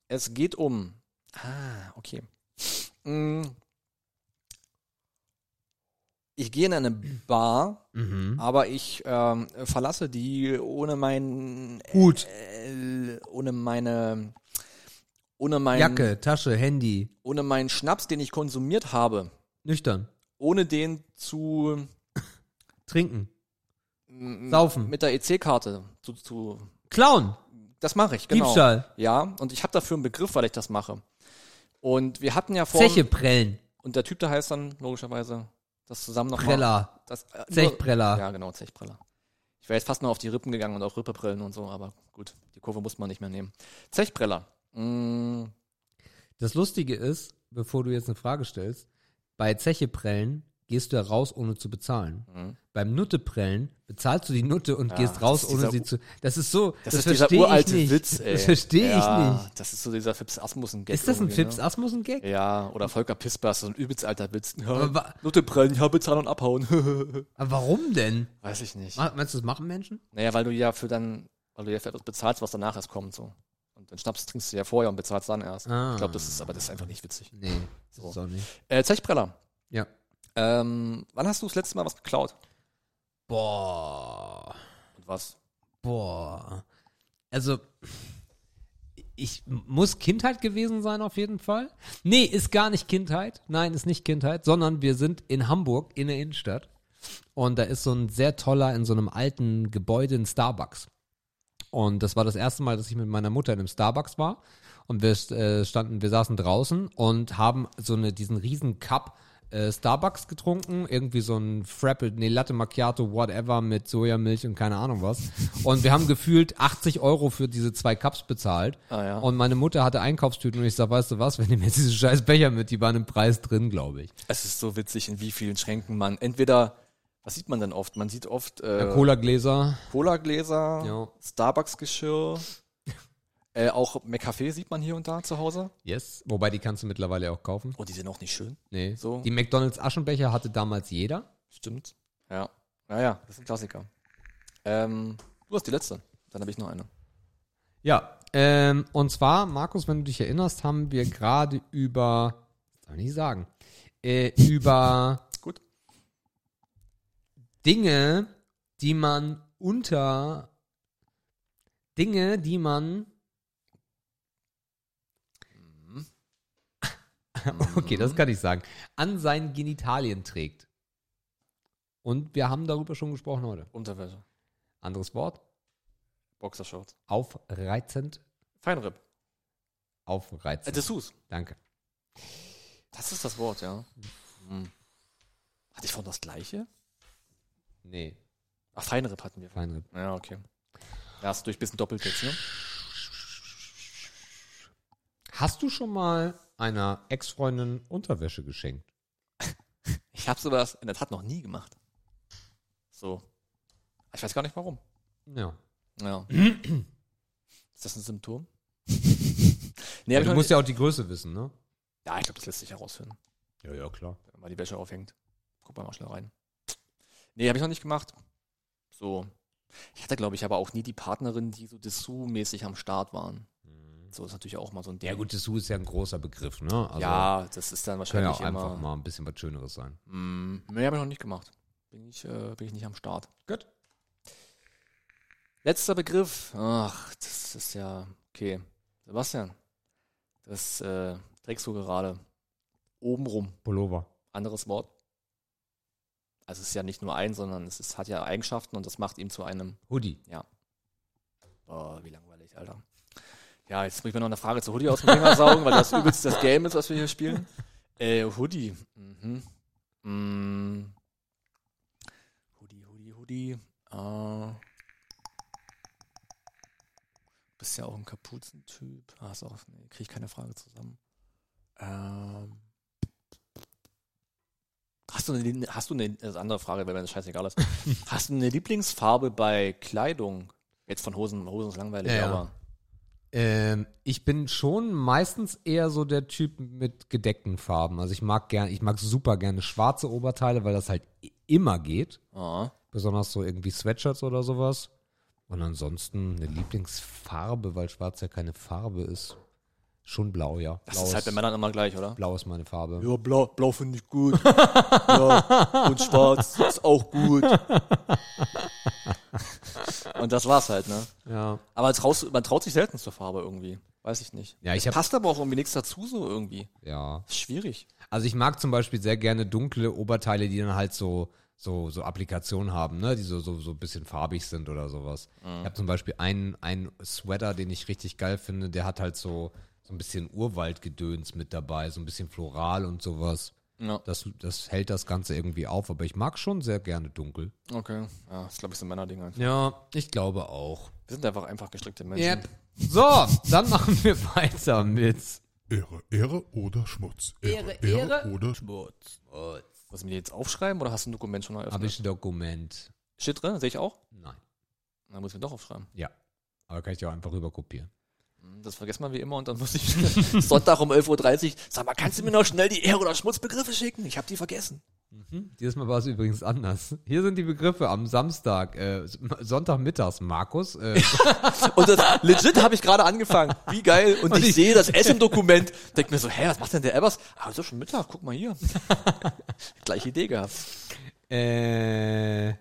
S2: Es geht um. Ah, okay. Mm. Ich gehe in eine Bar,
S1: Mhm.
S2: aber ich ähm, verlasse die ohne mein.
S1: Gut.
S2: Äh, ohne meine. Ohne mein,
S1: Jacke, Tasche, Handy,
S2: ohne meinen Schnaps, den ich konsumiert habe,
S1: nüchtern,
S2: ohne den zu
S1: trinken,
S2: m-
S1: Saufen.
S2: mit der EC-Karte zu, zu
S1: klauen,
S2: das mache ich genau.
S1: Diebstahl,
S2: Ja, und ich habe dafür einen Begriff, weil ich das mache. Und wir hatten ja vor
S1: Zeche prellen,
S2: und der Typ da heißt dann logischerweise das zusammen noch
S1: Preller,
S2: Mal, das äh, nur-
S1: Zechpreller.
S2: Ja, genau, Zechpreller. Ich wäre jetzt fast nur auf die Rippen gegangen und auf Rippebrillen und so, aber gut, die Kurve muss man nicht mehr nehmen. Zechpreller. Mm,
S1: Das Lustige ist, bevor du jetzt eine Frage stellst, bei Zeche prellen gehst du ja raus, ohne zu bezahlen.
S2: Mhm.
S1: Beim Nutte prellen bezahlst du die Nutte und
S2: Ja,
S1: gehst
S2: das
S1: raus,
S2: ist
S1: ohne
S2: dieser
S1: sie
S2: U-
S1: zu. Das ist so.
S2: das, ist dieser
S1: versteh ich
S2: uralte
S1: nicht.
S2: Witz, ey.
S1: Das verstehe
S2: ja,
S1: ich nicht.
S2: Das ist so dieser Fips Asmussen-Gag.
S1: Ist das ein
S2: irgendwie, ne?
S1: Fips Asmus ein Gag?
S2: Ja, oder Volker Pispers, so ein übelst alter Witz. Ja,
S1: Aber wa-
S2: Nutte prellen, ja, bezahlen und abhauen.
S1: Aber warum denn?
S2: Weiß ich nicht.
S1: Ma- Meinst du, das machen Menschen?
S2: Naja, weil du ja für dann, weil du ja für etwas bezahlst, was danach erst kommt, so. Und den Schnaps trinkst du ja vorher und bezahlst dann erst.
S1: Ah.
S2: Ich glaube, das ist, aber das ist einfach nicht witzig.
S1: Nee, das
S2: So.
S1: ist auch nicht.
S2: Äh, Zechpreller.
S1: Ja.
S2: Ähm, wann hast du das letzte Mal was geklaut?
S1: Boah.
S2: Und was?
S1: Boah. Also, ich muss Kindheit gewesen sein auf jeden Fall. Nee, ist gar nicht Kindheit. Nein, ist nicht Kindheit, sondern wir sind in Hamburg in der Innenstadt. Und da ist so ein sehr toller in so einem alten Gebäude ein Starbucks. Und das war das erste Mal, dass ich mit meiner Mutter in einem Starbucks war. Und wir äh, standen, wir saßen draußen und haben so eine, diesen riesen Cup äh, Starbucks getrunken. Irgendwie so ein Frappe, nee, Latte Macchiato, whatever, mit Sojamilch und keine Ahnung was. Und wir haben gefühlt 80 Euro für diese zwei Cups bezahlt.
S2: Ah, ja.
S1: Und meine Mutter hatte Einkaufstüten und ich sag, weißt du was, wenn ihr mir diese scheiß Becher mit, die waren im Preis drin, glaube ich.
S2: Es ist so witzig, in wie vielen Schränken man entweder Was sieht man denn oft? Man sieht oft
S1: Ja,
S2: äh,
S1: Cola-Gläser.
S2: Cola-Gläser,
S1: Ja.
S2: Starbucks-Geschirr. äh, auch McCafé sieht man hier und da zu Hause.
S1: Yes. Wobei, die kannst du mittlerweile auch kaufen.
S2: Oh, die sind auch nicht schön.
S1: Nee.
S2: So.
S1: Die McDonalds Aschenbecher hatte damals jeder.
S2: Stimmt. Ja. Naja, das ist ein Klassiker. Ähm, du hast die letzte. Dann habe ich noch eine.
S1: Ja. Ähm, und zwar, Markus, wenn du dich erinnerst, haben wir gerade über, das darf ich nicht sagen, äh, über
S2: Gut.
S1: Dinge, die man unter Dinge, die man. Okay, das kann ich sagen. An seinen Genitalien trägt. Und wir haben darüber schon gesprochen heute.
S2: Unterwäsche.
S1: Anderes Wort.
S2: Boxershorts.
S1: Aufreizend.
S2: Feinripp. Äh,
S1: Aufreizend.
S2: Dessous.
S1: Danke.
S2: Das ist das Wort, ja. Hm. Hatte ich vorhin das gleiche?
S1: Nee,
S2: Ach, Feinripp hatten wir.
S1: Feinripp.
S2: Ja, okay. Ja, hast du durch ein bisschen doppelt jetzt, ne?
S1: Hast du schon mal einer Ex-Freundin Unterwäsche geschenkt?
S2: Ich habe sowas in der Tat noch nie gemacht. So. Ich weiß gar nicht warum.
S1: Ja.
S2: Ja. ist das ein Symptom? nee,
S1: ja
S2: hab
S1: du
S2: ich noch
S1: musst
S2: nicht-
S1: ja auch die Größe wissen, ne?
S2: ja, ich glaube, das lässt sich herausfinden,
S1: Ja, ja, klar.
S2: wenn man die Wäsche aufhängt. Guck mal mal schnell rein. Nee, habe ich noch nicht gemacht. So. Ich hatte, glaube ich, aber auch nie die Partnerin, die so Dessous-mäßig am Start waren. So ist natürlich auch mal so ein Ding.
S1: Mhm. Ja, gut, Dessous ist ja ein großer Begriff, ne? Also,
S2: ja, das ist dann
S1: Kann ja
S2: wahrscheinlich
S1: auch einfach
S2: immer.
S1: mal ein bisschen was Schöneres sein.
S2: Mm, nee, habe ich noch nicht gemacht. Bin ich, äh, bin ich nicht am Start.
S1: Gut.
S2: Letzter Begriff. Ach, das ist ja. Okay. Sebastian, das äh, trägst du gerade obenrum.
S1: Pullover.
S2: Anderes Wort. Also es ist ja nicht nur ein, sondern es ist, hat ja Eigenschaften und das macht ihn zu einem.
S1: Hoodie.
S2: Oh, wie langweilig, Alter. Ja, jetzt muss ich mir noch eine Frage zu Hoodie aus dem Finger saugen, weil das übelst das Game ist, was wir hier spielen. Äh, Hoodie. Mhm. Mm. Hoodie, Hoodie, Hoodie. Äh. Bist ja auch ein Kapuzentyp. Ah, ist auch, nee, krieg ich keine Frage zusammen. Ähm. Hast du eine, hast du eine, das ist eine andere Frage, weil mir das scheißegal ist. hast du eine Lieblingsfarbe bei Kleidung? Jetzt von Hosen, Hosen ist langweilig,
S1: Ja, ja.
S2: aber.
S1: Ähm, ich bin schon meistens eher so der Typ mit gedeckten Farben. Also ich mag gern, ich mag super gerne schwarze Oberteile, weil das halt i- immer geht.
S2: Ah.
S1: Besonders so irgendwie Sweatshirts oder sowas. Und ansonsten eine Lieblingsfarbe, weil schwarz ja keine Farbe ist. Schon blau, ja.
S2: Das
S1: blau
S2: ist halt bei Männern immer gleich, oder?
S1: blau ist meine Farbe.
S2: Ja, blau, blau finde ich gut. ja, und schwarz ist auch gut. und das war's halt, ne?
S1: Ja.
S2: Aber traust, man traut sich selten zur Farbe irgendwie. Weiß ich nicht.
S1: Ja, ich
S2: es
S1: hab-
S2: passt aber auch irgendwie nichts dazu, so irgendwie.
S1: Ja.
S2: Ist schwierig.
S1: Also ich mag zum Beispiel sehr gerne dunkle Oberteile, die dann halt so so so Applikationen haben, ne, die so so so ein bisschen farbig sind oder sowas.
S2: Mhm.
S1: Ich habe zum Beispiel einen einen Sweater, den ich richtig geil finde. Der hat halt so so ein bisschen Urwaldgedöns mit dabei, so ein bisschen floral und sowas.
S2: Ja,
S1: Das das hält das Ganze irgendwie auf, aber ich mag schon sehr gerne dunkel.
S2: okay. Ja, das ist, glaube ich, so ein Männerding. einfach.
S1: Ja, ich glaube auch.
S2: Wir sind einfach einfach gestrickte Menschen.
S1: Yep. So, dann machen wir weiter mit.
S5: Ehre, Ehre oder Schmutz. Ehre, Ehre, oder Schmutz.
S2: Was mir jetzt aufschreiben oder hast du ein Dokument schon eröffnet?
S1: Habe ich ein Dokument?
S2: Steht drin, sehe ich auch.
S1: Nein.
S2: Dann muss ich mir doch aufschreiben.
S1: Ja. Aber kann ich dir auch einfach rüber kopieren.
S2: Das vergisst man wie immer und dann muss ich Sonntag um 11.30 Uhr, sag mal, kannst du mir noch schnell die Ehre- oder Schmutzbegriffe schicken? Ich habe die vergessen.
S1: Dieses Mal war es übrigens anders. Hier sind die Begriffe am Samstag, äh, Sonntagmittags, Markus. Äh,
S2: Und das, legit habe ich gerade angefangen. Wie geil. Und, ich,
S1: ich-
S2: sehe das S-Dokument. Denk mir so, hä, was macht denn der Evers? Ah, ist doch schon Mittag, guck mal hier. Gleiche Idee gehabt.
S1: äh,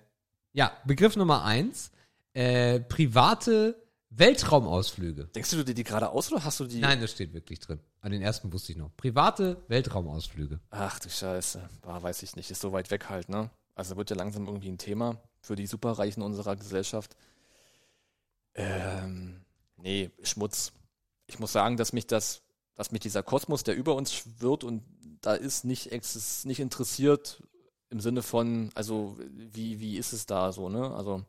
S1: ja, Begriff Nummer eins, äh, private Weltraumausflüge.
S2: Denkst du dir die gerade aus oder hast du die?
S1: Nein, das steht wirklich drin. An den ersten wusste ich noch. Private Weltraumausflüge.
S2: Ach du Scheiße. Bah, weiß ich nicht. Ist so weit weg halt, ne? Also wird ja langsam irgendwie ein Thema für die Superreichen unserer Gesellschaft. Ähm, nee, Schmutz. Ich muss sagen, dass mich das, dass mich dieser Kosmos, der über uns schwirrt und da ist, nicht, exis- nicht interessiert im Sinne von, also wie, wie ist es da so, ne? Also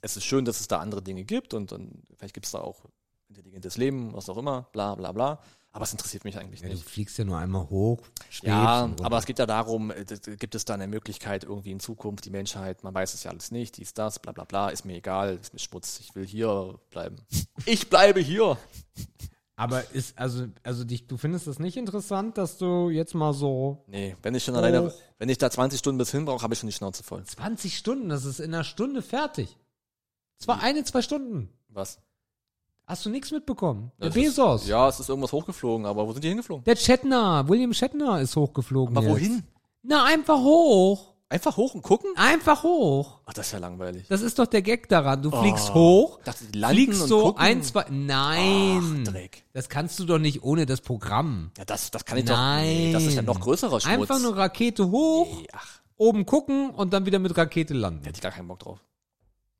S2: es ist schön, dass es da andere Dinge gibt und, und vielleicht gibt es da auch intelligentes Leben, was auch immer, bla bla bla. Aber es interessiert mich eigentlich
S1: Ja, du
S2: nicht.
S1: fliegst ja nur einmal hoch, schwebst
S2: Ja,
S1: und runter.
S2: aber es geht ja darum, äh, d- d- gibt es da eine Möglichkeit irgendwie in Zukunft, die Menschheit, man weiß es ja alles nicht, dies, das, bla bla bla, ist mir egal, ist mir Schmutz, ich will hier bleiben. Ich bleibe hier!
S1: Aber ist, also, also dich, du findest es nicht interessant, dass du jetzt mal so
S2: Nee, wenn ich schon alleine,
S1: Oh.
S2: wenn ich da 20 Stunden bis hin brauche, habe ich schon die Schnauze voll.
S1: 20 Stunden, das ist in einer Stunde fertig.
S2: Hm.
S1: Zwar eine, zwei Stunden.
S2: Was? Hast
S1: Hast du nichts mitbekommen? Der
S2: Das ist-
S1: Bezos.
S2: Ja, es ist irgendwas hochgeflogen, aber wo sind die hingeflogen?
S1: Der Chetner, William Chetner ist hochgeflogen.
S2: Aber
S1: jetzt.
S2: wohin?
S1: Na, einfach hoch.
S2: Einfach hoch und gucken?
S1: Einfach hoch.
S2: Ach, das ist ja langweilig.
S1: Das ist doch der Gag daran. Du fliegst
S2: Oh.
S1: hoch,
S2: Ich dachte, die landen
S1: fliegst
S2: und
S1: so
S2: gucken.
S1: ein, zwei. Nein.
S2: Ach, Dreck.
S1: das kannst du doch nicht ohne das Programm.
S2: Ja, das, das kann ich
S1: Nein.
S2: doch. Nee, das ist ja noch größerer Schmutz.
S1: Einfach nur Rakete hoch,
S2: Nee, Ach,
S1: oben gucken und dann wieder mit Rakete landen.
S2: da hätte ich gar keinen Bock drauf.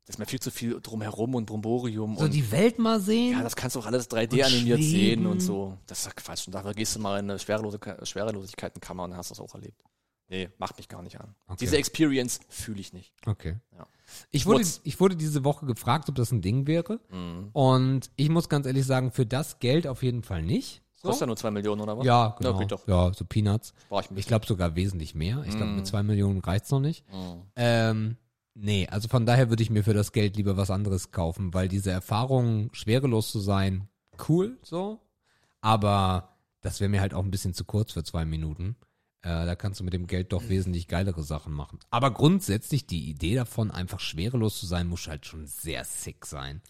S2: Das ist mir viel zu viel drumherum und Bromborium
S1: So
S2: und.
S1: die Welt mal sehen.
S2: ja, das kannst du auch alles 3D
S1: Und
S2: animiert
S1: schweben.
S2: sehen und so. Das ist ja Quatsch. Und dafür gehst du mal in eine Schwerelose Schwerelosigkeitenkammer und hast das auch erlebt. Nee, macht mich gar nicht an.
S1: Okay.
S2: Diese Experience fühle ich nicht.
S1: Okay.
S2: Ja.
S1: Ich, wurde,
S2: Schmutz.
S1: ich wurde diese Woche gefragt, ob das ein Ding wäre.
S2: Mhm.
S1: Und ich muss ganz ehrlich sagen, für das Geld auf jeden Fall nicht. So.
S2: Kostet ja nur 2 Millionen oder was?
S1: Ja,
S2: Na,
S1: genau.
S2: geht doch.
S1: Ja, so Peanuts.
S2: War ich ein
S1: Ich
S2: bisschen.
S1: glaube sogar wesentlich mehr. Ich glaube, mit zwei Millionen reicht's noch nicht.
S2: Mhm.
S1: Ähm, nee, also von daher würde ich mir für das Geld lieber was anderes kaufen, weil diese Erfahrung, schwerelos zu sein, cool, so. Aber das wäre mir halt auch ein bisschen zu kurz für zwei Minuten. Äh, da kannst du mit dem Geld doch wesentlich geilere Sachen machen. Aber grundsätzlich die Idee davon, einfach schwerelos zu sein, muss halt schon sehr sick sein.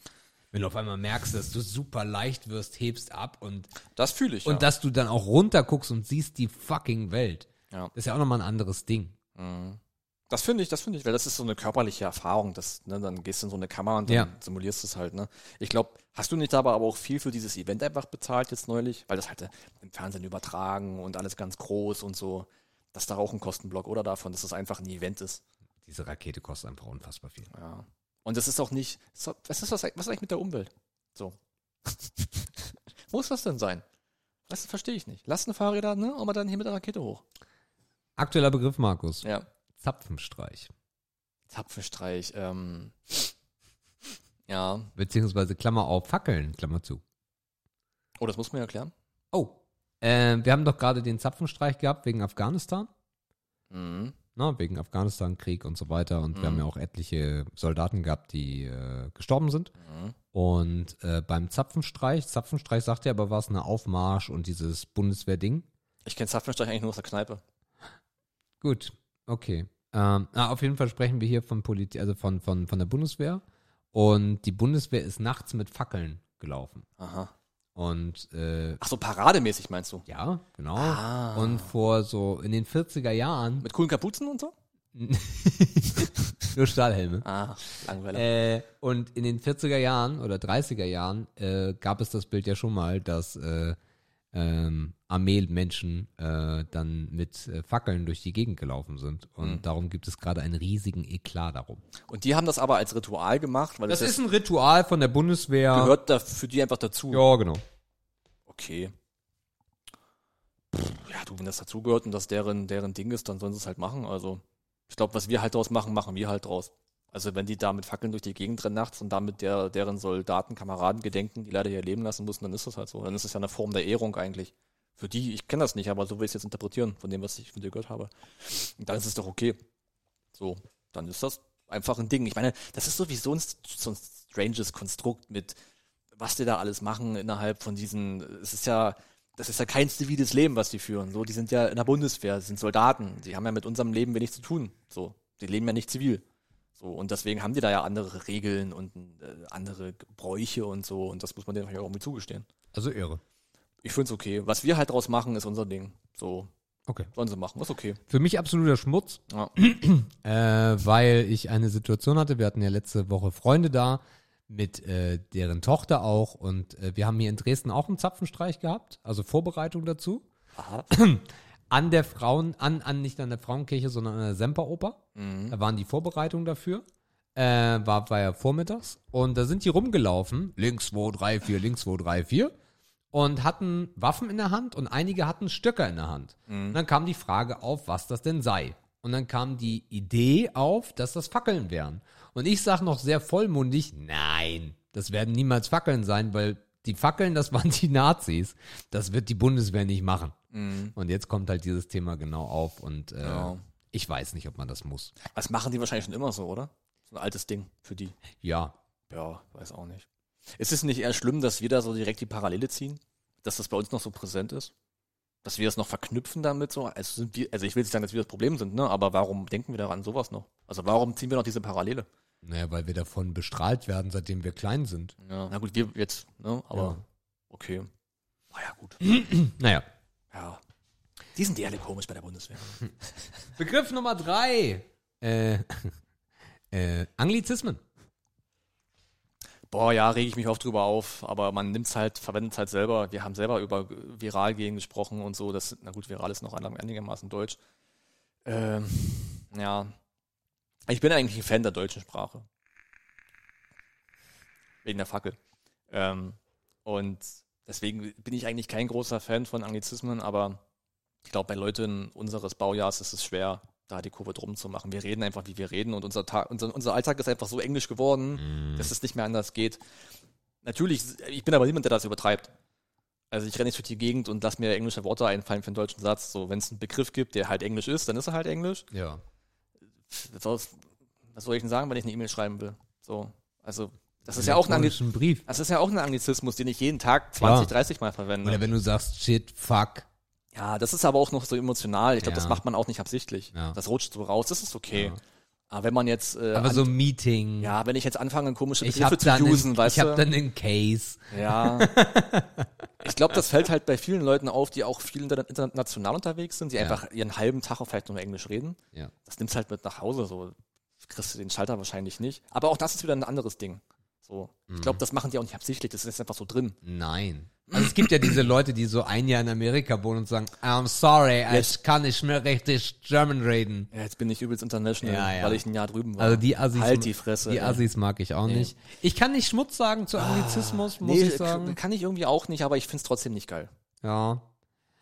S1: Wenn du auf einmal merkst, dass du super leicht wirst, hebst ab und
S2: Das fühle ich.
S1: und
S2: ja.
S1: dass du dann auch runter guckst und siehst die fucking Welt.
S2: Ja.
S1: Das ist ja auch nochmal ein anderes Ding.
S2: Das finde ich, das finde ich, weil das ist so eine körperliche Erfahrung. Das, ne, dann gehst du in so eine Kammer und dann
S1: Ja.
S2: simulierst es halt. Ne? Ich glaube, hast du nicht dabei aber auch viel für dieses Event einfach bezahlt jetzt neulich? Weil das halt äh, im Fernsehen übertragen und alles ganz groß und so. Das ist da auch ein Kostenblock oder davon, dass das einfach ein Event ist.
S1: Diese Rakete kostet einfach unfassbar viel.
S2: Ja. Und das ist auch nicht, so- was ist das, eig- was ist eigentlich mit der Umwelt? So. Muss das denn sein? Das verstehe ich nicht. Lastenfahrräder, ne? Aber dann hier mit der Rakete hoch.
S1: Aktueller Begriff, Markus.
S2: Ja.
S1: Zapfenstreich.
S2: Zapfenstreich, ähm. Ja.
S1: Beziehungsweise Klammer auf, Fackeln, Klammer zu.
S2: Oh, das muss man ja erklären.
S1: Oh, äh, wir haben doch gerade den Zapfenstreich gehabt wegen Afghanistan.
S2: Mhm.
S1: Na, wegen Afghanistan-Krieg und so weiter. Und wir
S2: Mhm.
S1: haben ja auch etliche Soldaten gehabt, die äh, gestorben sind.
S2: Mhm.
S1: Und äh, beim Zapfenstreich, Zapfenstreich sagt ja aber was, eine Aufmarsch und dieses Bundeswehr-Ding.
S2: Ich kenne Zapfenstreich eigentlich nur aus der Kneipe.
S1: Gut, okay. Ähm, na, auf jeden Fall sprechen wir hier von Politik, also von, von, von der Bundeswehr. Und die Bundeswehr ist nachts mit Fackeln gelaufen.
S2: Aha.
S1: Und äh,
S2: Ach so, parademäßig meinst du?
S1: ja, genau.
S2: Ah.
S1: Und vor so in den 40er Jahren
S2: Mit coolen Kapuzen und so?
S1: nur Stahlhelme.
S2: Ah, langweilig.
S1: Äh, und in den 40er Jahren oder 30er Jahren äh, gab es das Bild ja schon mal, dass äh, ähm, Armeemenschen äh, dann mit äh, Fackeln durch die Gegend gelaufen sind. Und darum gibt es gerade einen riesigen Eklat darum.
S2: Und die haben das aber als Ritual gemacht, weil das,
S1: Das
S2: das
S1: ist ein Ritual von der Bundeswehr.
S2: gehört da für die einfach dazu.
S1: Ja, genau.
S2: Okay. Pff, Ja, du, wenn das dazugehört und das deren, deren Ding ist, dann sollen sie es halt machen. Also, ich glaube, was wir halt draus machen, machen wir halt draus. Also, wenn die da mit Fackeln durch die Gegend rennen nachts und damit der, deren Soldaten, Kameraden gedenken, die leider ihr Leben lassen mussten, dann ist das halt so. Dann ist das ja eine Form der Ehrung eigentlich. Für die, ich kenne das nicht, aber so will ich es jetzt interpretieren, von dem, was ich von dir gehört habe. Und dann ist es doch okay. So, dann ist das einfach ein Ding. Ich meine, das ist sowieso ein, so ein stranges Konstrukt mit, was die da alles machen innerhalb von diesen, es ist ja, das ist ja kein ziviles Leben, was die führen. So, die sind ja in der Bundeswehr, sind Soldaten, die haben ja mit unserem Leben wenig zu tun. So, die leben ja nicht zivil. So, und deswegen haben die da ja andere Regeln und äh, andere Bräuche und so, und das muss man denen natürlich auch irgendwie zugestehen.
S1: Also irre.
S2: Ich find's okay. Was wir halt draus machen, ist unser Ding. So,
S1: Okay.
S2: sollen sie machen, ist okay.
S1: Für mich absoluter Schmutz,
S2: Ja.
S1: äh, weil ich eine Situation hatte. Wir hatten ja letzte Woche Freunde da mit äh, deren Tochter auch und äh, wir haben hier in Dresden auch einen Zapfenstreich gehabt, also Vorbereitung dazu.
S2: Aha.
S1: An der Frauen, an, an nicht an der Frauenkirche, sondern an der Semperoper.
S2: Mhm.
S1: Da waren die Vorbereitungen dafür. Äh, war, war ja vormittags. Und da sind die rumgelaufen. Links, 2, 3, 4, links, 2, 3, 4. Und hatten Waffen in der Hand und einige hatten Stöcker in der Hand. Und dann kam die Frage auf, was das denn sei. Und dann kam die Idee auf, dass das Fackeln wären. Und ich sag noch sehr vollmundig, nein, das werden niemals Fackeln sein, weil Die Fackeln, das waren die Nazis. Das wird die Bundeswehr nicht machen. Und jetzt kommt halt dieses Thema genau auf und äh,
S2: Ja.
S1: ich weiß nicht, ob man das muss.
S2: Das machen die wahrscheinlich schon immer so, oder? So ein altes Ding für die.
S1: Ja,
S2: Ja, weiß auch nicht. Ist es nicht eher schlimm, dass wir da so direkt die Parallele ziehen? Dass das bei uns noch so präsent ist? Dass wir das noch verknüpfen damit so? Also, sind wir, also ich will nicht sagen, dass wir das Problem sind, ne? aber warum denken wir daran sowas noch? Also warum ziehen wir noch diese Parallele?
S1: naja, weil wir davon bestrahlt werden, seitdem wir klein sind.
S2: Na gut, wir jetzt, ne? aber
S1: Ja.
S2: okay. Naja, gut.
S1: Naja.
S2: Ja. Die sind eh alle komisch bei der Bundeswehr.
S1: Begriff Nummer drei. Äh, äh, Anglizismen.
S2: Boah, ja, rege ich mich oft drüber auf, aber man nimmt's halt, verwendet halt selber. Wir haben selber über viral gehen gesprochen und so. Das, na gut, viral ist noch einiger- einigermaßen deutsch. Ähm, ja. Ich bin eigentlich ein Fan der deutschen Sprache. Wegen der Fackel. Ähm, und deswegen bin ich eigentlich kein großer Fan von Anglizismen, aber ich glaube, bei Leuten unseres Baujahrs ist es schwer, da die Kurve drum zu machen. Wir reden einfach, wie wir reden und unser, Tag, unser, unser Alltag ist einfach so englisch geworden,
S1: Hm.
S2: dass es nicht mehr anders geht. Natürlich, ich bin aber niemand, der das übertreibt. Also ich renne nicht durch die Gegend und lass mir englische Worte einfallen für einen deutschen Satz. So, wenn es einen Begriff gibt, der halt englisch ist, dann ist er halt englisch.
S1: Ja.
S2: Was soll, was soll ich denn sagen, wenn ich eine E-Mail schreiben will? So, also das ist ja auch ein Angli
S1: Einen Brief.
S2: das ist ja auch ein Anglizismus, den ich jeden Tag 20, 30 Mal verwende.
S1: Oder wenn du sagst, shit, fuck.
S2: Ja, das ist aber auch noch so emotional. Ich glaube,
S1: Ja.
S2: das macht man auch nicht absichtlich.
S1: Ja.
S2: Das rutscht so raus, das ist okay. Aber wenn man jetzt, äh,
S1: Aber
S2: an-
S1: so ein Meeting.
S2: ja, wenn ich jetzt anfange, komische
S1: Ich habe
S2: Begriffe zu
S1: dann,
S2: usen,
S1: einen-
S2: weißt
S1: ich hab
S2: du?
S1: dann einen Case.
S2: Ja. ich glaube, das fällt halt bei vielen Leuten auf, die auch viel inter international unterwegs sind, die einfach ihren halben Tag auch vielleicht nur Englisch reden.
S1: Ja.
S2: Das nimmst halt mit nach Hause, so kriegst du den Schalter wahrscheinlich nicht. Aber auch das ist wieder ein anderes Ding. So, ich glaube, das machen die auch nicht absichtlich. Das ist einfach so drin.
S1: Nein. Also es gibt ja diese Leute, die so ein Jahr in Amerika wohnen und sagen, I'm sorry, ich kann nicht mehr richtig German reden.
S2: Ja, jetzt bin ich übelst international,
S1: Ja, ja.
S2: weil ich ein Jahr drüben war.
S1: Also die Assis,
S2: halt die Fresse.
S1: die
S2: ey. Ah,
S1: Assis mag ich auch nicht. Ich kann nicht Schmutz sagen zu Anglizismus, muss
S2: nee,
S1: ich sagen.
S2: Kann ich irgendwie auch nicht, aber ich find's trotzdem nicht geil.
S1: Ja.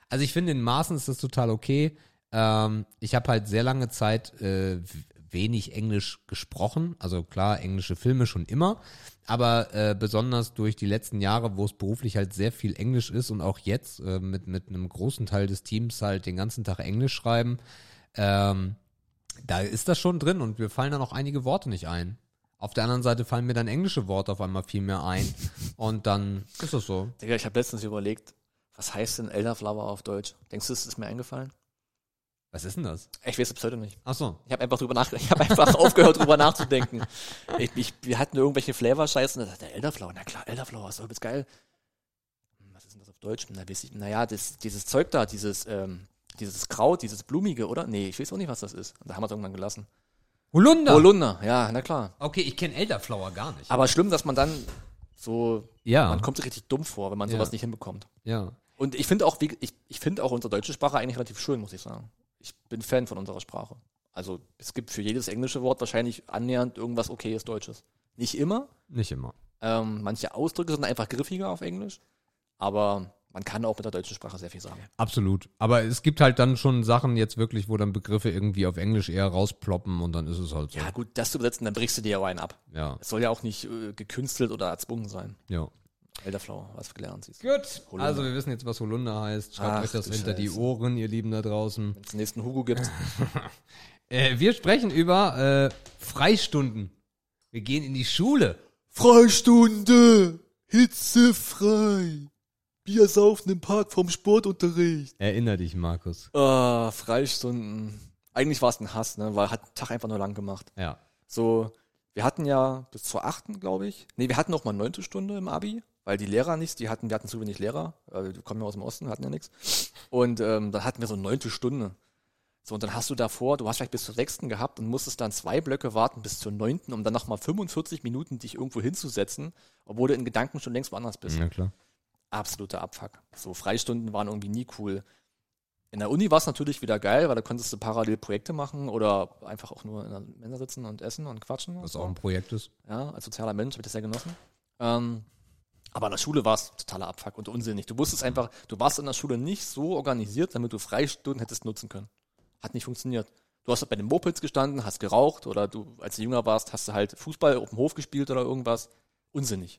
S1: Also ich finde, in Maßen ist das total okay. Ähm, ich habe halt sehr lange Zeit äh, w- wenig Englisch gesprochen. Also klar, englische Filme schon immer. Aber äh, besonders durch die letzten Jahre, wo es beruflich halt sehr viel Englisch ist und auch jetzt äh, mit, mit einem großen Teil des Teams halt den ganzen Tag Englisch schreiben, ähm, da ist das schon drin und mir fallen dann auch einige Worte nicht ein. Auf der anderen Seite fallen mir dann englische Worte auf einmal viel mehr ein. Und dann ist das so.
S2: Digga, ich habe letztens überlegt, was heißt denn Elderflower auf Deutsch? Denkst du, es ist mir eingefallen?
S1: Was ist denn das?
S2: Ich weiß es bis heute nicht.
S1: Ach so.
S2: Ich habe einfach drüber nach, ich habe einfach aufgehört, drüber nachzudenken. Ich, ich, wir hatten irgendwelche Flavor-Scheiße und da dachte ich, Elderflower, na klar, Elderflower ist übelst geil. Hm, Was ist denn das auf Deutsch? Na, weiß ich, naja, das, dieses Zeug da, dieses, ähm, dieses Kraut, dieses Blumige, oder? Nee, ich weiß auch nicht, was das ist. Und da haben wir es irgendwann gelassen.
S1: Holunder.
S2: Holunder, ja, na klar.
S1: okay, ich kenne Elderflower gar nicht.
S2: Aber schlimm, dass man dann so,
S1: Ja.
S2: man kommt sich richtig dumm vor, wenn man sowas
S1: Ja.
S2: nicht hinbekommt.
S1: ja.
S2: Und ich finde auch, wie- ich, ich finde auch unsere deutsche Sprache eigentlich relativ schön, muss ich sagen. Ich bin Fan von unserer Sprache. Also es gibt für jedes englische Wort wahrscheinlich annähernd irgendwas okayes Deutsches. Nicht immer.
S1: Nicht immer.
S2: Ähm, manche Ausdrücke sind einfach griffiger auf Englisch, aber man kann auch mit der deutschen Sprache sehr viel sagen.
S1: Absolut. Aber es gibt halt dann schon Sachen jetzt wirklich, wo dann Begriffe irgendwie auf Englisch eher rausploppen und dann ist es halt so.
S2: Ja Ah, gut, das zu besetzen, dann brichst du dir aber einen ab.
S1: Ja.
S2: Es soll ja auch nicht äh, gekünstelt oder erzwungen sein.
S1: ja.
S2: Elderflower, was gelernt siehst.
S1: Gut.
S2: Holunder.
S1: Also wir wissen jetzt, was Holunder heißt. Schreibt
S2: Ach,
S1: euch das
S2: du
S1: hinter die
S2: Scheiße.
S1: Ohren, ihr Lieben da draußen.
S2: Wenn es den nächsten Hugo gibt,
S1: Äh, wir sprechen über äh, Freistunden. Wir gehen in die Schule.
S6: Freistunde! Hitzefrei! Bier saufen im Park vom Sportunterricht.
S1: Erinner dich, Markus.
S2: Ah, Freistunden. Eigentlich war es ein Hass, ne? Weil hat den Tag einfach nur lang gemacht.
S1: Ja.
S2: So, wir hatten ja bis zur achten, glaube ich. Nee, wir hatten noch mal neunte Stunde im Abi, weil die Lehrer nichts, die hatten, wir hatten zu wenig Lehrer. Äh, Wir kommen ja aus dem Osten, wir hatten ja nichts. Und ähm, dann hatten wir so neunte Stunde. So, und dann hast du davor, du hast vielleicht bis zur sechsten gehabt und musstest dann zwei Blöcke warten bis zur neunten, um dann nochmal 45 Minuten dich irgendwo hinzusetzen, obwohl du in Gedanken schon längst woanders bist
S1: Na klar.
S2: absoluter Abfuck. So Freistunden waren irgendwie nie cool. In der Uni war es natürlich wieder geil, weil da konntest du parallel Projekte machen oder einfach auch nur in der Mensa sitzen und essen und quatschen. und
S1: Was
S2: so.
S1: auch ein Projekt ist.
S2: Ja, als sozialer Mensch habe ich das sehr genossen. Ähm, aber in der Schule war es totaler Abfuck und unsinnig. Du wusstest einfach, du warst in der Schule nicht so organisiert, damit du Freistunden hättest nutzen können. Hat nicht funktioniert. Du hast halt bei den Mopeds gestanden, hast geraucht oder du, als du jünger warst, hast du halt Fußball auf dem Hof gespielt oder irgendwas. Unsinnig.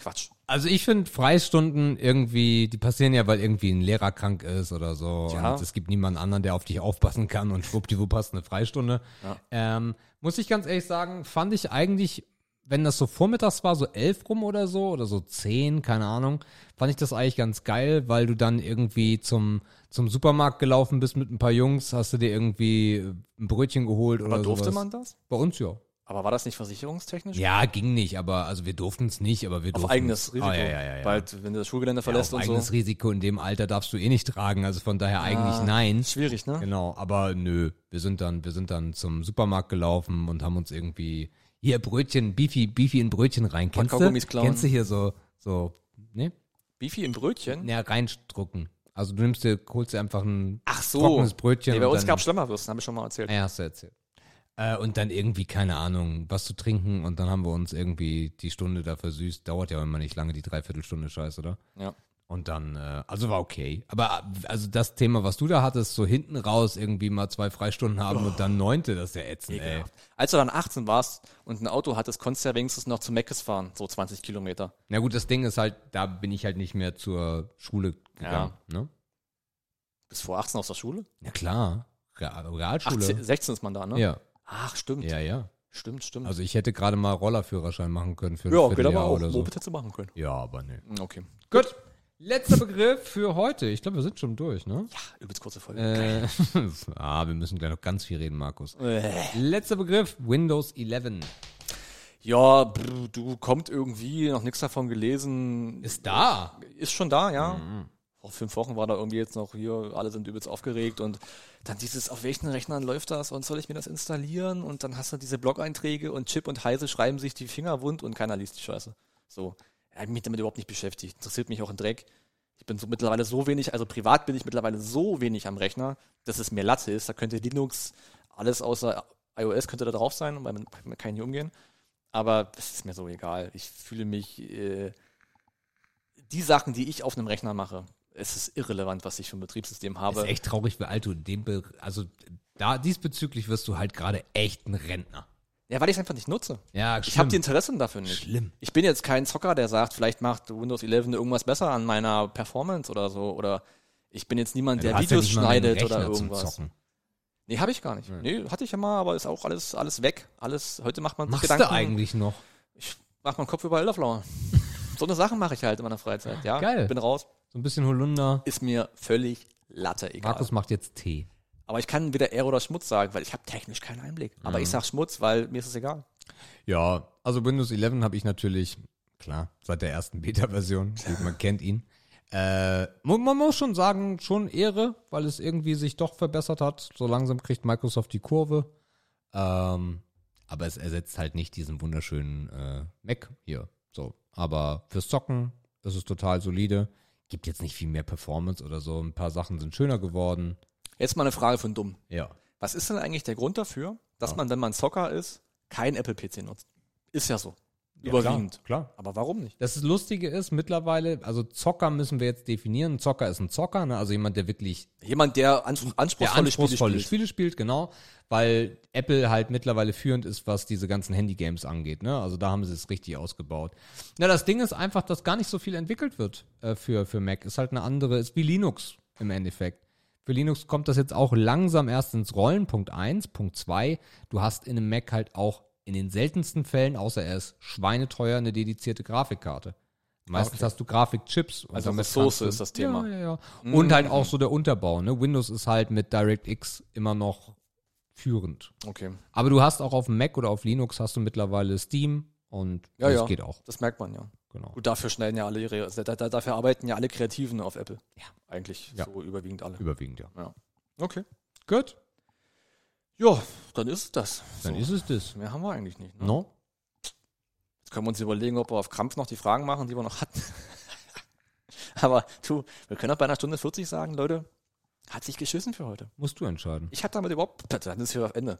S2: Quatsch.
S1: Also ich finde Freistunden irgendwie, die passieren ja, weil irgendwie ein Lehrer krank ist oder so
S2: Ja.
S1: und es gibt niemanden anderen, der auf dich aufpassen kann und schwuppdiwupp hast eine Freistunde.
S2: Ja.
S1: Ähm, muss ich ganz ehrlich sagen, fand ich eigentlich, wenn das so vormittags war, so elf rum oder so oder so zehn, keine Ahnung, fand ich das eigentlich ganz geil, weil du dann irgendwie zum zum Supermarkt gelaufen bist mit ein paar Jungs, hast du dir irgendwie ein Brötchen geholt oder
S2: Aber durfte
S1: sowas.
S2: man das?
S1: Bei uns ja.
S2: Aber war das nicht versicherungstechnisch?
S1: Ja, ging nicht, aber also wir durften es nicht, aber wir durften
S2: Auf eigenes Risiko.
S1: Ah, ja, ja, ja, ja.
S2: Bald, wenn du das Schulgelände verlässt
S1: ja, auf
S2: und
S1: eigenes
S2: so.
S1: Risiko in dem Alter darfst du eh nicht tragen, also von daher eigentlich
S2: Ah,
S1: nein.
S2: Schwierig, ne?
S1: Genau, aber nö, wir sind dann, wir sind dann zum Supermarkt gelaufen und haben uns irgendwie hier Brötchen, Beefy, Beefy in Brötchen rein. Kennst du?
S2: Kaugummis klauen.
S1: Kennst du hier so, so, ne?
S2: Beefy im Brötchen?
S1: Ja, reindrucken. Also du nimmst dir, holst dir einfach ein
S2: Ach so.
S1: trockenes Brötchen.
S2: Nee, bei
S1: und
S2: uns
S1: dann-
S2: gab es Schlemmerwürsten, habe ich schon mal erzählt.
S1: Ah Ja, hast du erzählt. Äh, und dann irgendwie, keine Ahnung, was zu trinken und dann haben wir uns irgendwie die Stunde da versüßt. Dauert ja immer nicht lange, die Dreiviertelstunde Scheiß, oder?
S2: Ja.
S1: Und dann, äh, also war okay. Aber äh, also das Thema, was du da hattest, so hinten raus irgendwie mal zwei Freistunden haben und dann neunte, das ist ja ätzend, ey.
S2: Als du dann 18 warst und ein Auto hattest, konntest du ja wenigstens noch zu Meckes fahren, so 20 Kilometer.
S1: Na gut, das Ding ist halt, da bin ich halt nicht mehr zur Schule gegangen. Ne?
S2: Bis vor 18 aus der Schule?
S1: Na klar, Real Realschule.
S2: 18, 16 ist man da, ne?
S1: ja,
S2: Ach, stimmt.
S1: ja, ja.
S2: Stimmt, stimmt.
S1: Also ich hätte gerade mal Rollerführerschein machen können für ein
S2: ja, geht aber
S1: Vierteljahr
S2: auch.
S1: oder so.
S2: Moped hättest du machen können. Hm,
S1: Ja, aber ne.
S2: Okay.
S1: Gut. Letzter Begriff für heute. Ich glaube, wir sind schon durch, ne?
S2: Ja, übelst kurze Folge.
S1: Äh, ah, wir müssen gleich noch ganz viel reden, Markus.
S2: Äh.
S1: Letzter Begriff, Windows 11.
S2: Ja, brr, du kommt irgendwie, noch nichts davon gelesen.
S1: Ist da.
S2: Ist schon da, ja. Vor fünf Wochen war da irgendwie jetzt noch hier, alle sind übelst aufgeregt und dann dieses, auf welchen Rechnern läuft das und soll ich mir das installieren? Und dann hast du diese Blog-Einträge und Chip und Heise schreiben sich die Finger wund und keiner liest die Scheiße. So. Ich hab mich damit überhaupt nicht beschäftigt. Interessiert mich auch ein Dreck. Ich bin so mittlerweile so wenig, also privat bin ich mittlerweile so wenig am Rechner, dass es mir Latte ist. Da könnte Linux, alles außer iOS könnte da drauf sein, weil man, man kann hier umgehen. Aber es ist mir so egal. Ich fühle mich, äh, die Sachen, die ich auf einem Rechner mache, es ist irrelevant, was ich für ein Betriebssystem habe.
S1: ist echt traurig, wie alt du in dem Be also da diesbezüglich wirst du halt gerade echt ein Rentner.
S2: Ja, weil ich es einfach nicht nutze.
S1: Ja,
S2: Ich habe die Interessen dafür nicht.
S1: Schlimm.
S2: Ich bin jetzt kein Zocker, der sagt, vielleicht macht Windows 11 irgendwas besser an meiner Performance oder so. Oder ich bin jetzt niemand, der Videos schneidet oder irgendwas. Nee, habe ich gar nicht. Nee, hatte ich ja mal, aber ist auch alles, alles weg. Alles, heute macht man sich
S1: Machst du eigentlich noch?
S2: Ich mach meinen Kopf über Elderflower. so eine Sachen mache ich halt in meiner Freizeit. Ja,
S1: Geil.
S2: Bin raus.
S1: So ein bisschen Holunder.
S2: Ist mir völlig Latte egal.
S1: Markus macht jetzt Tee.
S2: Aber ich kann weder Ehre oder Schmutz sagen, weil ich habe technisch keinen Einblick. Aber
S1: Mhm.
S2: ich sag Schmutz, weil mir ist es egal.
S1: Ja, also Windows 11 habe ich natürlich, klar, seit der ersten Beta-Version, gut, man kennt ihn. Äh, mu- man muss schon sagen, schon Ehre, weil es irgendwie sich doch verbessert hat. So langsam kriegt Microsoft die Kurve. Ähm, aber es ersetzt halt nicht diesen wunderschönen äh, Mac hier. So, aber fürs Zocken ist es total solide. Gibt jetzt nicht viel mehr Performance oder so. Ein paar Sachen sind schöner geworden.
S2: Jetzt mal eine Frage von dumm.
S1: Ja.
S2: Was ist denn eigentlich der Grund dafür, dass man, wenn man Zocker ist, kein Apple-PC nutzt? Ist ja so. Überwiegend.
S1: Klar. klar.
S2: Aber warum nicht?
S1: Das Lustige ist mittlerweile, also Zocker müssen wir jetzt definieren. Ein Zocker ist ein Zocker, ne? also jemand, der wirklich
S2: Jemand, der ans
S1: der
S2: anspruchsvolle,
S1: anspruchsvolle
S2: Spiele spielt.
S1: Spiele spielt, genau, weil Apple halt mittlerweile führend ist, was diese ganzen Handy-Games angeht. Ne? Also da haben sie es richtig ausgebaut. Na, das Ding ist einfach, dass gar nicht so viel entwickelt wird äh, für, für Mac. Ist halt eine andere, ist wie Linux im Endeffekt. Für Linux kommt das jetzt auch langsam erst ins Rollen, Punkt eins, Punkt zwei. du hast in einem Mac halt auch in den seltensten Fällen, außer er ist schweineteuer, eine dedizierte Grafikkarte. Meistens hast du Grafikchips. und
S2: Also
S1: damit
S2: Ressource
S1: kannst du-
S2: ist das Thema. Mhm.
S1: Ja, ja, ja. Und halt auch so der Unterbau. Ne? Windows ist halt mit DirectX immer noch führend.
S2: Okay.
S1: Aber du hast auch auf dem Mac oder auf Linux hast du mittlerweile Steam und
S2: Ja,
S1: das
S2: ja.
S1: geht auch.
S2: Das merkt man ja.
S1: Genau.
S2: Gut, dafür schneiden ja alle ihre, also da, da, dafür arbeiten ja alle Kreativen auf Apple.
S1: Ja.
S2: Eigentlich
S1: Ja.
S2: so überwiegend alle.
S1: Überwiegend, ja.
S2: Okay.
S1: Gut,
S2: Ja, dann ist es das.
S1: dann
S2: so.
S1: ist es das.
S2: Mehr haben wir eigentlich nicht. Ne?
S1: No?
S2: Jetzt können wir uns überlegen, ob wir auf Krampf noch die Fragen machen, die wir noch hatten. Aber du, wir können auch bei einer Stunde 40 sagen, Leute, hat sich geschissen für heute.
S1: Musst du entscheiden.
S2: Ich habe damit überhaupt, dann ist hier auf Ende.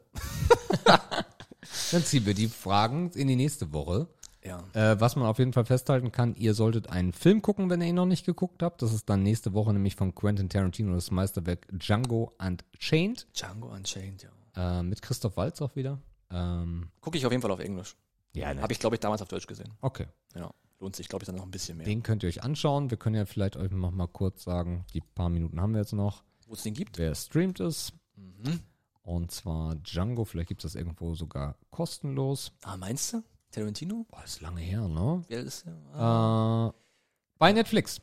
S1: Dann ziehen wir die Fragen in die nächste Woche.
S2: Ja.
S1: Äh, was man auf jeden Fall festhalten kann, ihr solltet einen Film gucken, wenn ihr ihn noch nicht geguckt habt. Das ist dann nächste Woche nämlich von Quentin Tarantino, das Meisterwerk Django Unchained.
S2: Django Unchained, ja.
S1: Äh, mit Christoph Walz auch wieder. Ähm,
S2: Gucke ich auf jeden Fall auf Englisch.
S1: ja,
S2: Habe ich, glaube ich, damals auf Deutsch gesehen.
S1: Okay.
S2: Ja. Lohnt sich, glaube ich, dann noch ein bisschen mehr.
S1: Den könnt ihr euch anschauen. Wir können ja vielleicht euch noch mal kurz sagen, die paar Minuten haben wir jetzt noch,
S2: Wo es den gibt?
S1: wer streamt ist. Und zwar Django, vielleicht gibt es das irgendwo sogar kostenlos.
S2: Ah, meinst du? Tarantino?
S1: Boah, ist lange her, ne?
S2: Wer ist der?
S1: Äh, bei Netflix.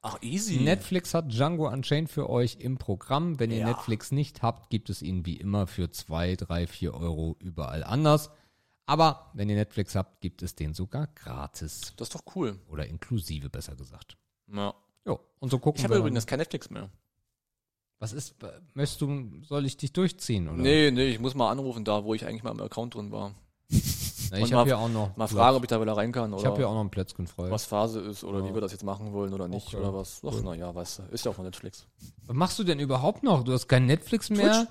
S2: Ach, easy.
S1: Netflix hat Django Unchained für euch im Programm. Wenn ihr
S2: Ja.
S1: Netflix nicht habt, gibt es ihn wie immer für 2, 3, 4 Euro überall anders. Aber wenn ihr Netflix habt, gibt es den sogar gratis.
S2: Das ist doch cool.
S1: Oder inklusive, besser gesagt.
S2: Ja.
S1: Jo, und so gucken
S2: Ich habe
S1: wir.
S2: übrigens kein Netflix mehr.
S1: was ist, äh, möchtest du, soll ich dich durchziehen? Oder?
S2: Nee, nee, ich muss mal anrufen da, wo ich eigentlich mal im Account drin war.
S1: Na, ich
S2: und
S1: habe
S2: mal-
S1: hier auch noch.
S2: Mal
S1: Platz.
S2: fragen, ob ich da wieder rein kann
S1: Ich habe hier
S2: oder
S1: auch noch einen Plötzchen frei.
S2: was
S1: Was?
S2: Phase ist oder wie wir das jetzt machen wollen oder nicht
S1: Okay.
S2: oder was. Ach, naja, weißt du, ist ja auch von Netflix.
S1: machst du denn überhaupt noch? Du hast kein Netflix mehr?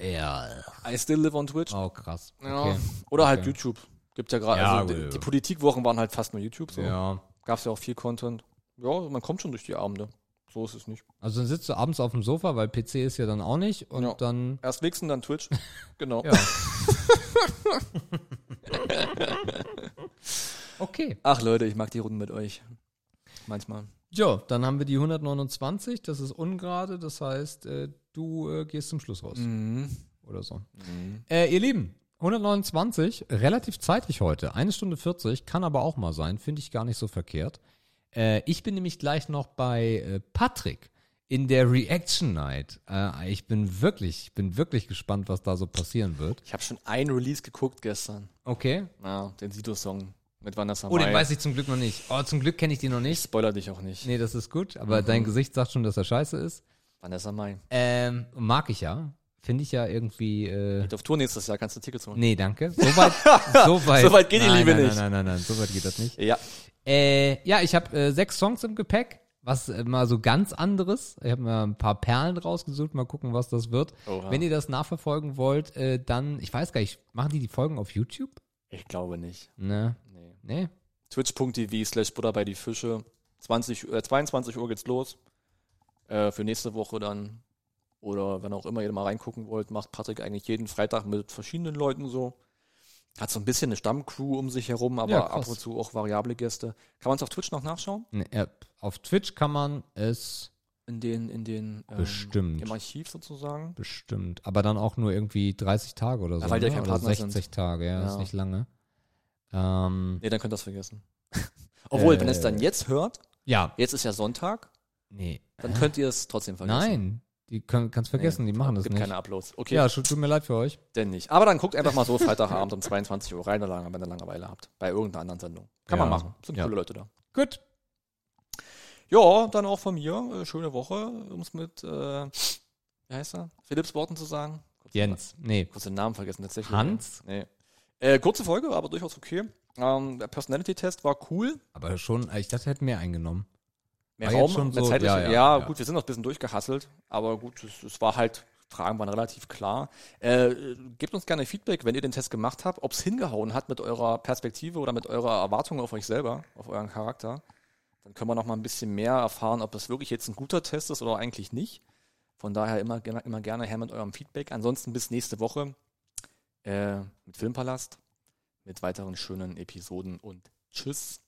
S1: Ja.
S2: I still live on Twitch.
S1: Oh, krass.
S2: Ja.
S1: Okay.
S2: Oder halt
S1: Okay.
S2: YouTube. Gibt ja gerade,
S1: Ja,
S2: also
S1: gut,
S2: die,
S1: ja.
S2: die Politikwochen waren halt fast nur YouTube. So.
S1: ja.
S2: Gab es ja auch viel Content. Ja, man kommt schon durch die Abende. So ist es nicht.
S1: Also dann sitzt du abends auf dem Sofa, weil PC ist ja dann auch nicht und
S2: Ja.
S1: dann
S2: Erst Wichsen, dann Twitch. Genau.
S1: Ja. okay.
S2: Ach Leute, ich mag die Runden mit euch. Manchmal.
S1: Ja, dann haben wir die 129, das ist ungerade, das heißt, äh, du äh, gehst zum Schluss raus oder so. Äh, ihr Lieben, 129, relativ zeitig heute, eine Stunde 40, kann aber auch mal sein, finde ich gar nicht so verkehrt. Äh, ich bin nämlich gleich noch bei äh, Patrick in der Reaction Night. Äh, ich bin wirklich, bin wirklich gespannt, was da so passieren wird.
S2: Ich habe schon ein Release geguckt gestern.
S1: Okay.
S2: Ja, den Sido-Song mit Vanessa
S1: Oh, den weiß ich zum Glück noch nicht. Oh, zum Glück kenne ich den noch
S2: Ich
S1: nicht.
S2: spoiler dich auch nicht.
S1: Nee, das ist gut, aber dein Gesicht sagt schon, dass er scheiße ist.
S2: Vanessa Mai.
S1: Ähm, mag ich ja. Finde ich ja irgendwie. Äh,
S2: Geht Halt auf Tour nächstes Jahr, kannst du Tickets holen.
S1: nee, danke. So weit, so weit.
S2: So weit geht die
S1: nein,
S2: Liebe
S1: nein,
S2: nicht.
S1: Nein, nein, nein, nein, so weit geht das nicht.
S2: Ja.
S1: Äh, ja, ich habe äh, sechs Songs im Gepäck, was äh, mal so ganz anderes. Ich habe mir ein paar Perlen rausgesucht, mal gucken, was das wird.
S2: Oha.
S1: Wenn ihr das nachverfolgen wollt, äh, dann, ich weiß gar nicht, machen die die Folgen auf YouTube?
S2: Ich glaube nicht.
S1: Ne,
S2: Nee.
S1: ne.
S2: Twitch.tv slash Buddha bei die Fische. 20, äh, 22 Uhr geht's los. Äh, für nächste Woche dann. Oder wenn auch immer ihr mal reingucken wollt, macht Patrick eigentlich jeden Freitag mit verschiedenen Leuten so. Hat so ein bisschen eine Stammcrew um sich herum, aber
S1: Ja, krass.
S2: ab und zu auch variable Gäste. Kann man es auf Twitch noch nachschauen?
S1: Ne, äh, auf Twitch kann man es
S2: In den, in den ähm,
S1: Bestimmt.
S2: im Archiv sozusagen.
S1: Bestimmt. Aber dann auch nur irgendwie 30 Tage oder so.
S2: Ja, weil die
S1: ne?
S2: ja kein
S1: oder
S2: Partner
S1: 60
S2: sind.
S1: Tage, ja, ist
S2: Ja.
S1: nicht lange. Ähm,
S2: Nee, dann könnt ihr das vergessen. Obwohl, wenn ihr es dann
S1: Äh.
S2: jetzt hört,
S1: ja,
S2: jetzt ist ja Sonntag,
S1: nee.
S2: dann könnt ihr es trotzdem vergessen.
S1: Nein, die können, kannst vergessen, die machen das
S2: gibt
S1: nicht.
S2: keine Uploads. Okay.
S1: Ja, tut tut mir leid für euch.
S2: Denn nicht. Aber dann guckt einfach mal so Freitagabend um 22 Uhr rein, wenn ihr Langeweile habt. Bei irgendeiner anderen Sendung. Kann
S1: Ja.
S2: man machen. Sind
S1: Ja.
S2: coole Leute da.
S1: Gut.
S2: Ja, dann auch von mir. Äh, schöne Woche, um es mit, äh, wie heißt er? Philipps Worten zu sagen. Kurz-
S1: Jens, nee.
S2: Kurz den Namen vergessen, tatsächlich.
S1: Hans?
S2: Nee. Äh, kurze Folge, war aber durchaus okay. Ähm, der Personality-Test war cool.
S1: Aber schon, ich dachte, hätten mehr eingenommen.
S2: Mehr
S1: War jetzt
S2: Raum,
S1: schon
S2: mehr
S1: so,
S2: Zeit.
S1: ja,
S2: Ja,
S1: ja, ja.
S2: gut, wir sind noch ein bisschen durchgehasselt, aber gut, es, es war halt, Fragen waren relativ klar. Äh, gebt uns gerne Feedback, wenn ihr den Test gemacht habt, ob es hingehauen hat mit eurer Perspektive oder mit eurer Erwartung auf euch selber, auf euren Charakter. Dann können wir noch mal ein bisschen mehr erfahren, ob das wirklich jetzt ein guter Test ist oder eigentlich nicht. Von daher immer, gerne- immer gerne her mit eurem Feedback. Ansonsten bis nächste Woche äh, mit Filmpalast, mit weiteren schönen Episoden und tschüss.